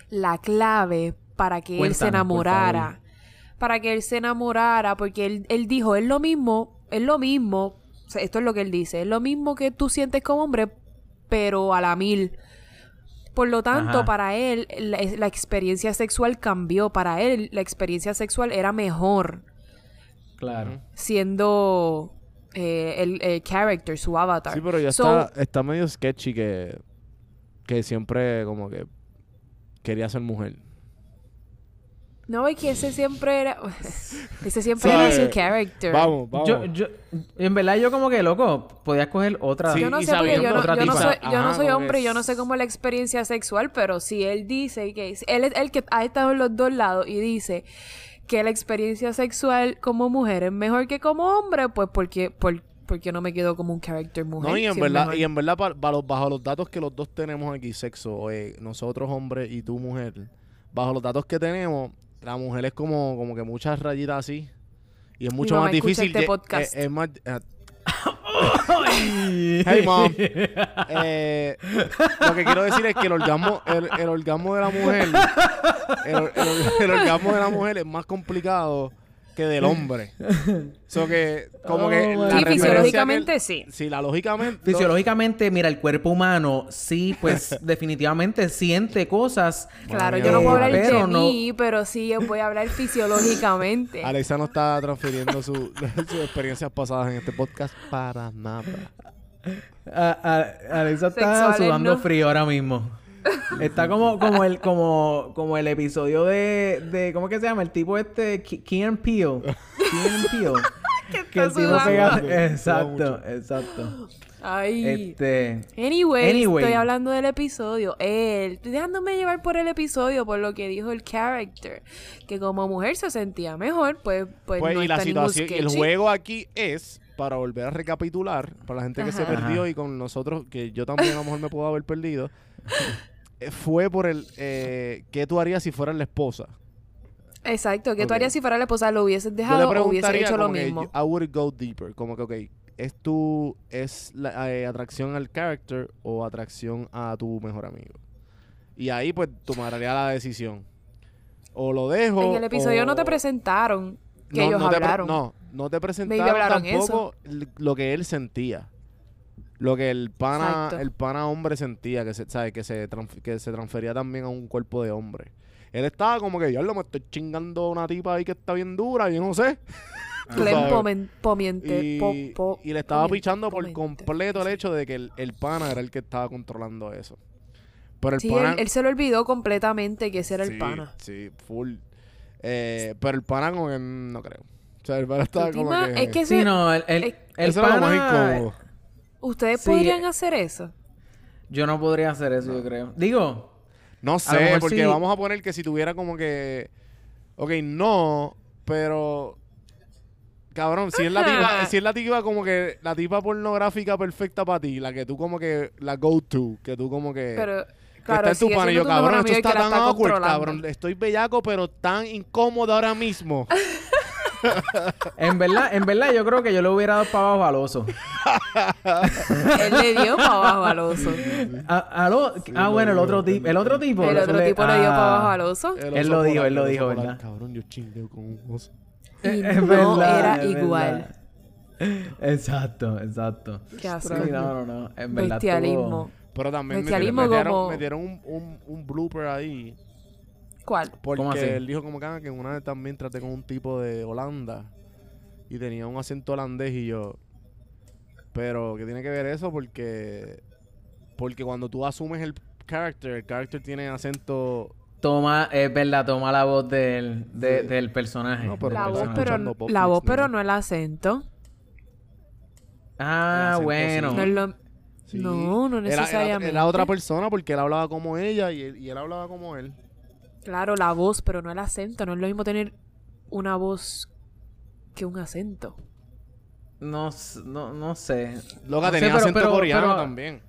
S3: la clave para que él
S1: Cuéntanos,
S3: se
S1: por
S3: enamorara.
S1: favor.
S3: Para que él se enamorara, porque él, él dijo, es lo mismo, es lo mismo, o sea, esto es lo que él dice, es lo mismo que tú sientes como hombre, pero a la mil. Por lo tanto,
S1: Ajá.
S3: para él, la, la experiencia sexual cambió. Para él, la experiencia sexual era mejor
S1: Claro.
S3: siendo eh, el, el character, su avatar.
S2: Sí, pero ya
S3: So,
S2: está, está medio sketchy que, que siempre como que quería ser mujer.
S3: No, es que ese siempre era. ese siempre
S2: ¿Sabe?
S3: era su character.
S2: Vamos, vamos.
S1: Yo, yo, en verdad, yo como que, loco, podía escoger otra.
S2: Sí,
S3: Yo no
S2: y
S3: sé porque
S2: sabiendo
S3: yo no,
S1: otra
S3: yo no
S1: tipa.
S3: soy, yo
S2: Ajá,
S3: no soy
S2: como
S3: hombre y yo
S2: que-
S3: no sé cómo es la experiencia sexual, pero si él dice que él es el que ha estado en los dos lados y dice que la experiencia sexual como mujer es mejor que como hombre, pues porque por, porque no me quedo como un character mujer.
S2: No, y en
S3: si es
S2: verdad,
S3: mejor?
S2: y en verdad pa- pa los- bajo los datos que los dos tenemos aquí, sexo, eh, nosotros hombres y tú mujer, bajo los datos que tenemos, la mujer es como, como que muchas rayitas así. Y es mucho
S3: mamá
S2: más
S3: escucha
S2: difícil.
S3: este
S2: lle-
S3: podcast.
S2: eh, es más- eh, hey mom. Eh, lo que quiero decir es que el orgasmo, el, el orgasmo de la mujer, el, or- el or- el orgasmo de la mujer es más complicado que del hombre. So que, como que
S1: Oh, my God.
S2: la
S3: Sí,
S2: referencia que-
S3: fisiológicamente sí.
S2: Sí, la lógicamente.
S1: Fisiológicamente, mira, el cuerpo humano sí, pues definitivamente siente cosas.
S3: Claro,
S2: Bueno,
S3: yo no puedo hablar
S1: pero
S3: de
S1: no-
S3: mí, pero sí yo voy a hablar fisiológicamente.
S2: Alexa no está transfiriendo su- sus experiencias pasadas en este podcast para nada.
S1: A- a- Alexa está
S3: Sexuales,
S1: sudando
S3: ¿no?
S1: frío ahora mismo. Está como, como el, como, como el episodio de, de, ¿cómo que se llama? El tipo este, Ki- Key Peel. Key Peel. que el tipo
S3: sudando.
S1: pega.
S2: Sudando, suda
S1: Exacto,
S2: mucho.
S1: exacto.
S3: Ay.
S1: Este.
S3: Anyway,
S1: Anyway.
S3: estoy hablando del episodio. Él, estoy dejándome llevar por el episodio, por lo que dijo el character. Que como mujer se sentía mejor, pues, pues,
S2: Pues,
S3: no
S2: y la
S3: está ningún
S2: situación, y el
S3: sketchy.
S2: juego aquí es para volver a recapitular, para la gente que se
S3: Ajá.
S2: perdió
S1: Ajá.
S2: y con nosotros, que yo también a lo mejor me puedo haber perdido, eh, fue por el eh, ¿qué tú harías si fueras la esposa?
S3: Exacto, que tú
S2: Ok.
S3: harías si fuera la esposa, lo hubieses
S2: Yo le
S3: dejado o hubieses
S2: preguntaría
S3: hecho lo
S2: como que,
S3: mismo.
S2: I would go deeper, como que ok, ¿es tu es la, eh, atracción al character o atracción a tu mejor amigo? Y ahí pues tomaría la decisión. O lo dejo.
S3: En el episodio
S2: o-
S3: no te presentaron que ellos
S2: no te pre-
S3: hablaron.
S2: no, no te presentaron
S3: hablaron
S2: tampoco l- lo que él sentía. Lo que el pana,
S3: Exacto.
S2: el pana hombre sentía, que se, ¿sabes? Que, se transf- que se transfería también a un cuerpo de hombre. Él estaba como que, diablo, me estoy chingando a una tipa ahí que está bien dura, yo no sé.
S3: Clem
S2: sabes.
S3: Pomen- Pomiente.
S2: Y,
S3: po- po-
S2: y le estaba
S3: Pomiente-
S2: pichando por
S3: Pomiente.
S2: completo el hecho de que el, el pana era el que estaba controlando eso. Pero el
S3: Sí,
S2: pana...
S3: él, él se lo olvidó completamente que ese Este era el
S2: sí,
S3: pana.
S2: Sí, full. Eh, pero el pana como que no creo. O sea, el pana estaba como
S3: Última-
S2: que...
S3: es que
S1: Sí,
S3: ese-
S1: no, el, el,
S3: es-
S1: el
S2: eso era lo más
S1: pana-
S2: incómodo.
S3: ustedes
S1: Sí,
S3: podrían
S1: eh.
S3: hacer eso.
S1: Yo no podría hacer eso, yo creo. Digo,
S2: No
S1: lo
S2: sé,
S1: mejor
S2: porque
S1: sí.
S2: vamos a poner que si tuviera como que. Ok, no, pero. Cabrón, si es la tipa,
S3: Ajá.
S2: si es la tipa como que la tipa pornográfica perfecta para ti, la que tú como que, la go to, que tú como que,
S3: Pero,
S2: que
S3: claro,
S2: está en tu
S3: sigue
S2: pana y
S3: siendo
S2: yo,
S3: tu mejor
S2: cabrón, esto
S3: amigo y que
S2: está
S3: la
S2: tan
S3: está
S2: awkward,
S3: controlando.
S2: cabrón, estoy bellaco, pero tan incómodo ahora mismo.
S1: en verdad, en verdad yo creo que yo le hubiera dado para abajo al oso.
S3: Él le dio para abajo al oso.
S1: A- al o- ah, bueno, el otro tipo, el otro tipo.
S3: El
S1: lo-
S3: otro
S1: le-
S3: tipo le dio
S1: ah.
S3: para abajo al oso.
S2: El
S1: Él
S2: oso
S1: lo dijo,
S2: polar,
S1: él lo
S2: el oso
S1: dijo,
S2: polar,
S1: ¿verdad?
S2: Cabrón, yo chingueo con un oso.
S3: Y
S1: Es
S3: no
S1: verdad,
S3: era
S1: es
S3: igual.
S1: verdad. Exacto, exacto.
S3: Qué asco.
S1: Sí, no, no, no. En verdad
S3: Bestialismo.
S2: Pero también metieron,
S3: Bestialismo
S2: metieron,
S3: como-
S2: metieron un, un, un blooper ahí.
S3: ¿Cuál?
S2: Porque
S1: ¿Cómo así?
S2: él dijo como que, ah, que una vez también traté con un tipo de Holanda y tenía un acento holandés y yo. Pero ¿qué tiene que ver eso? Porque porque cuando tú asumes el character, el character tiene acento.
S1: tuvo- Toma, es verdad, toma la voz del, de-
S2: Sí.
S1: del personaje.
S2: No, pero
S1: del
S3: La voz,
S1: personaje.
S3: pero,
S2: escuchando pop
S3: la voz,
S2: mix,
S3: pero
S2: nena.
S3: no el acento.
S1: Ah,
S2: El
S1: bueno.
S2: acento, sí.
S3: No es lo-
S2: Sí.
S3: No, no
S2: Era- era- Era,
S3: necesariamente.
S2: otra persona porque él hablaba como ella y él, y él hablaba como él.
S3: Claro, la voz, pero no el acento. No es lo mismo tener una voz que un acento.
S1: No, s- no, no sé.
S2: Loca,
S1: No sé,
S2: tenía
S1: Ah, pero-
S2: acento
S1: pero-
S2: coreano
S1: pero-
S2: también.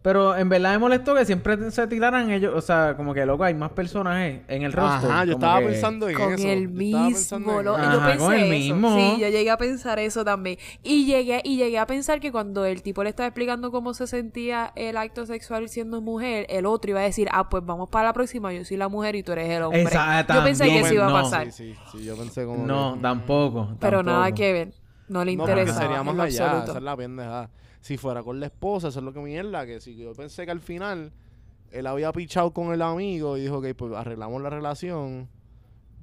S1: Pero en verdad me molestó que siempre se tiraran ellos. O sea, como que loco, hay más personajes en el roster.
S2: Ajá, yo
S1: como
S2: estaba
S1: que-
S2: pensando en
S3: Con
S2: eso.
S3: el
S2: yo estaba pensando
S3: mismo.
S2: en
S3: lo-
S2: eso.
S1: Ah.
S3: yo
S1: Ajá,
S3: pensé
S1: con el
S3: eso.
S1: mismo.
S3: Sí, yo llegué a pensar eso también. Y llegué, y llegué a pensar que cuando el tipo le estaba explicando cómo se sentía el acto sexual siendo mujer, el otro iba a decir, ah, pues vamos para la próxima, yo soy la mujer y tú eres el hombre.
S1: Exacta-
S3: Yo pensé que
S1: yo
S3: eso iba a
S1: no.
S3: pasar.
S2: Sí, sí, sí, yo pensé como.
S1: No,
S2: que-
S1: tampoco.
S3: Pero nada
S1: tampoco.
S3: que ver. No le
S2: No, porque
S3: interesa.
S2: sería más
S3: en lo
S2: allá,
S3: absoluto.
S2: esa es la pendejada. Si fuera con la esposa, eso es lo que mierda, que si yo pensé que al final él había pichado con el amigo y dijo, ok, pues arreglamos la relación,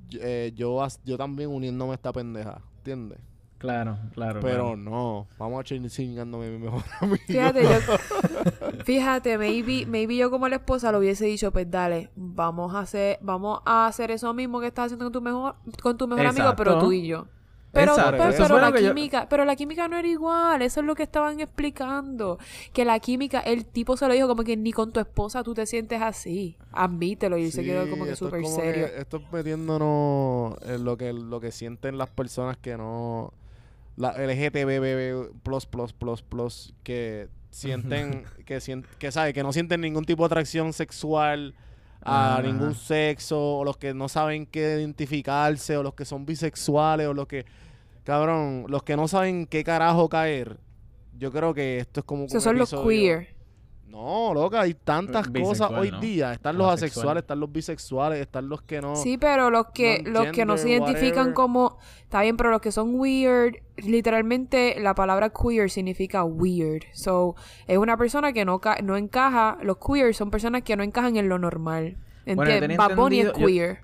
S2: y- eh, yo, as- yo también uniéndome a esta pendeja, ¿entiendes?
S1: Claro, claro.
S2: Pero
S1: claro.
S2: no, vamos a chin- chingándome a mi mejor amigo.
S3: Fíjate, yo, fíjate, maybe, maybe yo como la esposa lo hubiese dicho, pues dale, vamos a hacer, vamos a hacer eso mismo que estás haciendo con tu mejor, con tu mejor amigo, pero
S1: Exacto.
S3: tú y yo. Pero,
S1: Exacto.
S3: pero-
S2: Eso
S3: pero
S1: fue lo
S3: la
S1: que yo-
S3: química, pero la química no era igual, eso es lo que estaban explicando. Que la química, el tipo se lo dijo como que ni con tu esposa tú te sientes así. Admítelo, y él se
S2: Sí,
S3: quedó como que
S2: esto es
S3: súper
S2: como que-
S3: serio.
S2: esto es metiéndonos en lo que, lo que sienten las personas que no. La LGTB plus plus plus plus que sienten que sien- que sabe que no sienten ningún tipo de atracción sexual a
S1: Ajá.
S2: ningún sexo o los que no saben qué identificarse o los que son bisexuales o los que cabrón los que no saben qué carajo caer yo creo que esto es como
S3: Esos
S2: un
S3: son los
S2: episodio-
S3: queer.
S2: no, loca, hay tantas
S1: Eh, Bisexual,
S2: cosas hoy
S1: ¿no?
S2: día. Están los
S1: Homosexual.
S2: asexuales, están los bisexuales, están los que no.
S3: Sí, pero los que, los que no se
S2: non-gender,
S3: identifican
S2: whatever.
S3: como. Está bien, pero los que son weird. Literalmente, la palabra queer significa weird. So, es una persona que no, ca- no encaja. Los queer son personas que no encajan en lo normal.
S1: Bueno, yo
S3: Entiende,
S1: tenía
S3: Bad Bunny es
S1: entendido- yo-
S3: queer.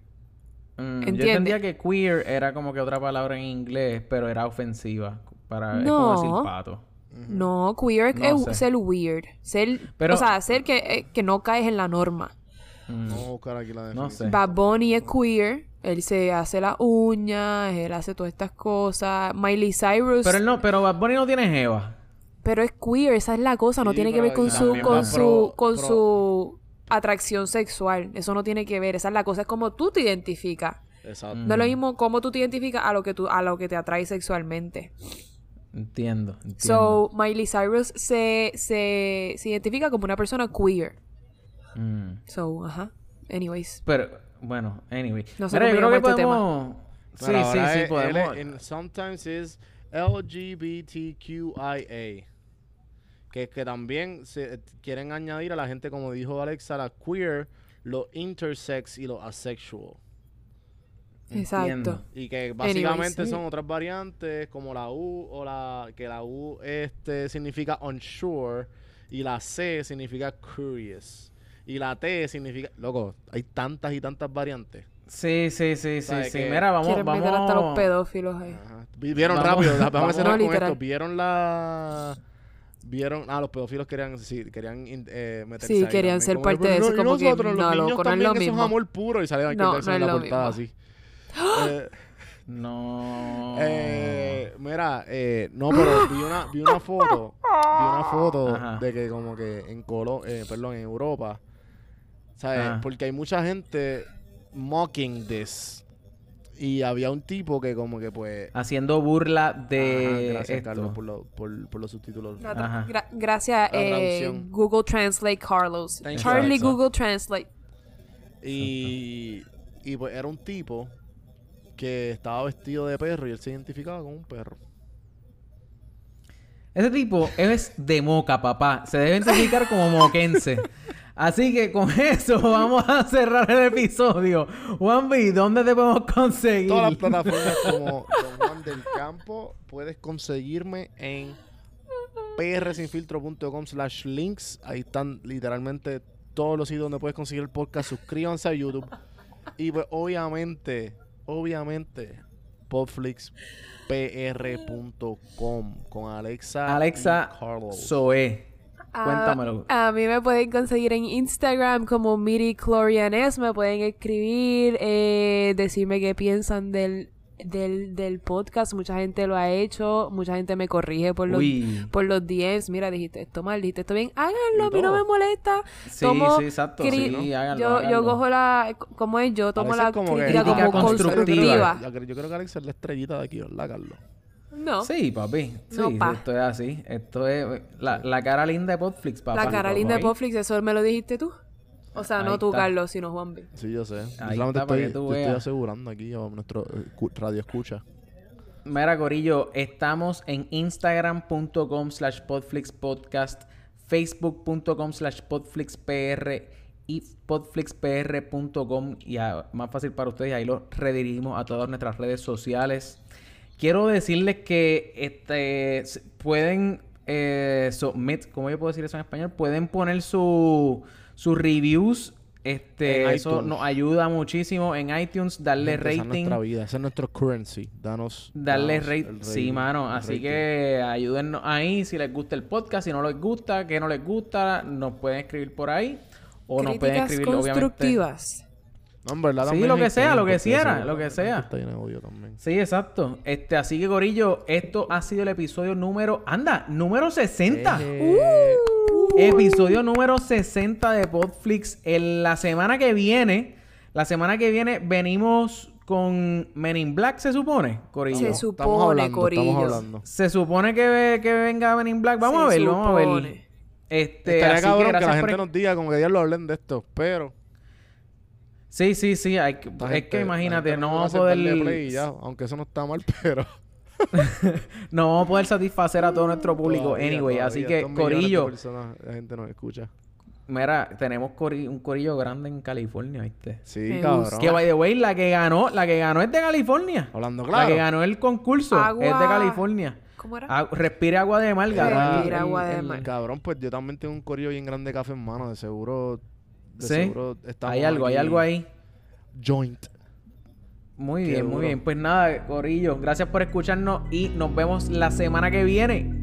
S1: Mm, yo
S3: ¿Entiendes?
S1: entendía que queer era como que otra palabra en inglés, pero era ofensiva. Para, es como
S3: No.
S1: decir pato.
S3: No, queer
S1: No
S3: es
S1: sé.
S3: ser weird. Ser,
S1: Pero-
S3: o sea, ser que, eh, que no caes en la norma.
S1: Mm,
S2: Vamos a buscar aquí la
S1: No sé.
S2: definición.
S3: Bad Bunny es queer. Él se hace las uñas, él hace todas estas cosas. Miley Cyrus.
S1: Pero él no, pero Bad Bunny no tiene jeva.
S3: Pero es queer, esa es la cosa, no
S2: Sí,
S3: tiene que
S2: pero
S3: ver con
S2: ahí
S3: su
S2: también
S3: con
S2: va
S3: su
S2: pro-
S3: con
S2: pro-
S3: su atracción sexual, eso no tiene que ver, esa es la cosa, es como tú te identificas.
S2: Exacto.
S1: Mm.
S3: No es lo mismo cómo tú te identificas a lo que tú a lo que te atrae sexualmente.
S1: Entiendo. entiendo.
S3: So, Miley Cyrus se, se, se identifica como una persona queer.
S1: Mm.
S3: So, ajá. Anyways,
S1: Pero, bueno, anyway.
S3: No sé
S1: Mira, yo
S3: cómo
S1: creo que
S3: llegamos a este
S1: podemos. Sí,
S2: Pero
S1: sí,
S2: ahora
S1: sí,
S2: es-
S1: podemos.
S2: L- en- sometimes es LGBTQIA. Que, que también se, eh, quieren añadir a la gente, como dijo Alexa, la queer, los intersex y los asexual.
S3: Exacto.
S2: Y que básicamente
S3: Mm.
S2: son otras variantes como la U o la que la U este significa unsure y la C significa curious y la T significa loco, hay tantas y tantas variantes.
S1: Sí, sí, sí, sí,
S2: ¿Sabe
S1: sí.
S2: qué?
S1: Mira, vamos,
S3: Quieren
S1: vamos.
S3: meter hasta los pedófilos eh. ahí.
S2: Ajá. Vi- Vieron
S1: Vamos-
S2: rápido, vamos, a
S1: vamos-
S2: cerrar
S3: No,
S2: con
S3: literal.
S2: esto. Vieron la vieron ah los pedófilos querían sí, querían in- eh, meterse
S3: Sí,
S2: ahí
S3: querían
S2: también,
S3: ser
S2: como
S3: parte de
S2: "Pero
S3: eso", como que,
S2: nosotros,
S3: no,
S2: los niños
S3: loco, no es
S2: también,
S3: lo
S2: que eso
S3: mismo.
S2: es amor puro y sale Michael
S3: No,
S2: Jackson
S3: no
S2: en
S3: es
S2: la
S3: lo
S2: portada
S3: mismo.
S2: así. Eh,
S1: No.
S2: Eh, mira, eh, no, pero vi una, vi una foto, vi una foto
S1: Ajá.
S2: de que como que en Colo, eh, perdón, en Europa, ¿sabes?
S1: Ajá.
S2: Porque hay mucha gente mocking this. Y había un tipo que como que pues...
S1: Haciendo burla de
S2: Ajá, gracias,
S1: Ah, eh, esto.
S2: Carlos, por, lo- por- por los subtítulos.
S3: La tra-
S1: Ajá.
S3: gra- gracias,
S2: La
S3: eh,
S2: traducción.
S3: Google Translate Carlos.
S2: Thank you,
S3: Charlie
S2: Alexa.
S3: Google Translate.
S2: Y, y pues era un tipo que estaba vestido de perro y él se identificaba como un perro.
S1: Ese tipo es de moca, papá. Se debe identificar como moquense. Así que con eso vamos a cerrar el episodio. Juanvi, ¿dónde te podemos conseguir?
S2: todas las plataformas como Don Juan del Campo. Puedes conseguirme en prsinfiltro.com slash links. Ahí están literalmente todos los sitios donde puedes conseguir el podcast. Suscríbanse a YouTube. Y pues obviamente, obviamente, podflixpr.com con Alexa.
S1: Alexa
S2: y Carlos.
S1: Zoe.
S3: Ah,
S1: Cuéntamelo.
S3: A mí me pueden conseguir en Instagram como MiriClorianes. Me pueden escribir, eh, decirme qué piensan del, del, del podcast. Mucha gente lo ha hecho. Mucha gente me corrige por los,
S1: Uy.
S3: por los DMs. Mira, dijiste esto mal, dijiste esto bien.
S2: Y
S3: Háganlo, a mí no
S2: todo.
S3: me molesta.
S1: Sí,
S3: Tomo
S1: sí, exacto.
S3: cri-
S1: Sí, háganlo,
S3: yo,
S1: háganlo.
S3: yo cojo la. ¿Cómo es? Yo tomo
S2: Alexa
S3: la
S2: es como que-
S3: crítica
S1: Crítica
S3: como
S1: constructiva.
S3: constructiva.
S2: Yo creo que Alexa es la estrellita de aquí, ¿verdad, Carlos?
S3: No.
S1: Sí, papi. Sí,
S3: No, pa.
S1: esto es así. Esto es la, la cara linda de Podflix, papá.
S3: La cara linda de Popflix, eso me lo dijiste tú. O sea,
S1: Ahí
S3: no tú,
S1: está.
S3: Carlos, sino Juan B.
S2: Sí, yo sé. Yo
S1: Ahí
S2: solamente
S1: está, para que
S2: estoy,
S1: tú
S2: yo estoy
S1: veas.
S2: asegurando aquí a nuestro eh, radio escucha.
S1: Mira, Corillo, estamos en instagram.com slash podflixpodcast, facebook.com slash podflixpr y podflixpr.com y a- más fácil para ustedes, ahí lo redirigimos a todas nuestras redes sociales. Quiero decirles que este, s- pueden eh, submit, ¿cómo yo puedo decir eso en español? Pueden poner su- sus reviews.
S2: En
S1: Este, eso
S2: iTunes.
S1: nos ayuda muchísimo en iTunes, darle
S2: Gente, Esa es
S1: rating.
S2: nuestra vida, ese es nuestro currency. Danos.
S1: Darle
S2: danos
S1: rate.
S2: el
S1: Sí, mano.
S2: el
S1: Así
S2: rating.
S1: que ayúdennos ahí. Si les gusta el podcast, si no les gusta, que no les gusta, nos pueden escribir por ahí. O nos pueden
S3: Críticas
S1: escribir, obviamente.
S3: constructivas.
S2: No, en verdad
S1: Sí,
S2: también
S1: lo que
S2: hay
S1: sea, lo
S2: gente
S1: que quiera,
S2: se-
S1: lo que
S2: la
S1: sea.
S2: gente Está llena de odio también.
S1: Sí, exacto. Este, así que, Gorillo, esto ha sido el episodio número. Anda, número 60.
S2: Eh,
S1: Uh, Episodio número 60 de Podflix. En la semana que viene, la semana que viene venimos con Men in Black, se supone, Corillo.
S3: Se
S2: estamos
S3: supone,
S2: hablando,
S3: corillo.
S2: Estamos hablando.
S1: Se supone que, ve- que venga Men in Black. Vamos
S3: Se
S1: a verlo, vamos a ver.
S3: supone.
S1: Este,
S2: Estaría
S1: así
S2: cabrón
S1: que
S2: que,
S1: gracias
S2: la
S1: por-
S2: gente nos diga como que diablo hablen de esto, pero.
S1: Sí, sí, sí. hay que-
S2: esta
S1: es
S2: gente-
S1: que
S2: la
S1: imagínate,
S2: gente
S1: no
S2: va
S1: vamos a
S2: hacer darle play y
S1: poder...
S2: ya, aunque eso no está mal, pero.
S1: No vamos a poder satisfacer a todo nuestro público
S2: todavía,
S1: anyway.
S2: todavía,
S1: así que,
S2: estos millones de
S1: corillo...
S2: personas, la gente nos escucha.
S1: Mira, tenemos cori- un corillo grande en California, ¿viste?
S2: Sí,
S3: Me gusta.
S2: cabrón.
S1: Que, by the way, la que ganó, la que ganó es de California.
S2: Hablando
S1: La que
S2: claro.
S1: ganó el concurso
S3: Agua.
S1: es de California.
S3: ¿Cómo era?
S1: Ah, respire agua de mar, ganó el-
S3: Respira
S1: el-
S3: agua de
S1: el-
S3: mar.
S2: Cabrón, pues yo también tengo un corillo bien grande de café en mano, de seguro. De
S1: Sí.
S2: seguro estamos
S1: Hay algo, hay
S2: aquí
S1: algo ahí.
S2: Joint.
S1: Muy
S2: Qué
S1: bien, muy
S2: duro.
S1: bien. Pues nada, Corillo, gracias por escucharnos y nos vemos la semana que viene.